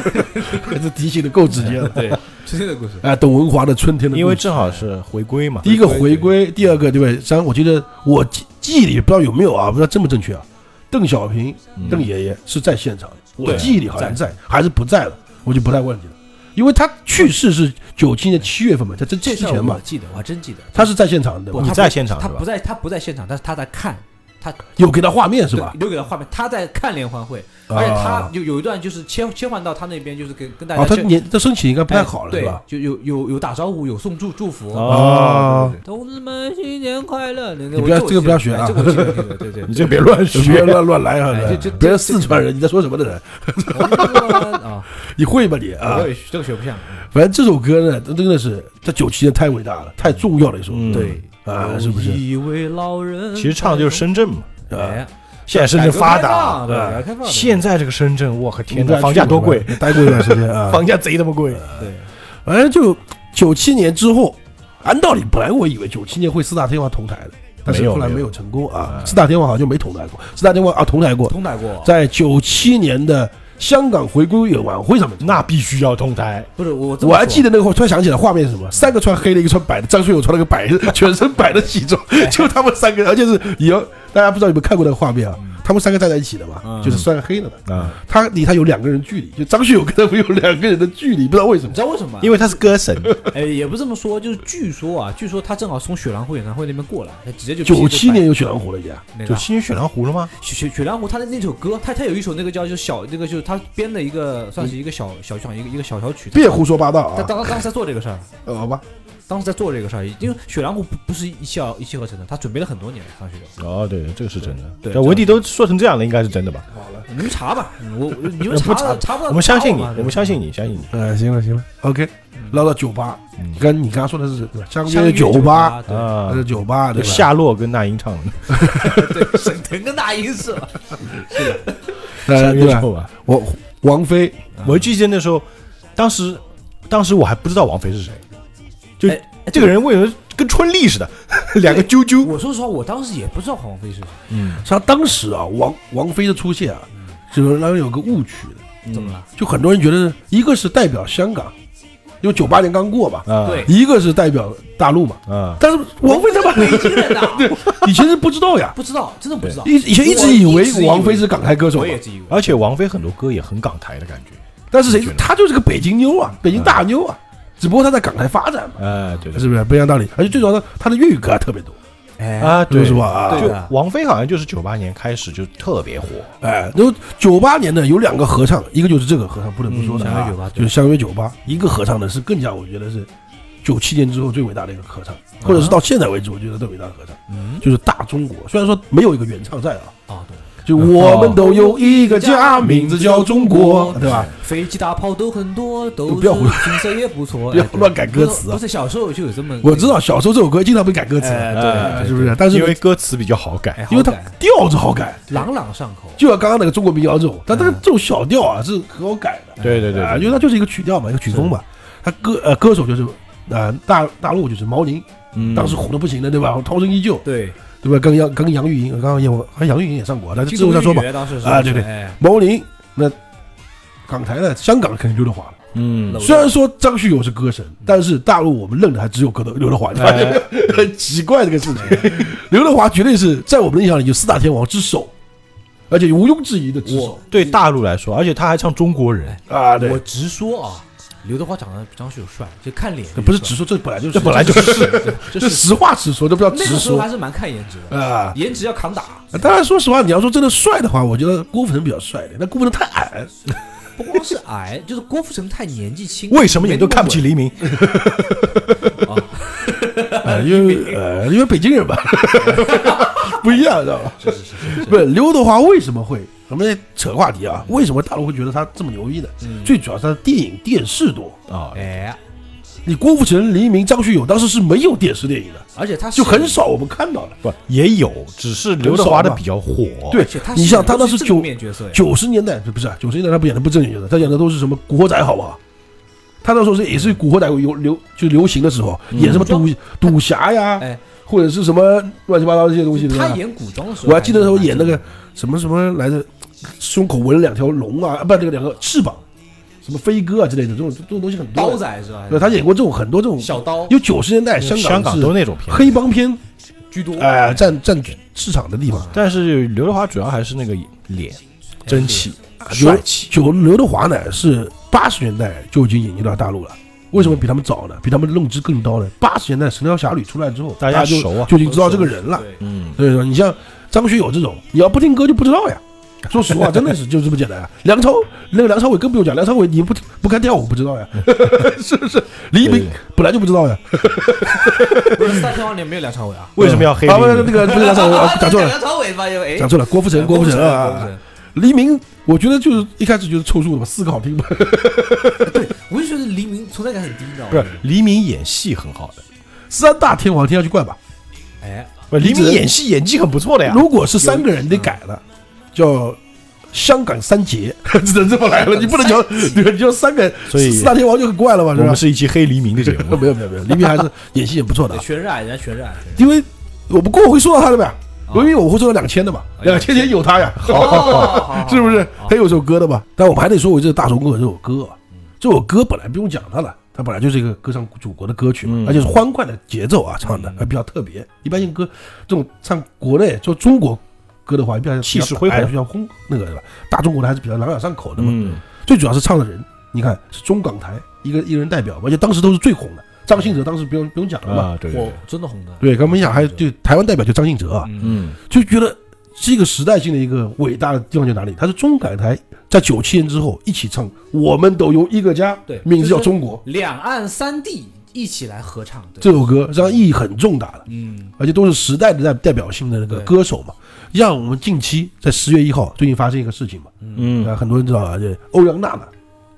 Speaker 3: 还是提醒的够直接的。
Speaker 1: 对，
Speaker 2: 春天的故事。
Speaker 3: 哎，董文华的《春天的故事》，
Speaker 1: 因为正好是回归嘛
Speaker 3: 第。一个回归，第二个对不对？三，我觉得我记记忆里不知道有没有啊，不知道正不正确啊。邓小平、
Speaker 1: 嗯
Speaker 3: 邓爷爷是在现场的，我
Speaker 1: 对
Speaker 3: 记忆里好像在，还是不在了，我就不太问你了，因为他去世是九七年七月份嘛，在这
Speaker 2: 这
Speaker 3: 之
Speaker 2: 事儿
Speaker 3: 前
Speaker 2: 我
Speaker 3: 嘛，
Speaker 2: 记得，我还真记得。
Speaker 3: 他是在现场的
Speaker 2: 不，
Speaker 3: 嘛，
Speaker 1: 你
Speaker 2: 他
Speaker 1: 在
Speaker 2: 不
Speaker 1: 现场
Speaker 2: 他
Speaker 1: 是吧
Speaker 2: 不在，他不在现场，但是他在看，他
Speaker 3: 有给他画面是吧？
Speaker 2: 对留给他画面，他在看联欢会，
Speaker 3: 啊
Speaker 2: 而且他有有一段就是切切换到他那边，就是跟跟大家
Speaker 3: 啊，他
Speaker 2: 去
Speaker 3: 年他身体应该不太
Speaker 2: 哎
Speaker 3: 好了是
Speaker 2: 对
Speaker 3: 吧？，
Speaker 2: 就有有有打招呼，有送祝祝福。
Speaker 1: 哦，
Speaker 2: 同志们，新年快乐！你
Speaker 3: 你不要这个不要学啊
Speaker 2: 哎这个我记得这个我记得对 对，
Speaker 1: 你这别乱
Speaker 3: 别
Speaker 1: 学
Speaker 3: 人，乱乱来啊！
Speaker 2: 哎
Speaker 3: 对
Speaker 2: 这这
Speaker 3: 别人四川人，你在说什么的人？
Speaker 2: 对啊，
Speaker 3: 你会吗你 啊
Speaker 2: 我？也这个学不像。
Speaker 3: 反正这首歌呢，真的是在九七年太伟大了，太重要了一首歌。
Speaker 1: 嗯
Speaker 2: 对
Speaker 3: 啊是不是
Speaker 2: 一位老人，
Speaker 1: 其实唱的就是深圳嘛。
Speaker 3: 啊，
Speaker 2: 哎，
Speaker 1: 现在深圳发达，
Speaker 2: 改革开放对，
Speaker 3: 哎
Speaker 2: 改革开放
Speaker 1: 现在这个深圳，我靠天
Speaker 3: 你在
Speaker 1: 哪，房价多贵嗯
Speaker 3: 去，过是吧待过一段时 间啊，
Speaker 1: 房价贼他妈贵。
Speaker 2: 对
Speaker 3: 反正就九七年之后，按道理本来我以为九七年会四大天王同台的，但
Speaker 1: 没
Speaker 3: 是
Speaker 1: 有
Speaker 3: 后来
Speaker 1: 没有哎
Speaker 3: 没有成功啊。四大天王好像就没同台过，四大天王啊同台过，
Speaker 2: 通台过，
Speaker 3: 在九七年的香港回归晚会上面。
Speaker 1: 那必须要同台，
Speaker 2: 不是我
Speaker 3: 我还记
Speaker 2: 得
Speaker 3: 得那个，我突然想起来画面是什么？三个穿黑的，一个穿白的。张学友穿了个白 的，全身白的西装，
Speaker 1: 哎
Speaker 3: 就他们三个，而且是也要大家不知道有没有看过那个画面啊？
Speaker 1: 嗯
Speaker 3: 他们三个站在一起的嘛
Speaker 2: 嗯，
Speaker 3: 就是穿黑的嘛。
Speaker 1: 啊，
Speaker 3: 他离他有两个人距离，就张学友跟他们有两个人的距离，不知道为什么
Speaker 2: 你。知道为什么吗？
Speaker 1: 因为他是歌神，
Speaker 2: 哎，也不这么说，就是据说啊，据说他正好从雪兰湖演唱会那边过来，他直接就
Speaker 3: 九七年有雪狼湖了，已经。
Speaker 2: 那个
Speaker 1: 就新雪狼湖了吗？
Speaker 2: 雪雪雪兰湖，他的那首歌，他他有一首那个叫就小那个就是他编的一个算是一个小小小一个一个小小曲子。
Speaker 3: 别胡说八道
Speaker 2: 他
Speaker 3: 啊！
Speaker 2: 当当时在做这个事儿，
Speaker 3: 呃好吧，
Speaker 2: 当时在做这个事儿，因为雪兰湖不不是一气而一气呵成的，他准备了很多年。张学友，
Speaker 1: 哦，对，这个是真的。
Speaker 2: 对
Speaker 1: 这文迪都说成这样了，应该是真的吧？
Speaker 2: 呃你们查吧，我你们
Speaker 1: 不
Speaker 2: 查
Speaker 1: 查
Speaker 2: 查不到，
Speaker 1: 我们相信你，
Speaker 2: 查吧
Speaker 1: 我们相信你，相信你。
Speaker 3: 呃，行了行了，OK，唠到酒吧，
Speaker 1: 嗯
Speaker 3: 你刚你刚刚说的是相
Speaker 2: 相
Speaker 3: 约
Speaker 2: 约
Speaker 3: 酒吧，
Speaker 2: 吧，对，
Speaker 1: 啊
Speaker 3: 那，是酒吧对
Speaker 1: 就
Speaker 3: 吧？
Speaker 1: 夏洛跟那英唱的，
Speaker 2: 对，沈腾跟大英是吧？
Speaker 3: 呃
Speaker 1: 相约
Speaker 3: 对吧？
Speaker 1: 之后吧。
Speaker 3: 我王菲
Speaker 1: 我记得那时候，当时当时我还不知道王菲是谁，就
Speaker 2: 哎
Speaker 1: 这个人为什么跟春丽似的， 两个啾啾。
Speaker 2: 我说实话，我当时也不知道黄飞是谁，
Speaker 1: 嗯，
Speaker 3: 像当时啊，王王菲的出现啊，就是让人有个误区的，
Speaker 2: 怎么了？
Speaker 3: 就很多人觉得，一个是代表香港，因为九八年刚过嘛，
Speaker 1: 啊，
Speaker 2: 对
Speaker 3: 一个是代表大陆嘛，
Speaker 1: 啊，
Speaker 3: 但是王菲他妈
Speaker 2: 北京 人呐，
Speaker 3: 以前是不知道呀，
Speaker 2: 不知道，真的不知道，
Speaker 3: 以以前一直以为王菲是港台歌手
Speaker 2: 我
Speaker 3: 嘛，
Speaker 2: 也自以为。
Speaker 1: 而且王菲很多歌也很港台的感觉。
Speaker 3: 但是谁她就是个北京妞啊，北京大妞啊，只不过她在港台发展嘛。
Speaker 1: 哎，对的
Speaker 3: 是不是不一样道理？而且最主要的，他的粤语歌啊还特别多，
Speaker 2: 哎
Speaker 1: 啊，对
Speaker 3: 是？吧？啊，
Speaker 2: 对
Speaker 3: 就
Speaker 2: 的啊
Speaker 1: 王菲好像就是九八年开始就特别火，
Speaker 3: 哎，然后九八年的有两个合唱，一个就是这个合唱，不得不说
Speaker 2: 嗯
Speaker 3: 的
Speaker 2: 相
Speaker 3: 啊
Speaker 2: 约酒吧，对
Speaker 3: 就是相约酒吧。一个合唱的是更加，我觉得是九七年之后最伟大的一个合唱，或者是到现在为止我觉得最伟大的合唱，
Speaker 2: 嗯
Speaker 3: 就是《大中国》。虽然说没有一个原唱在啊，
Speaker 2: 啊，对，
Speaker 3: 就我们都有一个家，名字叫中国，对吧？？
Speaker 2: 飞机、大炮都很多，都
Speaker 3: 不要胡
Speaker 2: 景色也不错，
Speaker 3: 不要
Speaker 2: 哎对
Speaker 3: 乱改歌词啊
Speaker 2: 不是小时候就有这么，
Speaker 3: 我知道小时候这首歌经常被改歌词，
Speaker 2: 哎
Speaker 1: 对
Speaker 3: 哎
Speaker 2: 对
Speaker 3: 是不是？但是
Speaker 1: 因为歌词比较好改。
Speaker 2: 哎，
Speaker 3: 因
Speaker 2: 好
Speaker 3: 为它
Speaker 2: 感
Speaker 3: 调子好改，
Speaker 2: 朗朗上口，
Speaker 3: 就像刚刚那个中国民谣这种，但这个这种小调啊是很好改的。
Speaker 1: 对对对
Speaker 3: 啊，因
Speaker 1: 对，
Speaker 3: 为它就是一个曲调嘛，一个曲风嘛。他歌呃歌手就是呃大大陆就是毛宁，
Speaker 1: 嗯
Speaker 3: 当时红的不行的，对吧？涛声依旧，
Speaker 2: 对，
Speaker 3: 对吧？跟杨跟杨钰莹，刚刚也我和杨钰莹也上过，但是之后再说
Speaker 2: 金。童
Speaker 3: 吧
Speaker 2: 玉女，当时是
Speaker 3: 啊对对
Speaker 2: 哎
Speaker 3: 毛宁那港台的香港肯定刘德华了，
Speaker 1: 嗯
Speaker 2: 老
Speaker 3: 虽然说张学友是歌神，但是大陆我们认的还只有歌德刘德华，你发现没有？
Speaker 1: 哎
Speaker 3: 很奇怪这个事情。刘德华绝对是在我们的印象里就四大天王之首，而且毋庸置疑的之首
Speaker 1: 对大陆来说，而且他还唱中国人，
Speaker 3: 啊！对
Speaker 2: 我，直说啊，刘德华长得比张学友帅，就看脸就知道，
Speaker 3: 不是直说，这本来就是，，
Speaker 1: 这本来就是
Speaker 2: 就是
Speaker 3: 这实话实说，这不叫
Speaker 2: 那个
Speaker 3: 直
Speaker 2: 时候
Speaker 3: 说
Speaker 2: 还是蛮看颜值的，
Speaker 3: 啊。
Speaker 2: 颜值要扛打，
Speaker 3: 当然，说实话，你要说真的帅的话，我觉得郭富城比较帅的。那郭富城太矮，
Speaker 2: 不光是矮，就是郭富城太年纪轻，
Speaker 1: 为什么你们都看不起
Speaker 2: 没
Speaker 1: 黎明？
Speaker 3: 呃、因为呃，因为北京人吧， 不一样，知道吧？
Speaker 2: 那么稳？是是是是，
Speaker 3: 不是刘德华为什么会？我们扯话题啊，为什么大陆会觉得他这么牛逼呢？最主要是他电影电视多，
Speaker 1: 啊，
Speaker 2: 哎，
Speaker 3: 你郭富城、黎明、张学友当时是没有电视电影的，
Speaker 2: 而且他是
Speaker 3: 就很，少我们看到的。
Speaker 1: 不也有，只是刘德华的比较火。
Speaker 3: 对
Speaker 2: 而且他，是
Speaker 3: 你像他当时
Speaker 2: 是正
Speaker 3: 九
Speaker 2: 面角色呀，
Speaker 3: 九十年代不是啊九十年代他不演的不正经的，他演的都是什么古惑仔，好不好？他那时候是也是古惑仔有流就流行的时候，演什么赌赌侠呀，
Speaker 2: 嗯哎，
Speaker 3: 或者是什么乱七八糟这些东西。对吧
Speaker 2: 他演古装的时候，
Speaker 3: 我还记得时候演那个什么什么来着，胸口纹了两条龙啊，啊不，那个两个翅膀，什么飞鸽啊之类的，这种这种东西很多
Speaker 2: 刀
Speaker 3: 的。
Speaker 2: 仔是吧？
Speaker 3: 对，他演过这种很多这种，
Speaker 2: 小刀
Speaker 3: 因为九十年代
Speaker 1: 香
Speaker 3: 香
Speaker 1: 港
Speaker 3: 是
Speaker 1: 都那种片。
Speaker 3: 黑帮片，
Speaker 2: 居多，
Speaker 3: 哎、占占据市场的地方。
Speaker 1: 但是刘德华主要还是那个脸
Speaker 2: 哎
Speaker 1: 争气、
Speaker 3: 刘
Speaker 1: 帅气。
Speaker 3: 九刘德华呢是八十年代就已经引进到大陆了，为什么比他们早呢？比他们认知更高呢？八十年代《神雕侠侣》出来之后，
Speaker 1: 大家
Speaker 3: 大就
Speaker 1: 熟啊
Speaker 3: 就已经知道这个人了。
Speaker 2: 对
Speaker 1: 嗯，
Speaker 3: 所以说，你像张学友这种，你要不听歌就不知道呀。说实话，真的是就这么简单啊。梁朝那个梁朝伟更不用讲，梁朝伟你不不看跳舞不知道呀， 是不是？黎明
Speaker 1: 对
Speaker 3: 本来就不知道呀，
Speaker 2: 不是《大天王》里面没有梁朝伟啊，
Speaker 1: 为什么要黑
Speaker 3: 啊？
Speaker 1: 黎
Speaker 3: 不是
Speaker 1: 明
Speaker 3: 那个不 是梁 朝伟，啊讲错了，
Speaker 2: 梁朝伟吧？又哎
Speaker 3: 讲，错了，郭富城，郭富城啊。，黎明，我觉得就是一开始就是凑数的嘛，四个好听嘛。
Speaker 2: 我就觉得黎明存在感很低，你知道吗？
Speaker 1: 不是，黎明演戏很好的，
Speaker 3: 三大天王听上去怪吧？
Speaker 2: 哎，
Speaker 1: 不是黎明演戏演技很不错的呀。
Speaker 3: 如果是三个人，你得改了，
Speaker 1: 嗯
Speaker 3: 叫香港三杰， 只能这么来了。你不能叫你你叫三个，
Speaker 1: 所以
Speaker 3: 四大天王就很怪了吧？
Speaker 1: 我
Speaker 3: 是吧，
Speaker 1: 们？是一期黑黎明的节目
Speaker 3: 没有没有没有，黎明还是演戏也不错的
Speaker 2: 得
Speaker 3: 啊，
Speaker 2: 全染，人家全染，全染
Speaker 3: 因为我不过我会说到他的嘛，因为我会说到两千的嘛，
Speaker 2: 哎呀
Speaker 3: 两千年有他呀，
Speaker 2: 哦
Speaker 3: 是不是？他有首歌的嘛，但我们还得说回这个大头哥这首歌啊，这首歌本来不用讲它了。它本来就是一个歌唱祖国的歌曲嘛，
Speaker 1: 嗯
Speaker 3: 而且是欢快的节奏啊，唱的还比较特别。一般性歌这种唱国内就中国歌的话，一般还是比较
Speaker 1: 气势恢宏
Speaker 3: 哎比较轰那个的吧。大中国的还是比较朗朗上口的嘛。
Speaker 1: 嗯，
Speaker 3: 最主要是唱的人，你看是中港台一个一人代表嘛，而且当时都是最红的。张信哲当时不用不用讲了嘛，
Speaker 1: 啊，对对
Speaker 2: 我
Speaker 1: 对，
Speaker 2: 真的红的，
Speaker 3: 对，刚没想还有就台湾代表就张信哲啊，
Speaker 2: 嗯，
Speaker 1: 嗯，
Speaker 3: 就觉得这个时代性的一个伟大的地方在哪里？它是中港台在九七年之后一起唱《我们都有一个家》，
Speaker 2: 对
Speaker 3: 名字叫《中国
Speaker 2: 两岸三地一起来合唱，》对，
Speaker 3: 这首歌，实际上意义很重大的，
Speaker 2: 嗯，
Speaker 3: 而且都是时代的代代表性的那个
Speaker 2: 对
Speaker 3: 歌手嘛。像我们近期在十月一号，最近发生一个事情嘛，
Speaker 1: 嗯
Speaker 3: 啊，很多人知道啊，这欧阳娜娜，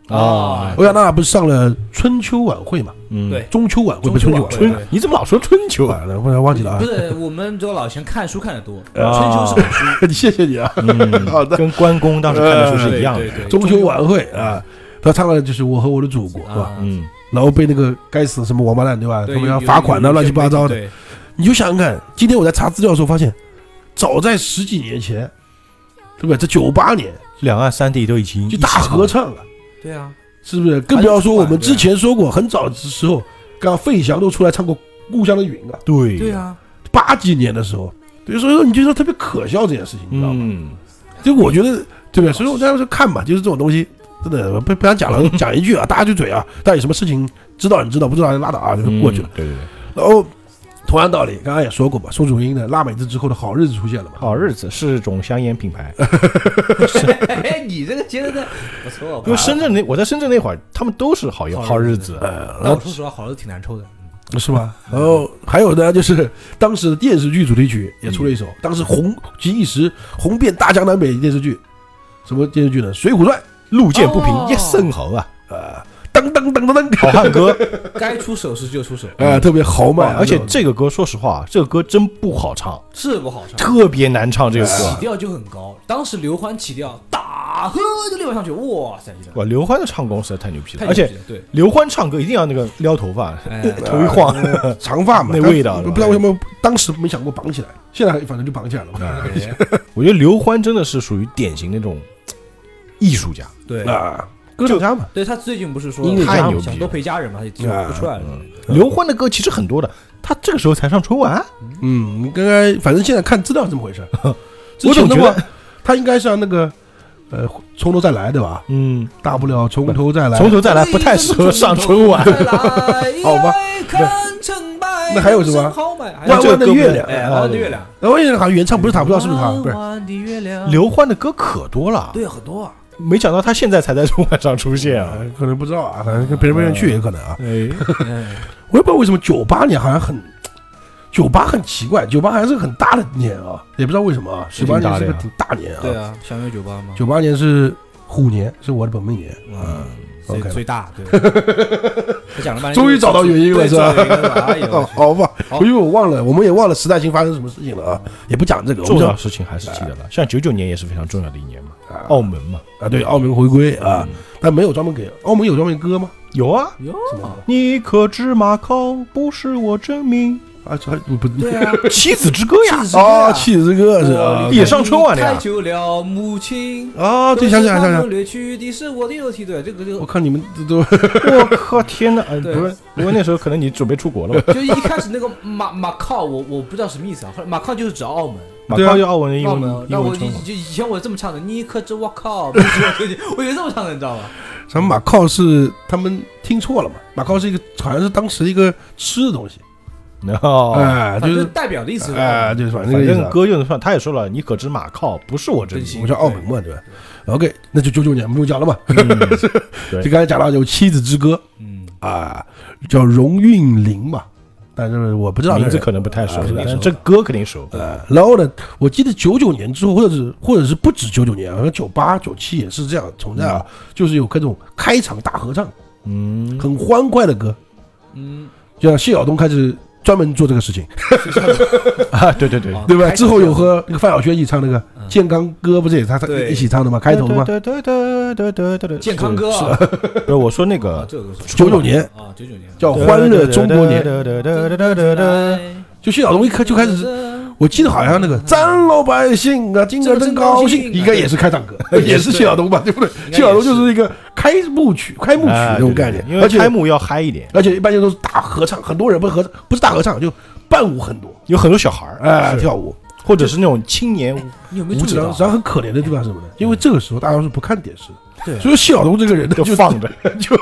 Speaker 2: 哎
Speaker 1: 啊，
Speaker 3: 欧阳娜娜不是上了春秋晚会嘛，
Speaker 1: 嗯，
Speaker 2: 对
Speaker 3: 中秋晚会不是春秋晚
Speaker 2: 中秋
Speaker 3: 会
Speaker 2: 晚会
Speaker 1: 春，你怎么老说春秋啊？
Speaker 3: 晚了，我忘记了啊
Speaker 2: 不，是，我们周老以前看书看的多，
Speaker 1: 啊
Speaker 2: 春秋是本书，
Speaker 3: 谢 谢你啊。
Speaker 1: 嗯
Speaker 3: 好的
Speaker 1: 跟关公当时看的书是一样
Speaker 2: 对
Speaker 1: 的。
Speaker 2: 对对
Speaker 3: 中秋晚会啊，他唱的就是《我和我的祖国》，是吧？
Speaker 2: 嗯啊，
Speaker 1: 嗯，
Speaker 3: 然后被那个该死的什么王八蛋，对吧？
Speaker 2: 对
Speaker 3: 他们要罚款的，
Speaker 2: 有有
Speaker 3: 乱七八糟的。
Speaker 2: 对，
Speaker 3: 你就想想看，今天我在查资料的时候发现，早在十几年前，对吧？这九八年
Speaker 1: 两岸三地都已经
Speaker 2: 嗯
Speaker 3: 就大合唱了，
Speaker 2: 对啊，
Speaker 3: 是不是？更不要说我们之前说过，很早的时候，刚刚费翔都出来唱过《故乡的云》啊，
Speaker 1: 对
Speaker 2: 对，啊，
Speaker 3: 八几年的时候，所以说你就说特别可笑这件事情，你知道吗？
Speaker 1: 嗯，
Speaker 3: 就我觉得，对不对？所以我大家就看吧，就是这种东西，真的不不 想讲了，讲一句啊，大家就嘴啊，大家有什么事情知道你知道，不知道就拉倒啊，就过去了。
Speaker 1: 嗯，对对对，
Speaker 3: 然后同样道理，刚刚也说过嘛，宋祖英的拉美子之后的好日子出现了嘛，
Speaker 1: 好日子是种香烟品牌，
Speaker 2: 哎，你这个接的不错，
Speaker 1: 因为深圳那我在深圳那会儿，他们都是好好日子，呃
Speaker 2: 但我说实话，好日子挺难抽的，
Speaker 3: 是吧？然后还有呢，就是当时的电视剧主题曲也出了一首，当时红极一时，红遍大江南北的电视剧，什么电视剧呢？《水浒传
Speaker 1: 路见不
Speaker 2: 哦
Speaker 1: 平一声吼啊，》
Speaker 3: 啊，当当当当当，
Speaker 1: 好汉歌，
Speaker 2: 该出手时就出手，
Speaker 3: 啊，特别豪迈，
Speaker 1: 嗯而且
Speaker 3: 这
Speaker 1: 这个歌说实话，这个歌真不好唱，
Speaker 2: 是不好唱，
Speaker 1: 特别难唱这个
Speaker 2: 起
Speaker 1: 歌。
Speaker 2: 调就很高，当时刘欢起调打呵就六上去，哇塞，
Speaker 1: 哇，刘欢的唱功实在太牛逼
Speaker 2: 太
Speaker 1: 了，
Speaker 2: 牛
Speaker 1: 而
Speaker 2: 逼
Speaker 1: 且
Speaker 2: 了 对，
Speaker 1: 刘欢唱歌一定要那个撩头发，
Speaker 2: 哎
Speaker 1: 头一晃，
Speaker 3: 呃长发嘛，
Speaker 1: 那味道哎
Speaker 3: 但
Speaker 1: 是吧
Speaker 3: 不知道为什么当时没想过绑起来，现在反正就绑起来了嘛。
Speaker 2: 哎
Speaker 1: 我觉得刘欢真的是属于典型那种嘖艺术家，
Speaker 2: 对，
Speaker 3: 啊，歌唱家嘛，
Speaker 2: 对他最近不是说
Speaker 1: 音乐家
Speaker 2: 他
Speaker 1: 牛逼
Speaker 2: 想多陪家人嘛，他也不出来了，
Speaker 1: 刘欢的歌其实很多的，他这个时候才上春晚，
Speaker 3: 嗯，应该反正现在看资料是这么回 事。
Speaker 1: 我总
Speaker 3: 我总
Speaker 1: 觉
Speaker 3: 觉
Speaker 1: 得
Speaker 3: 得他应该是让那个呃从头再来，对吧？
Speaker 1: 嗯，
Speaker 3: 大不了从头再来。
Speaker 1: 从头再来不太适合上春晚。
Speaker 2: 好
Speaker 3: 好吧，那还有什么
Speaker 2: 弯
Speaker 3: 弯弯的月
Speaker 1: 这
Speaker 3: 亮呃
Speaker 1: 个歌，
Speaker 2: 哎，弯弯的月亮，
Speaker 3: 然后那个好像原唱不是他，不知道是不是他，不是
Speaker 2: 弯弯的月亮，
Speaker 1: 刘欢的歌可多了，
Speaker 2: 对很多啊，
Speaker 1: 没想到他现在才在春晚上出现啊！
Speaker 3: 呃可能不知道啊，反正跟别人不愿意去也可能啊。
Speaker 1: 哎，
Speaker 2: 哎
Speaker 3: 我也不知道为什么九八年好像很。九八很奇怪，九八还是个很大的年啊，也不知道为什么啊。
Speaker 1: 是
Speaker 3: 九八
Speaker 1: 挺大
Speaker 3: 年
Speaker 1: 的
Speaker 3: 是个
Speaker 1: 呀
Speaker 3: 挺大年啊，
Speaker 2: 对啊，相约酒吧嘛，
Speaker 3: 九八年是虎年，是我的本命年。
Speaker 2: 嗯，最
Speaker 3: 啊 OK
Speaker 2: 最大， 对。我讲了半天，
Speaker 3: 终于找到原因了
Speaker 2: 对
Speaker 3: 是吧
Speaker 2: 找到原因了哎呦
Speaker 3: 哦，
Speaker 2: 我去
Speaker 3: 好吧，
Speaker 2: 好
Speaker 3: 因为我忘了，我们也忘了时代性发生什么事情了啊，也不讲这个，我
Speaker 1: 重
Speaker 3: 们
Speaker 1: 要的
Speaker 3: 讲
Speaker 1: 事情还是记得了，哦像九九年也是非常重要的一年嘛，澳门嘛，
Speaker 3: 啊，对，澳门回归啊，
Speaker 1: 嗯
Speaker 3: 但没有专门给澳门有专门歌吗？
Speaker 1: 有啊。
Speaker 2: 哟，
Speaker 1: 你可知马考不是我真名？
Speaker 3: 啊，这还不不
Speaker 2: 对 啊，
Speaker 1: 妻子之歌呀，
Speaker 2: 是哦
Speaker 3: 啊，气质歌是啊
Speaker 2: 我
Speaker 1: 也上春晚了呀
Speaker 2: 太久了，母亲。
Speaker 3: 啊，对，想起来想起来，
Speaker 2: 掠去的是我的肉体，对，这个
Speaker 3: 我
Speaker 2: 就
Speaker 3: 看你们都
Speaker 1: 我靠，天哪！哎，不
Speaker 2: 对
Speaker 1: 是，不过那时候可能你准备出国了嘛，
Speaker 2: 就一开始那个 马马靠，我我不知道什么意思啊，后来马靠就是指澳门，
Speaker 1: 马
Speaker 3: 对啊
Speaker 1: 考就澳文的英
Speaker 2: 澳
Speaker 1: 文
Speaker 2: 门，
Speaker 1: 英
Speaker 2: 那我
Speaker 1: 文
Speaker 2: 就
Speaker 1: 称呼。
Speaker 2: 就以前我这么唱的，你可知我靠，不 是我的肉体我以为这么唱的，你知道吗？
Speaker 3: 咱们马靠是他们听错了嘛？马靠是一个好像是当时一个吃的东西，
Speaker 1: 哦，
Speaker 3: 哎，就
Speaker 2: 反正
Speaker 3: 是
Speaker 2: 啊代表的意思，
Speaker 3: 哎，就是反正
Speaker 1: 反
Speaker 3: 那个意思
Speaker 1: 正
Speaker 3: 啊。
Speaker 1: 歌就是算，他也说了，你可知马考不是我真
Speaker 3: 我
Speaker 1: 名
Speaker 3: 们。叫澳门嘛，对吧？OK，那就九九年不用讲了嘛，
Speaker 1: 嗯对
Speaker 3: 就刚才讲到有《妻子之歌
Speaker 2: 嗯，》
Speaker 3: 啊，叫荣韵玲嘛，但是我不知道这
Speaker 1: 名字
Speaker 3: 人
Speaker 1: 可能不太熟
Speaker 3: 啊，
Speaker 1: 但是这歌肯定熟。
Speaker 3: 呃，然后呢，我记得九九年之后，或者是或者是不止九九年，好像九八九七也是这样存在啊，就是有各种开场大合唱，
Speaker 1: 嗯，
Speaker 3: 很欢快的歌，
Speaker 2: 嗯，
Speaker 3: 就像谢晓东开始专门做这个事情，
Speaker 1: 啊，对对对，
Speaker 2: 啊
Speaker 3: 对吧？
Speaker 2: 开
Speaker 3: 之
Speaker 2: 场
Speaker 3: 后有
Speaker 2: 这样
Speaker 3: 和那个范晓萱一起唱那个
Speaker 2: 嗯
Speaker 3: 《健康歌》，不是也他他
Speaker 2: 对
Speaker 3: 一起唱的吗？开头吗？
Speaker 1: 对对对对对对对，
Speaker 2: 健康歌
Speaker 1: 是。
Speaker 2: 啊，
Speaker 1: 是不是我说那
Speaker 2: 啊
Speaker 1: 个
Speaker 2: 这个歌手
Speaker 3: 九九年
Speaker 2: 啊，九九年
Speaker 3: 叫《欢乐中国年》，
Speaker 1: 年。
Speaker 3: 就谢晓东一开就开始，我记得好像那个咱老百姓啊，今个真高兴，应该也是开场歌，也是谢晓东吧，对不对？
Speaker 2: 应该也是
Speaker 3: 谢晓东就是一个开幕曲、开幕曲
Speaker 1: 哎
Speaker 3: 那种概念
Speaker 1: 对对对因，
Speaker 3: 而
Speaker 1: 为
Speaker 3: 且
Speaker 1: 开幕要嗨一点，
Speaker 3: 而且一般就都是大合唱，很多人不是合不是大合唱，就伴舞很多，
Speaker 1: 有很多小孩儿
Speaker 3: 哎，
Speaker 1: 是
Speaker 3: 跳舞
Speaker 1: 或者是那种青年舞
Speaker 2: 你有没有
Speaker 3: 舞
Speaker 2: 注
Speaker 3: 者。
Speaker 2: 意
Speaker 3: 然
Speaker 2: 到
Speaker 3: 后然后很可怜的地方是什么
Speaker 1: 嗯
Speaker 3: 呢？因为这个时候大家都是不看电视的，
Speaker 2: 对
Speaker 3: 所以谢晓东这个人呢
Speaker 1: 就
Speaker 3: 就
Speaker 1: 放着，
Speaker 2: 就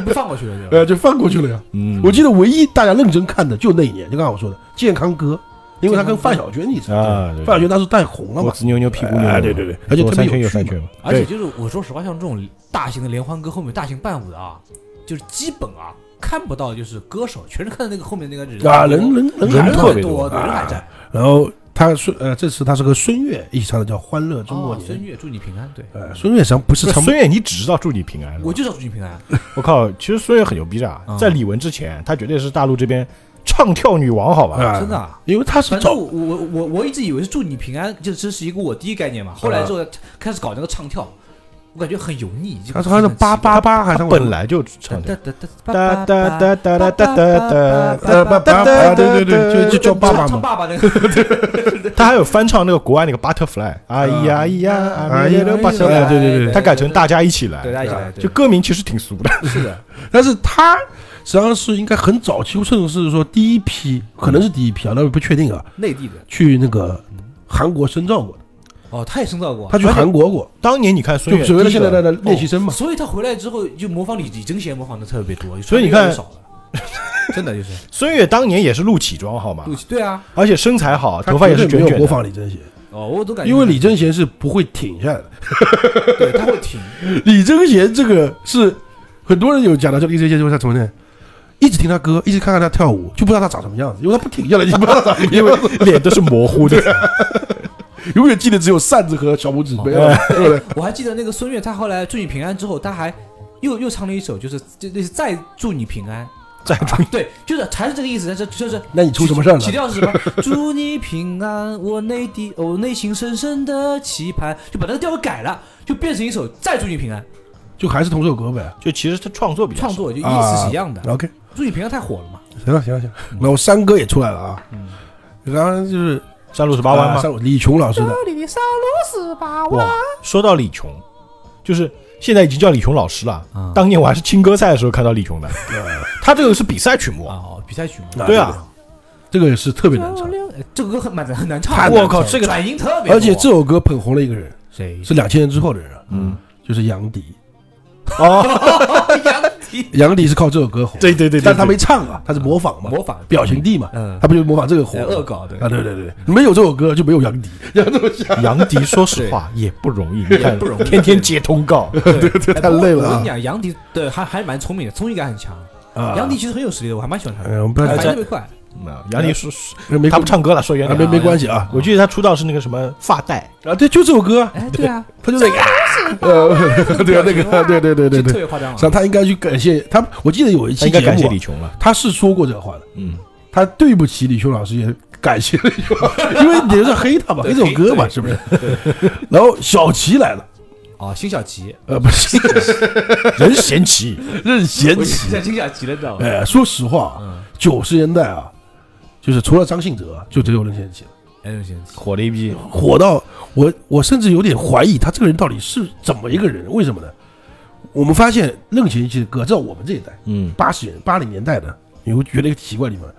Speaker 2: 不放过去了？对吧
Speaker 3: 呃就放过去了呀。
Speaker 1: 嗯
Speaker 3: 我记得唯一大家认真看的就那一年，就刚才我说的《健康歌》，因为他跟范晓萱一起，
Speaker 1: 啊，对
Speaker 3: 范晓�萱当时带红了
Speaker 1: 脖
Speaker 3: 嘛，
Speaker 1: 子扭扭屁股扭，
Speaker 3: 哎对对对而且
Speaker 1: 左
Speaker 3: 特别
Speaker 1: 三圈
Speaker 3: 有
Speaker 1: 右
Speaker 3: 趣
Speaker 1: 三
Speaker 3: 嘛
Speaker 1: 圈嘛，
Speaker 2: 而且
Speaker 1: 对
Speaker 2: 就是我说实话，像这种大型的联欢歌后面有大型伴舞的啊，就是基本啊看不到，就是歌手，全是看到那个后面那个人
Speaker 3: 啊，人人人
Speaker 1: 人
Speaker 3: 还
Speaker 1: 特
Speaker 3: 特
Speaker 1: 别
Speaker 3: 别
Speaker 1: 多
Speaker 2: 多，对人还在。
Speaker 3: 然后他孙呃，这次他是和孙悦一起唱的叫《欢乐中国
Speaker 2: 哦
Speaker 3: 年
Speaker 2: 孙》。悦，祝你平安。对，
Speaker 3: 呃，孙悦实际上不是
Speaker 1: 不是
Speaker 3: 唱
Speaker 1: 孙悦，你只知道祝你平安，
Speaker 2: 我就知道祝你平安。
Speaker 1: 我靠，其实孙悦很牛逼的啊，
Speaker 2: 嗯
Speaker 1: 在李玟之前，她绝对是大陆这边唱跳女王，好吧？
Speaker 3: 啊，
Speaker 2: 真的啊
Speaker 3: 因为他是
Speaker 2: 反正
Speaker 3: 照
Speaker 2: 我我我我一直以为是祝你平安，就这是一个我第一概念嘛。后来之后开始搞那个唱跳，我感觉很油腻。已经
Speaker 3: 他他是八八八还是
Speaker 1: 她本来就唱跳
Speaker 2: 哒哒
Speaker 1: 哒
Speaker 2: 哒
Speaker 1: 哒哒哒哒哒哒哒，
Speaker 3: 呃八八八对对对，就就叫爸爸
Speaker 2: 唱
Speaker 3: 嘛。
Speaker 2: 爸爸那个，
Speaker 1: 她还有翻唱那个国外那个 Butterfly，哎呀哎呀，哎呀
Speaker 3: 哎
Speaker 1: Butterfly，
Speaker 3: 对对对
Speaker 1: 她改成大家一起
Speaker 2: 对，大
Speaker 1: 来，
Speaker 2: 家一起来，
Speaker 1: 就歌名其实挺俗的，
Speaker 2: 是的，
Speaker 3: 但是他实际上是应该很早期，甚至是说第一批，可能是第一批啊，那不确定啊，
Speaker 2: 内地的
Speaker 3: 去那个韩国深造过的，
Speaker 2: 哦，他也深造过，
Speaker 3: 他去韩国过，
Speaker 1: 当年你看孙
Speaker 3: 就
Speaker 1: 悦，
Speaker 3: 所谓的现在
Speaker 1: 第一个
Speaker 3: 的练习生嘛。
Speaker 2: 所以他回来之后就模仿李李贞贤模仿的特别多，
Speaker 1: 所以你
Speaker 2: 穿
Speaker 1: 看
Speaker 2: 越越少了， 真的就是
Speaker 1: 孙悦当年也是露脐装，好吗
Speaker 2: 陆？琪对啊，
Speaker 1: 而且身材好，
Speaker 3: 他
Speaker 1: 哦头发也是
Speaker 3: 绝对
Speaker 1: 卷
Speaker 3: 没有
Speaker 1: 卷
Speaker 3: 模
Speaker 1: 的。
Speaker 3: 仿李贞贤，
Speaker 2: 哦，我都感觉
Speaker 3: 因为李贞贤是不会停下来的。
Speaker 2: 对他会停，
Speaker 3: 李贞贤这个是很多人有讲到，叫李贞贤就是他怎么呢？一直听他歌，一直看看他跳舞，就不知道他长什么样子，因为他不停下来，你不知道他长什 么
Speaker 1: 因为
Speaker 3: 样子，
Speaker 1: 脸都是模糊的，
Speaker 3: 永远记得只有扇子和小拇指，没有
Speaker 1: 哦
Speaker 3: 了，对不对？
Speaker 2: 我还记得那个孙悦，他后来祝你平安之后，他还又又唱了一首，就是就类似再祝你平安，
Speaker 1: 在中
Speaker 2: 对，就是还是这个意思，但是就是。
Speaker 3: 那你出什么事儿了
Speaker 2: 起？调是什么？ 祝你平安，我内地，我内心深深的期盼，就把那个调给改了，就变成一首再祝你平安。
Speaker 3: 就还是同首歌呗。
Speaker 1: 就其实他创作比较
Speaker 2: 创
Speaker 1: 少
Speaker 2: 作就意思是一样的。
Speaker 3: OK，
Speaker 2: 祝你平安太火了嘛，
Speaker 3: 行了行了行了，
Speaker 1: 嗯
Speaker 3: 那我三哥也出来了啊，然后就是
Speaker 1: 山路十嗯八弯
Speaker 3: 啊
Speaker 1: 嘛。
Speaker 3: 三李琼老师的，
Speaker 4: 这里三路十八弯啊
Speaker 1: 哇，，说到李琼，就是现在已经叫李琼老师了。
Speaker 2: 啊
Speaker 1: 当年我还是青歌赛的时候看到李琼的， 他这个是比赛曲目，
Speaker 2: 哦，比赛曲嘛，
Speaker 1: 对啊，
Speaker 3: 这个也是特别难唱，
Speaker 2: 呃这个歌很蛮很难唱
Speaker 1: 太
Speaker 2: 的，
Speaker 1: 难我靠唱了这个
Speaker 2: 转音特别多，
Speaker 3: 而且这首歌捧红了一个人，
Speaker 2: 谁
Speaker 3: 是两千年之后的人啊，
Speaker 1: 嗯，
Speaker 3: 就是杨迪，
Speaker 1: 哦，
Speaker 2: 杨迪
Speaker 3: 杨迪是靠这首歌红，
Speaker 1: 对对对对，嗯
Speaker 3: 但他没唱啊，他是模仿嘛，
Speaker 2: 模仿
Speaker 3: 表情帝嘛，
Speaker 2: 嗯
Speaker 3: 他不就模仿这个火
Speaker 2: 呃恶搞对
Speaker 3: 啊？对对对，没有这首歌就没有杨迪，要这么想，
Speaker 1: 对杨迪，说实话也不容易，你看
Speaker 2: 不容易
Speaker 1: 天天接通告，
Speaker 2: 对对
Speaker 3: 太累了
Speaker 2: 哎我
Speaker 3: 啊
Speaker 2: 跟你讲，杨迪对还还蛮聪明的，综艺感很强。
Speaker 3: 啊
Speaker 2: 杨迪其实很有实力的，我还蛮喜欢他的，
Speaker 3: 哎，我们不要
Speaker 2: 反
Speaker 3: 讲
Speaker 2: 应特别快。
Speaker 1: 啊，杨笠说
Speaker 3: 没
Speaker 1: 他不唱歌了，说远
Speaker 3: 啊
Speaker 1: 点
Speaker 3: 没。没关系啊
Speaker 1: 我记得他出道是那个什么发带，
Speaker 3: 啊，对，就这首歌，
Speaker 2: 哎，对啊，
Speaker 3: 他就那个，呃， 对啊，那个，对对对对
Speaker 2: 就特
Speaker 3: 对，
Speaker 2: 别夸张啊
Speaker 3: 实际上
Speaker 2: 了。
Speaker 3: 他应该去感谢他，我记得有一
Speaker 1: 啊他
Speaker 3: 期
Speaker 1: 应该
Speaker 3: 节
Speaker 1: 感谢
Speaker 3: 目
Speaker 1: 李
Speaker 3: 啊，
Speaker 1: 琼了。
Speaker 3: 他是说过这话的，
Speaker 1: 嗯，
Speaker 3: 他对不起李秋老师，也感谢李秋，因为你是黑他嘛，黑这首歌嘛，是不是？然后小齐来了，
Speaker 2: 哦，辛晓琪，
Speaker 3: 呃，不是
Speaker 1: 任贤齐，
Speaker 3: 任贤
Speaker 2: 我
Speaker 3: 齐，
Speaker 2: 像辛晓琪了，知道吗？
Speaker 3: 哎，说实话
Speaker 2: 嗯，
Speaker 3: 九十年代啊，就是除了张信哲，就只有任贤齐了。
Speaker 2: 哎，任贤齐，
Speaker 1: 火了一逼。
Speaker 3: 火到我，我甚至有点怀疑他这个人到底是怎么一个人？为什么呢？我们发现任贤齐的歌，在我们这一代
Speaker 1: 嗯，
Speaker 3: 八十年八零年代的，你会觉得一个奇怪的地方，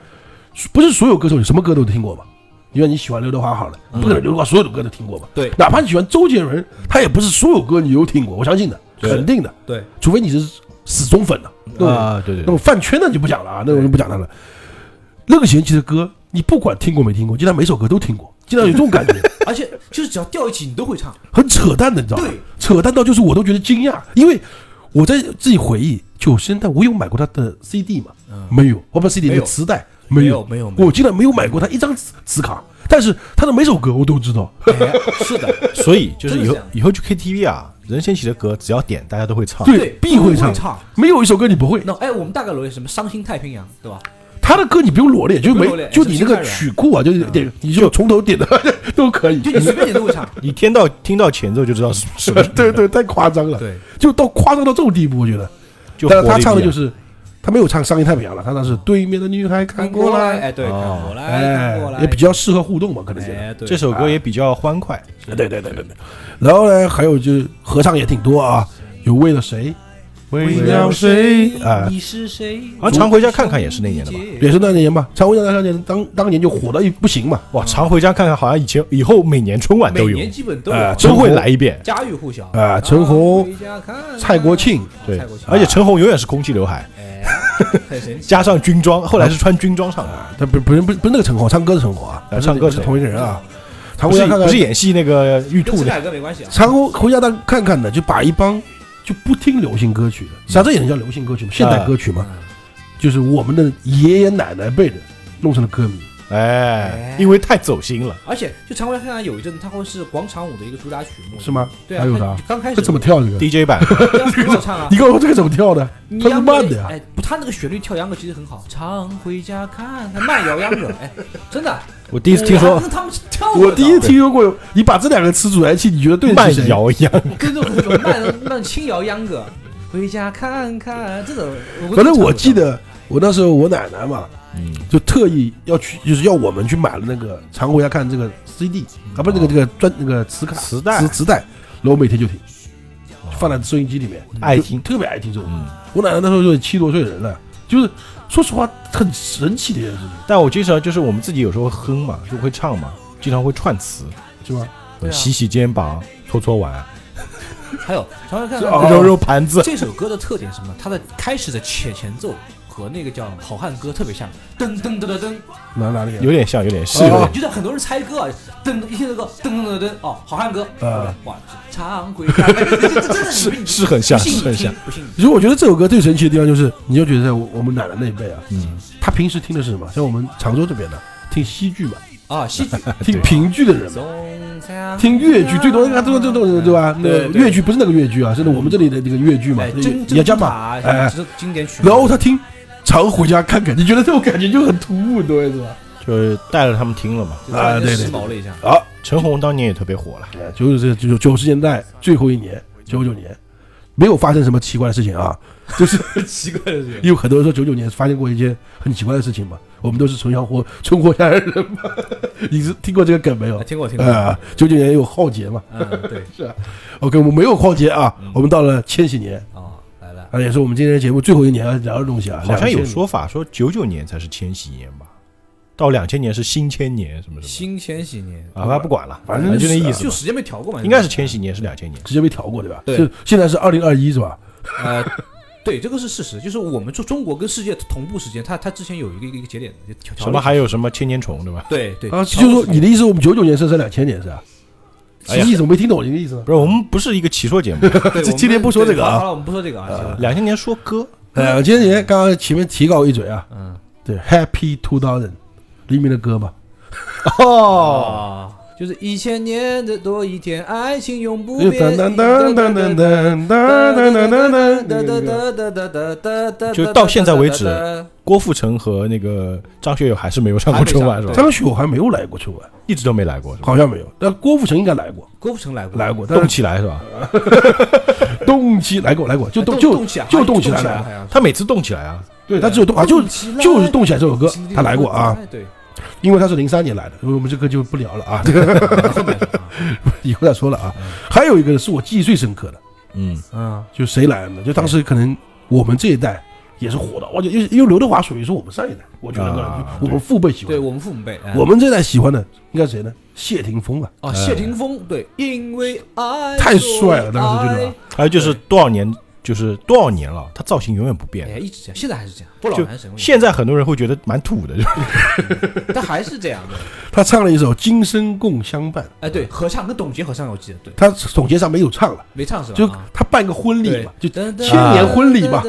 Speaker 3: 不是所有歌手你什么歌都听过吧？因为你喜欢刘德华好了，不
Speaker 1: 嗯
Speaker 3: 可能刘德华所有的歌都听过吧？
Speaker 2: 对
Speaker 3: 哪怕你喜欢周杰伦，他也不是所有歌你都听过，我相信的，
Speaker 1: 对
Speaker 3: 肯定的，
Speaker 2: 对，
Speaker 3: 除非你是死忠粉的、那种
Speaker 1: 啊，对对
Speaker 3: 那种
Speaker 1: 对，
Speaker 3: 饭圈的就不讲了啊，那种就不讲他了。任贤齐的歌，你不管听过没听过，经常每首歌都听过，经常有这种感觉，
Speaker 2: 而且就是只要调一起，你都会唱。
Speaker 3: 很扯淡的，你知道吗
Speaker 2: 对？
Speaker 3: 扯淡到就是我都觉得惊讶，因为我在自己回忆九十年代，我有买过他的 CD 吗？没有，哦我不是
Speaker 2: 嗯
Speaker 3: CD
Speaker 2: 没
Speaker 3: 那
Speaker 2: 有
Speaker 3: 个磁带
Speaker 2: 没
Speaker 3: 有，
Speaker 2: 有没有没有
Speaker 3: 我竟然没有买过他一张磁磁卡，但是他的每首歌我都知道。
Speaker 2: 哎是的，
Speaker 1: 所以就是以
Speaker 2: 真的
Speaker 1: 后
Speaker 2: 这样
Speaker 1: 以后去 KTV 啊，任贤齐的歌只要点，大家都会唱。
Speaker 3: 对
Speaker 2: 啊对，
Speaker 3: 必会
Speaker 2: 都
Speaker 3: 唱
Speaker 2: 会唱。
Speaker 3: 没有一首歌你不会，
Speaker 2: 那哎，我们大概罗列什么《伤心太平洋》，对吧？
Speaker 3: 他的歌你不用裸练，就
Speaker 2: 不
Speaker 3: 没
Speaker 2: 用裸练
Speaker 3: 就你那
Speaker 2: 是
Speaker 3: 个
Speaker 2: 不是
Speaker 3: 曲库啊，就是点你就从头点的都可以，
Speaker 2: 就你随便点都会 唱。
Speaker 1: 你听到听到前奏就知道是是 不是
Speaker 3: 对对，太夸张了，
Speaker 2: 对，
Speaker 3: 就到夸张到这种地步，我觉得。
Speaker 1: 就火
Speaker 3: 但
Speaker 1: 了
Speaker 3: 是
Speaker 1: 一逼啊。
Speaker 3: 他唱的就是，他没有唱《伤心太平洋》了，他那是对面的女孩看过来，哦
Speaker 2: 哎，对，看过来，看过
Speaker 3: 哎
Speaker 2: 来，，
Speaker 3: 也比较适合互动嘛，可能觉得。
Speaker 2: 哎，对，
Speaker 1: 这首歌也比较欢快。
Speaker 3: 对对对对对。然后呢，还有就是合唱也挺多啊，有为了谁，
Speaker 1: 为
Speaker 3: 了谁啊
Speaker 2: 你是谁？
Speaker 1: 啊常回家看看也是那年的吧
Speaker 2: 吧？
Speaker 3: 也是那年吧，常会让那年当当年就火到一不行嘛，
Speaker 1: 哇，常回家看看，好像以前以后每年春晚
Speaker 2: 每
Speaker 1: 都有，
Speaker 2: 年基本都
Speaker 3: 哎
Speaker 2: 有，啊
Speaker 1: 都会来一遍。
Speaker 2: 家喻户晓
Speaker 3: 啊陈红、蔡国，庆，
Speaker 1: 对
Speaker 2: 啊蔡国，庆
Speaker 1: 而且陈红永远是空气刘海，
Speaker 2: 哎，很神奇。
Speaker 1: 加上军装，后来是穿军装上
Speaker 2: 哎
Speaker 1: 的，
Speaker 3: 他不不是不是不是那个陈红，唱歌的陈红啊，
Speaker 1: 啊唱歌
Speaker 3: 是
Speaker 1: 陈
Speaker 3: 同一个人啊。常
Speaker 1: 不
Speaker 3: 回
Speaker 1: 是
Speaker 3: 家看
Speaker 1: 不
Speaker 3: 看
Speaker 1: 是，演戏那个玉
Speaker 2: 跟
Speaker 1: 兔
Speaker 2: 陈
Speaker 1: 的。
Speaker 2: 凯歌没关系啊，
Speaker 3: 常回回家当看看的，就把一帮就不听流行歌曲
Speaker 1: 嗯
Speaker 3: 的，啥这也能叫流行歌曲
Speaker 1: 啊
Speaker 3: 吗？现代歌曲嘛，就是我们的爷爷奶奶辈的弄成了歌迷。
Speaker 1: 哎
Speaker 2: 哎，
Speaker 1: 因为太走心了，
Speaker 2: 而且就常回家看看有一阵，它会是广场舞的一个主打曲目，
Speaker 3: 是吗？
Speaker 2: 对啊，
Speaker 3: 还有
Speaker 2: 它
Speaker 3: 啥？
Speaker 2: 刚
Speaker 1: 哎
Speaker 2: 开始
Speaker 3: 这怎么？跳这个？
Speaker 1: DJ 版
Speaker 2: 很少唱啊
Speaker 3: 你。告 诉我这个怎么跳的？
Speaker 2: 你
Speaker 3: 它是
Speaker 2: 秧歌
Speaker 3: 慢啊的呀。
Speaker 2: 哎，不，他那个旋律跳秧歌其实很好，常回家看看，慢摇秧歌，哎，真的。
Speaker 1: 我第一次听
Speaker 2: 我
Speaker 1: 说
Speaker 2: 还跟他们跳过
Speaker 3: 我
Speaker 2: 的
Speaker 3: 第一次听说过，你把这两个词组在一起，你觉得对 得
Speaker 1: 慢
Speaker 3: 起谁？
Speaker 1: 摇一样，
Speaker 2: 跟着我慢慢轻摇秧歌，回家看看，这种。
Speaker 3: 反正我记得我那时候我奶奶嘛，
Speaker 1: 嗯
Speaker 3: 就特意要去，就是要我们去买了那个常回家看这个 CD 啊，不是那个这个专那个磁卡
Speaker 1: 磁带哦
Speaker 3: 磁磁带，然后我每天就听，放在收音机里面，
Speaker 1: 爱
Speaker 3: 就
Speaker 1: 听
Speaker 3: 特别爱听这种。
Speaker 1: 嗯，
Speaker 3: 我奶奶那时候就七多岁人了，就是说实话很神奇的一件事
Speaker 1: 但我经常就是我们自己有时候会哼嘛，就会唱嘛，经常会串词，
Speaker 3: 情，是吧？
Speaker 2: 对啊
Speaker 1: 洗洗肩膀，搓搓碗，
Speaker 2: 还有常常看
Speaker 3: 哦
Speaker 2: 看
Speaker 1: 揉揉盘子，
Speaker 2: 这首歌的特点是什么？它的开始的前前奏和那个叫《好汉歌》特别像，噔噔噔噔噔，
Speaker 3: 哪哪里啊？
Speaker 1: 有点像，有点是
Speaker 3: 哦
Speaker 1: 有
Speaker 2: 我
Speaker 1: 点
Speaker 2: 觉得很多人猜歌啊，噔一听这个噔噔噔噔，哦，《好汉歌》
Speaker 3: 啊，
Speaker 2: 哇，常回家，哎这这这真的你
Speaker 1: 是
Speaker 2: 们
Speaker 1: 是很像，
Speaker 2: 不信
Speaker 1: 是
Speaker 2: 你
Speaker 1: 很像
Speaker 2: 听，，不信你
Speaker 3: 其实我觉得这首歌最神奇的地方就是，你就觉得在我我们奶奶那一辈啊，
Speaker 1: 嗯，
Speaker 3: 她平时听的是什么？像我们常州这边的，听西剧嘛，
Speaker 2: 啊，戏剧。
Speaker 3: 听评剧的人嘛，听越剧最多，那都都都对吧？
Speaker 2: 啊
Speaker 3: 那
Speaker 2: 对对嗯
Speaker 3: 越剧不是那个越剧啊，是那我们这里的那个越剧嘛，
Speaker 2: 哎，真
Speaker 3: 也也
Speaker 2: 真
Speaker 3: 叫
Speaker 2: 珠
Speaker 3: 嘛。
Speaker 2: 塔，
Speaker 3: 哎
Speaker 2: 这是经典曲目。
Speaker 3: 然后他听常回家看看，你觉得这种感觉就很突兀，对吧？
Speaker 1: 就是带着他们听了嘛。
Speaker 2: 就突然
Speaker 3: 啊
Speaker 2: 间
Speaker 3: 对对
Speaker 2: 时髦了一下。
Speaker 3: 好，
Speaker 1: 陈红当年也特别火了，
Speaker 3: 哎就是这就是九十年代最后一年，九九年。没有发生什么奇怪的事情啊，就是
Speaker 2: 奇怪的是，
Speaker 3: 因为很多人说九九年发生过一些很奇怪的事情嘛，我们都是存小活存活下来的人嘛， 你是听过这个梗没有
Speaker 2: 啊？听过听过，
Speaker 3: 啊，九九年有浩劫嘛
Speaker 2: 嗯，对，
Speaker 3: ？OK，我们没有浩劫啊，我们到了千禧年
Speaker 2: 哦，来了，
Speaker 3: 啊，也是我们今天节目最后一年要聊的东西啊。
Speaker 1: 好像有
Speaker 3: 2000
Speaker 1: 说法说九九年才是千禧年吧，到两千年是新千年什么什么
Speaker 2: 新千禧年，
Speaker 1: 啊，反正不管了，
Speaker 3: 反
Speaker 1: 反正
Speaker 3: 正
Speaker 1: 就那
Speaker 3: 是啊
Speaker 1: 意思
Speaker 2: 就
Speaker 1: 吧，
Speaker 2: 时间被调过嘛，
Speaker 1: 应该是千禧年是两千年，
Speaker 3: 直接被调过对吧？
Speaker 2: 对
Speaker 3: 是现在是二零二一是吧？
Speaker 2: 呃，对，这个是事实，就是我们中中国跟世界同步时间，它它之前有一个一个一个节点的，就调调
Speaker 1: 什
Speaker 2: 了
Speaker 1: 么
Speaker 2: 一下
Speaker 1: 还有什么千年虫对吧？
Speaker 2: 对对
Speaker 3: 啊，
Speaker 2: 调
Speaker 3: 就是
Speaker 2: 了
Speaker 3: 说
Speaker 2: 一下
Speaker 3: 你的意思是我们九九年生是两千年是吧？
Speaker 1: 哎
Speaker 3: 什
Speaker 1: 呀
Speaker 3: 么意思？我没听懂你的意思呢。
Speaker 1: 不是，我们不是一个起说节目，
Speaker 2: 对
Speaker 3: 这
Speaker 2: 我们
Speaker 3: 今天不说这个啊
Speaker 2: 对好了，我们不说这个啊，
Speaker 1: 两千年说歌，
Speaker 3: 两千年刚刚前面提到一嘴啊，
Speaker 2: 嗯，
Speaker 3: 对，Happy Two Thousand 黎明的歌嘛，
Speaker 1: 哦，
Speaker 2: 哦，就是一千年的多一天，爱情永不
Speaker 3: 噔
Speaker 2: 变。
Speaker 3: 呃噔噔噔噔噔噔噔噔噔噔噔，
Speaker 1: 就到现在为止郭富城和那个张学友还是没有上过春晚是吧？
Speaker 3: 张学友还没有来过春晚，
Speaker 1: 一直都没来过是吧？
Speaker 3: 好像没有，但郭富城应该来过，
Speaker 2: 郭富城来过，
Speaker 3: 来过，但
Speaker 1: 动
Speaker 3: 是
Speaker 1: 起来是吧？
Speaker 3: 动起来过来过，就
Speaker 2: 动
Speaker 3: 就
Speaker 2: 起来，
Speaker 3: 就
Speaker 2: 动
Speaker 3: 哎动起来
Speaker 2: 了，
Speaker 3: 了
Speaker 2: 好，像是
Speaker 1: 他每次动起来啊，
Speaker 3: 对他只有动啊，就
Speaker 2: 起来
Speaker 3: 就是动起来这首歌
Speaker 2: 起来
Speaker 3: 他来过啊，
Speaker 2: 对，
Speaker 3: 因为他是零三年来的，所以我们这个就不聊了啊，
Speaker 2: 后面啊
Speaker 3: 以后再说了啊。还有一个是我记忆最深刻的，
Speaker 1: 嗯，
Speaker 2: 嗯，
Speaker 3: 就谁来了呢？就当时可能我们这一代也是火的，而且因为因为刘德华属于是我们上一代，我觉得个人
Speaker 1: 啊
Speaker 3: 就我们父辈喜欢
Speaker 2: 对，我们父母辈，哎
Speaker 3: 我们这代喜欢的应该是谁呢？谢霆锋啊，
Speaker 2: 哦，谢霆锋对，因为爱
Speaker 3: 太帅了当时觉得啊
Speaker 1: 还有就是多少年，就是多少年了，他造型永远不
Speaker 2: 哎，
Speaker 1: 变。
Speaker 2: 一直这样，现在还是这样，不老
Speaker 1: 就
Speaker 2: 男神，
Speaker 1: 现在很多人会觉得蛮土的，就是
Speaker 2: 但还是这样的，
Speaker 3: 他唱了一首《今生共相伴》，
Speaker 2: 哎，对，合唱跟董洁合唱我记得，对，
Speaker 3: 他总结上没有唱了，
Speaker 2: 没唱是吧？
Speaker 3: 就
Speaker 2: 啊
Speaker 3: 他办个婚礼嘛，就
Speaker 2: 对千
Speaker 3: 千年婚礼嘛，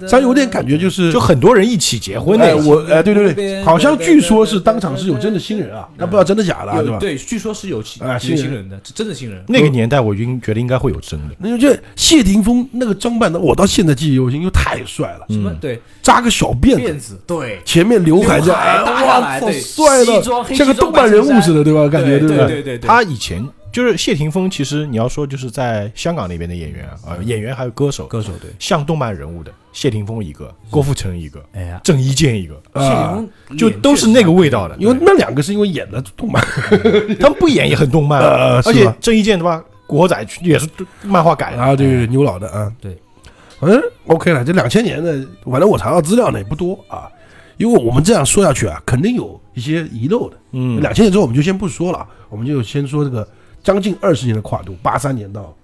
Speaker 2: 咱
Speaker 3: 咱有点感觉就是
Speaker 1: 就很多人一起结婚
Speaker 3: 哎，
Speaker 1: 的。
Speaker 3: 我哎，对对对，好像据说是当场是有真的新人啊，那不知道真的假的、啊，对吧？
Speaker 2: 对，据说是有新
Speaker 3: 啊
Speaker 2: 有
Speaker 3: 新人
Speaker 2: 新人的，是真的新人。
Speaker 1: 那个年代，我已经觉得应该会有真的。
Speaker 3: 那就这谢霆锋那个装扮的，我到现在记忆犹新，因为太帅了，
Speaker 2: 什么对
Speaker 3: 扎个小嗯辫子，
Speaker 2: 辫子，对，
Speaker 3: 前面刘海这
Speaker 2: 刘
Speaker 3: 样，
Speaker 2: 海
Speaker 3: 哎
Speaker 2: 搭下
Speaker 3: 哇，
Speaker 2: 来
Speaker 3: 好
Speaker 2: 对
Speaker 3: 帅
Speaker 2: 西装
Speaker 3: 的，
Speaker 2: 黑
Speaker 3: 像个
Speaker 2: 西装
Speaker 3: 动漫人物似的，对吧？感觉
Speaker 2: 对
Speaker 3: 不
Speaker 2: 对对对对，
Speaker 1: 他以前就是谢霆锋，其实你要说就是在香港那边的演员啊，呃演员还有歌手，
Speaker 2: 歌手对，
Speaker 1: 像动漫人物的，谢霆锋一个，郭富城一个，
Speaker 2: 哎呀，
Speaker 1: 郑伊健一个，
Speaker 2: 谢
Speaker 3: 啊
Speaker 2: 霆锋
Speaker 1: 就
Speaker 2: 脸
Speaker 1: 都是那个味道的。
Speaker 3: 因为那两个是因为演的动漫，
Speaker 1: 他们不演也很动漫，啊
Speaker 3: 呃
Speaker 1: 而
Speaker 3: 是
Speaker 1: 且
Speaker 3: 吧
Speaker 1: 郑伊健对吧？国仔也是漫画改的，
Speaker 3: 啊，对对对，牛老的啊，
Speaker 2: 对，
Speaker 3: 嗯，OK 了，这两千年的，反正我查到资料呢也不多啊，因为我们这样说下去啊，肯定有一些遗漏的。
Speaker 1: 嗯，
Speaker 3: 两千年之后我们就先不说了啊，我们就先说这个将近二十年的跨度，八三年到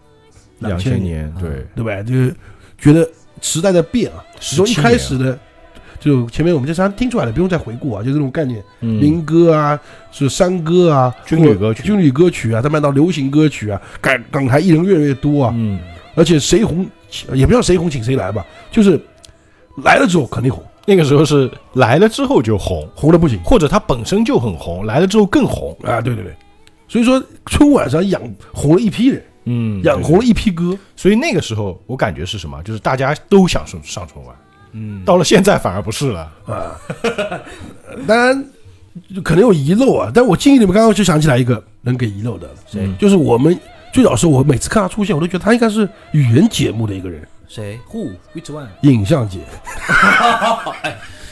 Speaker 1: 两
Speaker 3: 千啊
Speaker 1: 千，年对，
Speaker 3: 对吧？就是觉得时代在变啊，从一
Speaker 1: 17
Speaker 3: 开始的。就前面我们这常听出来了，不用再回顾啊，就这种概念，
Speaker 1: 嗯，
Speaker 3: 民歌啊，是山歌啊，
Speaker 1: 军旅歌曲
Speaker 3: 军旅歌曲啊，再卖到流行歌曲啊，港港台艺人越来越多啊，
Speaker 1: 嗯，
Speaker 3: 而且谁红也不知道谁红请谁来吧，就是来了之后肯定红，
Speaker 1: 那个时候是来了之后就红，
Speaker 3: 红的不行
Speaker 1: 或者他本身就很红，来了之后更红，
Speaker 3: 啊！对对对，所以说春晚上养红了一批人，
Speaker 1: 嗯
Speaker 3: 养红了一批歌，
Speaker 1: 所以那个时候我感觉是什么？就是大家都想上上春晚，
Speaker 2: 嗯，
Speaker 1: 到了现在反而不是了。
Speaker 3: 当然就可能有遗漏啊，但我记忆里面刚刚就想起来一个能给遗漏的，
Speaker 1: 谁
Speaker 3: 就是我们最早时候，我每次看他出现，我都觉得他应该是语言节目的一个人，
Speaker 2: 谁 Who Which One？
Speaker 3: 影像节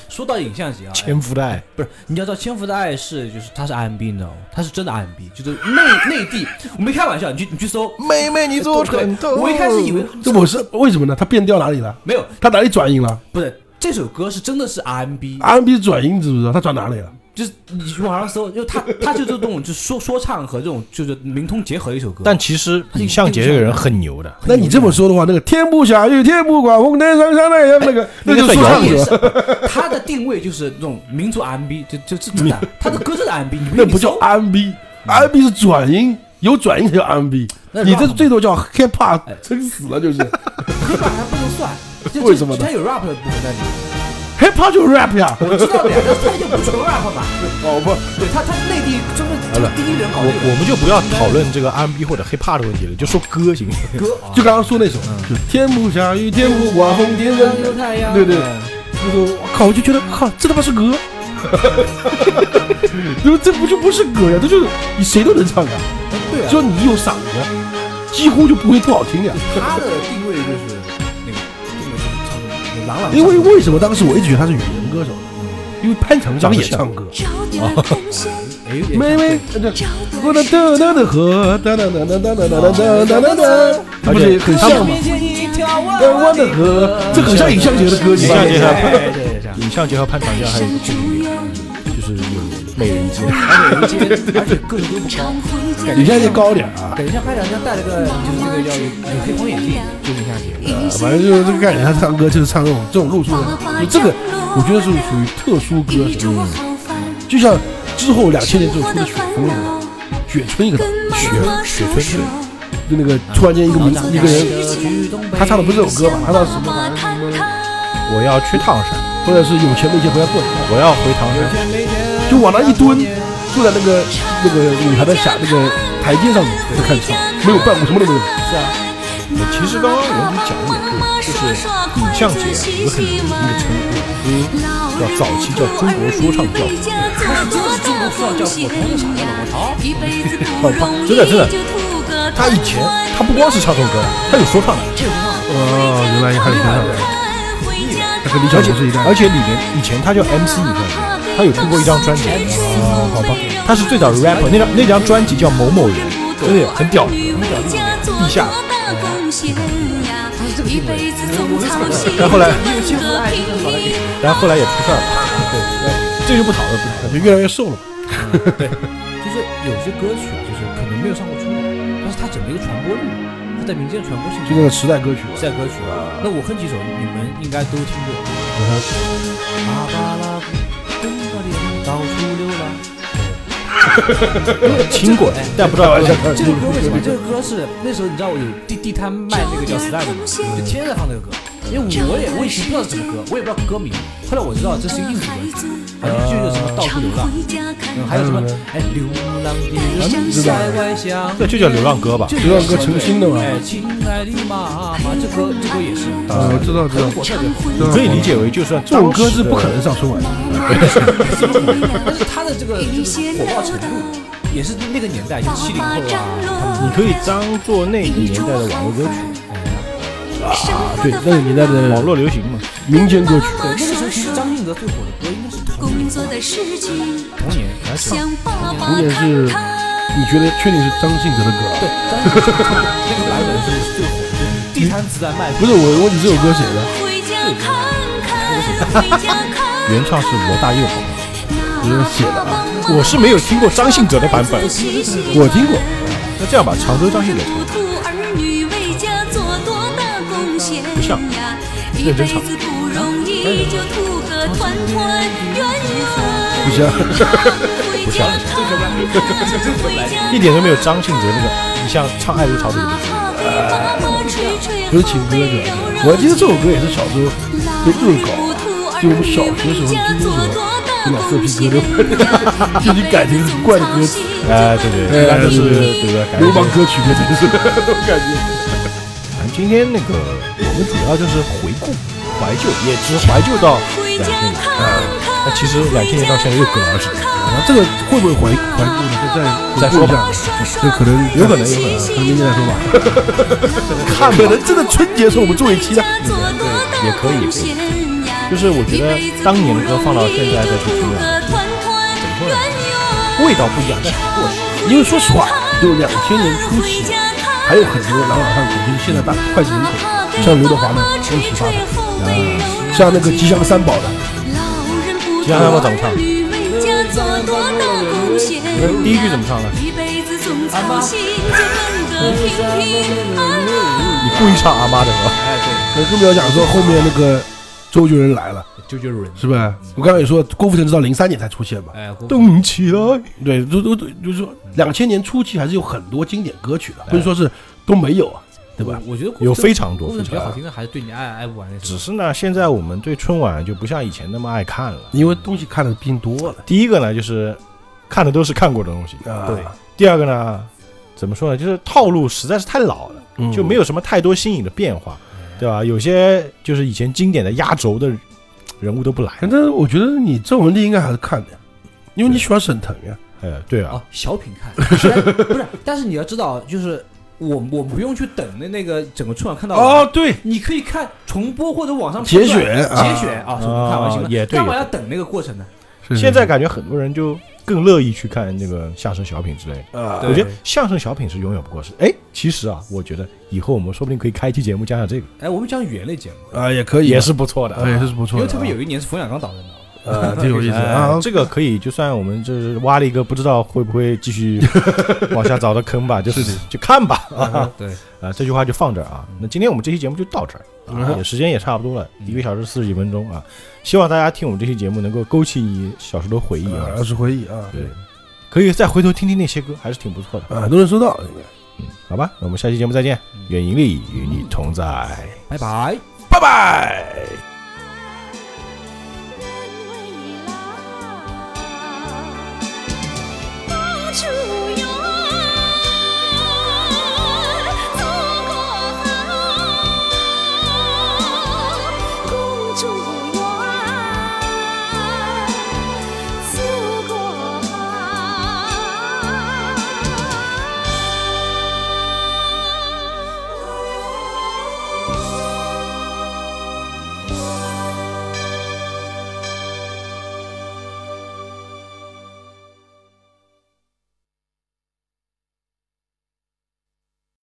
Speaker 2: 说到影像节啊，哎
Speaker 1: 千夫带
Speaker 2: 不是，你要知道《千夫的爱》是就是它是 R&B，你知道吗？它是真的 R&B，就是内内地，我没开玩笑，你去你去搜，
Speaker 1: 妹妹你做枕头，
Speaker 2: 我一开始以
Speaker 1: 嗯
Speaker 2: 为
Speaker 3: 这我是为什么呢？他变调哪里了？
Speaker 2: 没有，
Speaker 3: 他哪里转音了
Speaker 2: 不是这首歌是真的是 R&B，
Speaker 3: ？R&B 转音知不知道？他转哪里了？
Speaker 2: 就是你去网上搜，就他他就是这种就说说唱和这种就是民通结合的一首歌。
Speaker 1: 但其实尹相杰这个人很牛的，
Speaker 3: 那你这么说的话，那个天不下雨天不管，红天上山那样那个，那
Speaker 1: 那
Speaker 3: 就
Speaker 1: 个
Speaker 3: 说
Speaker 1: 算
Speaker 3: 唱
Speaker 2: 他
Speaker 1: 摇
Speaker 2: 也
Speaker 3: 者，
Speaker 2: 是，他的定位就是那种民族 R&B，就就就真的，他的歌真的 R&B，你
Speaker 3: 那
Speaker 2: 你
Speaker 3: 不叫
Speaker 2: 搜
Speaker 3: R&B，R&B 是转音，有转音才叫 R&B。
Speaker 2: 那
Speaker 3: 你这
Speaker 2: rap
Speaker 3: 最多叫 hip hop，
Speaker 2: 哎
Speaker 3: 撑死了就是。
Speaker 2: rap 还不能算，就
Speaker 3: 为什么呢
Speaker 2: 就它有 rap 的部分在里面，
Speaker 3: hip hop 就是 rap 呀。
Speaker 2: 我知道的呀，但是它就不纯 rap 嘛。
Speaker 3: 哦不，
Speaker 2: 对他他内地专门
Speaker 1: 好
Speaker 2: 就
Speaker 1: 了
Speaker 2: 第一人搞
Speaker 1: 我
Speaker 2: 这个
Speaker 1: 我们就不要讨论这个 R&B 或者 hiphop 的问题了，就说歌行。
Speaker 2: 歌，
Speaker 3: 就刚刚说那首，就天不下雨天不管，红天上
Speaker 2: 有太阳，
Speaker 3: 对对就是我靠，我就觉得靠，这他妈是歌。就是 这不就不是歌呀，这就是你谁都能唱啊，
Speaker 2: 对啊，
Speaker 3: 只要你有嗓子，几乎就不会不好听的呀。
Speaker 2: 他的定位就是那个定位就是唱那种朗朗上口，
Speaker 3: 因为为什么当时我一直觉得他是语言歌手呢？因为潘长江也唱歌，
Speaker 4: 找点儿红线，
Speaker 2: 哎有点
Speaker 3: 妹妹，这
Speaker 4: 找
Speaker 3: 我
Speaker 4: 点
Speaker 3: 的哒哒的河，哒哒哒哒哒哒哒哒哒哒哒，不是很像吗？
Speaker 2: 前一条
Speaker 3: 弯弯的河，这很像尹相杰的歌，你
Speaker 1: 尹
Speaker 3: 知道
Speaker 1: 相杰
Speaker 3: 吗？
Speaker 1: 和
Speaker 2: 对对对。
Speaker 1: 尹相杰和潘长江还有
Speaker 4: 山竹哟，
Speaker 1: 就是有美人计。
Speaker 2: 而且而且个子都不高
Speaker 4: 常，回家。
Speaker 3: 尹相杰高点啊，
Speaker 2: 感觉像潘长江戴了个就是那个叫有黑框眼镜，就是像杰。
Speaker 4: 雨
Speaker 3: 反正就是这个概念，他唱歌就是唱这种这种路数的，就这个我觉得是属于特殊歌
Speaker 4: 一
Speaker 3: 手，
Speaker 4: 桌好饭，
Speaker 3: 就像之后两千年之后
Speaker 4: 我
Speaker 3: 出的
Speaker 4: 的
Speaker 3: 雪
Speaker 4: 烦
Speaker 3: 峰里面，
Speaker 4: 恼
Speaker 3: 雪村一个
Speaker 4: 跟妈妈说说。
Speaker 3: 就那个突然间一个名一个人，他唱的不是这首歌吧？他唱的什
Speaker 4: 妈
Speaker 3: 么？
Speaker 4: 妈看看，
Speaker 1: 我要去趟山，
Speaker 3: 或者是有钱没钱不要过来。
Speaker 1: 我要回唐山。
Speaker 3: 就就往那一蹲，坐在那个那个舞台的下那个台阶上面在看场，没有伴舞，什么都没有。
Speaker 2: 是啊，
Speaker 1: 其实刚刚我们讲的也对，就是影像节啊，有很一个称呼，因为叫早期叫中国说唱教父，哦
Speaker 4: 好吧，真的真的，
Speaker 1: 他
Speaker 4: 他
Speaker 1: 以
Speaker 4: 以
Speaker 1: 前
Speaker 4: 前
Speaker 1: 他不光是唱这首歌，他有说唱的，
Speaker 3: 哦，原来还有这样的，
Speaker 4: 他
Speaker 3: 和李小
Speaker 1: 而且
Speaker 3: 龙是一代的。
Speaker 1: 而且里面以前他叫 MC，你知道吗？他有出过一张专辑，
Speaker 4: 哦，好吧，
Speaker 1: 他是最早的 rapper，那张那张专辑叫某某人，真的很屌，
Speaker 4: 地下。
Speaker 1: 然后后来
Speaker 4: 来，
Speaker 1: 但后来也出事儿了，对，这就不讨论不讨论。
Speaker 3: 就越来越瘦了，
Speaker 2: 就是有些歌曲啊，就是可能没有上过春晚，但是它整个一个传播率，它在民间传播性
Speaker 3: 就那个时代歌曲嘛。
Speaker 2: 在歌曲啊。那我哼几首，你们应该都听过。 阿巴拉布登个脸，到处流浪。
Speaker 1: 听过，但不知道
Speaker 3: 开玩笑，
Speaker 2: 这个歌为什么？这个歌是那时候你知道我有地地摊卖那个叫 Star 的吗？就天天在放这个歌，因为我也我以前不知道是什么歌，我也不知道歌名，后来我知道这是印度歌曲，好像就是什么到处流浪，嗯还有什么哎流浪的人在外乡，
Speaker 1: 这就叫流浪歌吧？
Speaker 3: 流浪歌陈星的嘛
Speaker 2: 哎，亲爱的妈妈，这歌这歌也是
Speaker 3: 啊，我知道知道
Speaker 2: 很，火热的，
Speaker 1: 你可以理解为就算
Speaker 3: 这种歌是不可能上春晚的。
Speaker 2: 但是他的这个就是火爆程度也是那个年代，就七零后啊，
Speaker 1: 你可以当做那个年代的网络歌曲，
Speaker 4: 啊，
Speaker 3: 对，那个年代的
Speaker 1: 网络流行嘛。
Speaker 3: 民间歌曲，
Speaker 2: 他们对那个时候其实张信哲最火的歌应该是童
Speaker 4: 工
Speaker 2: 年，
Speaker 4: 作的事情，
Speaker 2: 童年。
Speaker 4: 向爸爸
Speaker 3: 童年是
Speaker 4: 看看。
Speaker 3: 你觉得确定是张信哲的歌啊？
Speaker 2: 对，但是呃那个版本是最火的，地摊子在卖。
Speaker 3: 不是我问你这首歌谁的？
Speaker 4: 回家看看，回家看
Speaker 1: 原唱是罗大佑，
Speaker 4: 看，
Speaker 3: 别人写的啊
Speaker 1: 我是没有听过张信哲的版本。
Speaker 3: 我听过，
Speaker 1: 那这样
Speaker 3: 啊
Speaker 1: 吧，常州张信哲
Speaker 4: 不图儿女为家做多大贡献
Speaker 3: 啊
Speaker 4: 呀，一辈子不容易，就图个团团圆圆。
Speaker 3: 不像，
Speaker 4: 回家看看，回家
Speaker 1: 一点都没有张信哲那个，你像唱《爱如潮水》的
Speaker 4: 爸爸给妈妈
Speaker 3: 嗯
Speaker 4: 吹吹
Speaker 3: 不是情歌
Speaker 4: 对
Speaker 3: 是吧？我记得这首歌也是小时候被恶搞，就我们小学时候听的时候，有两色皮歌的， 自己改成很怪的歌词，
Speaker 1: 哎，对对，对，一般都是对对，感觉
Speaker 3: 流氓歌曲歌 真是，感觉。
Speaker 1: 反正今天那个我们主要就是回顾、怀旧，也只怀旧到
Speaker 4: 回
Speaker 1: 两
Speaker 4: 家
Speaker 1: 千年。
Speaker 4: 看
Speaker 3: 啊
Speaker 4: 看，
Speaker 1: 那其实两千年到现在又隔了二十年，
Speaker 3: 这个会不会怀怀旧呢？再再
Speaker 1: 再说
Speaker 3: 一下
Speaker 1: 吧，
Speaker 3: 这可能
Speaker 1: 有可能有可能
Speaker 3: 可能明天再说吧。
Speaker 1: 看
Speaker 3: 可能真的春节时候我们做一期的，
Speaker 1: 也可以也可以就是我觉得当年的歌放到现在再去听啊，味道不一样，但是过时。
Speaker 3: 因为说实话，就两千年初期还有很多朗朗上口，就是现在大脍炙人口，像刘德华的《恭喜发财》，像那个吉祥三宝的，
Speaker 1: 吉祥三宝怎么唱？第一句怎么唱的？
Speaker 4: 一辈子总操心，就能够平平安安。
Speaker 1: 你故意唱阿妈的是吧？
Speaker 3: 可呃更不要讲说后面那个周杰伦来了，
Speaker 2: 就就是人，
Speaker 3: 是吧？我刚才也说，郭富城直到零三年才出现嘛，
Speaker 2: 哎，我
Speaker 1: 动起来，
Speaker 3: 对，都都都就是说两千年初期还是有很多经典歌曲的，不是说是都没有啊，对吧？
Speaker 2: 我我觉得
Speaker 1: 有非常多
Speaker 2: 郭富城比
Speaker 1: 非
Speaker 2: 较
Speaker 1: 常
Speaker 2: 好听的还是对你爱爱不完那首
Speaker 1: 只是呢，现在我们对春晚就不像以前那么爱看了。
Speaker 3: 因为东西看的毕竟多了，
Speaker 1: 第一个呢，就是看的都是看过的东西；
Speaker 3: 啊，
Speaker 2: 对
Speaker 1: 第二个呢，怎么说呢，就是套路实在是太老了，
Speaker 3: 嗯
Speaker 1: 就没有什么太多新颖的变化，对吧？有些就是以前经典的压轴的人物都不来了。
Speaker 3: 反正我觉得你郑文丽应该还是看的呀，因为你喜欢沈腾呀。
Speaker 1: 呃，对啊
Speaker 2: 哦，，小品看，不是，但是你要知道，就是我我不用去等那那个整个春晚看到完，，
Speaker 3: 哦对，
Speaker 2: 你可以看重播或者网上
Speaker 3: 节选啊
Speaker 2: 节选啊，重播看完行了，
Speaker 1: 也对
Speaker 2: 干嘛
Speaker 1: 也
Speaker 2: 要等那个过程呢？
Speaker 1: 现在感觉很多人就更乐意去看那个相声小品之类的。
Speaker 3: 啊，
Speaker 2: 对
Speaker 1: 我觉得相声小品是永远不过时。哎，其实啊，我觉得以后我们说不定可以开一期节目讲讲这个，
Speaker 2: 哎，我们讲语言类节目，
Speaker 3: 啊也可以，
Speaker 1: 也是不错的。
Speaker 3: 啊也是不错
Speaker 2: 因
Speaker 3: 的
Speaker 2: 为
Speaker 3: 啊，
Speaker 2: 特别有一年是冯小刚导的呢，
Speaker 3: 啊，挺有意思的
Speaker 1: 哎
Speaker 3: 啊，
Speaker 1: 这个可以，就算我们就是挖了一个不知道会不会继续 往下找的坑吧，就是就看吧。啊，
Speaker 2: 对，
Speaker 1: 啊这句话就放这儿啊。那今天我们这期节目就到这儿，啊
Speaker 3: 嗯
Speaker 1: 也时间也差不多了，一个小时四十几分钟啊。希望大家听我们这期节目能够勾起你小时候的回忆啊
Speaker 3: 啊，，儿时回忆啊，
Speaker 1: 对，可以再回头听听那些歌，还是挺不错的。
Speaker 3: 啊，很多人收到，应该。
Speaker 1: 好吧，那我们下期节目再见，愿引力与你同在。
Speaker 2: 拜拜。
Speaker 3: 拜拜。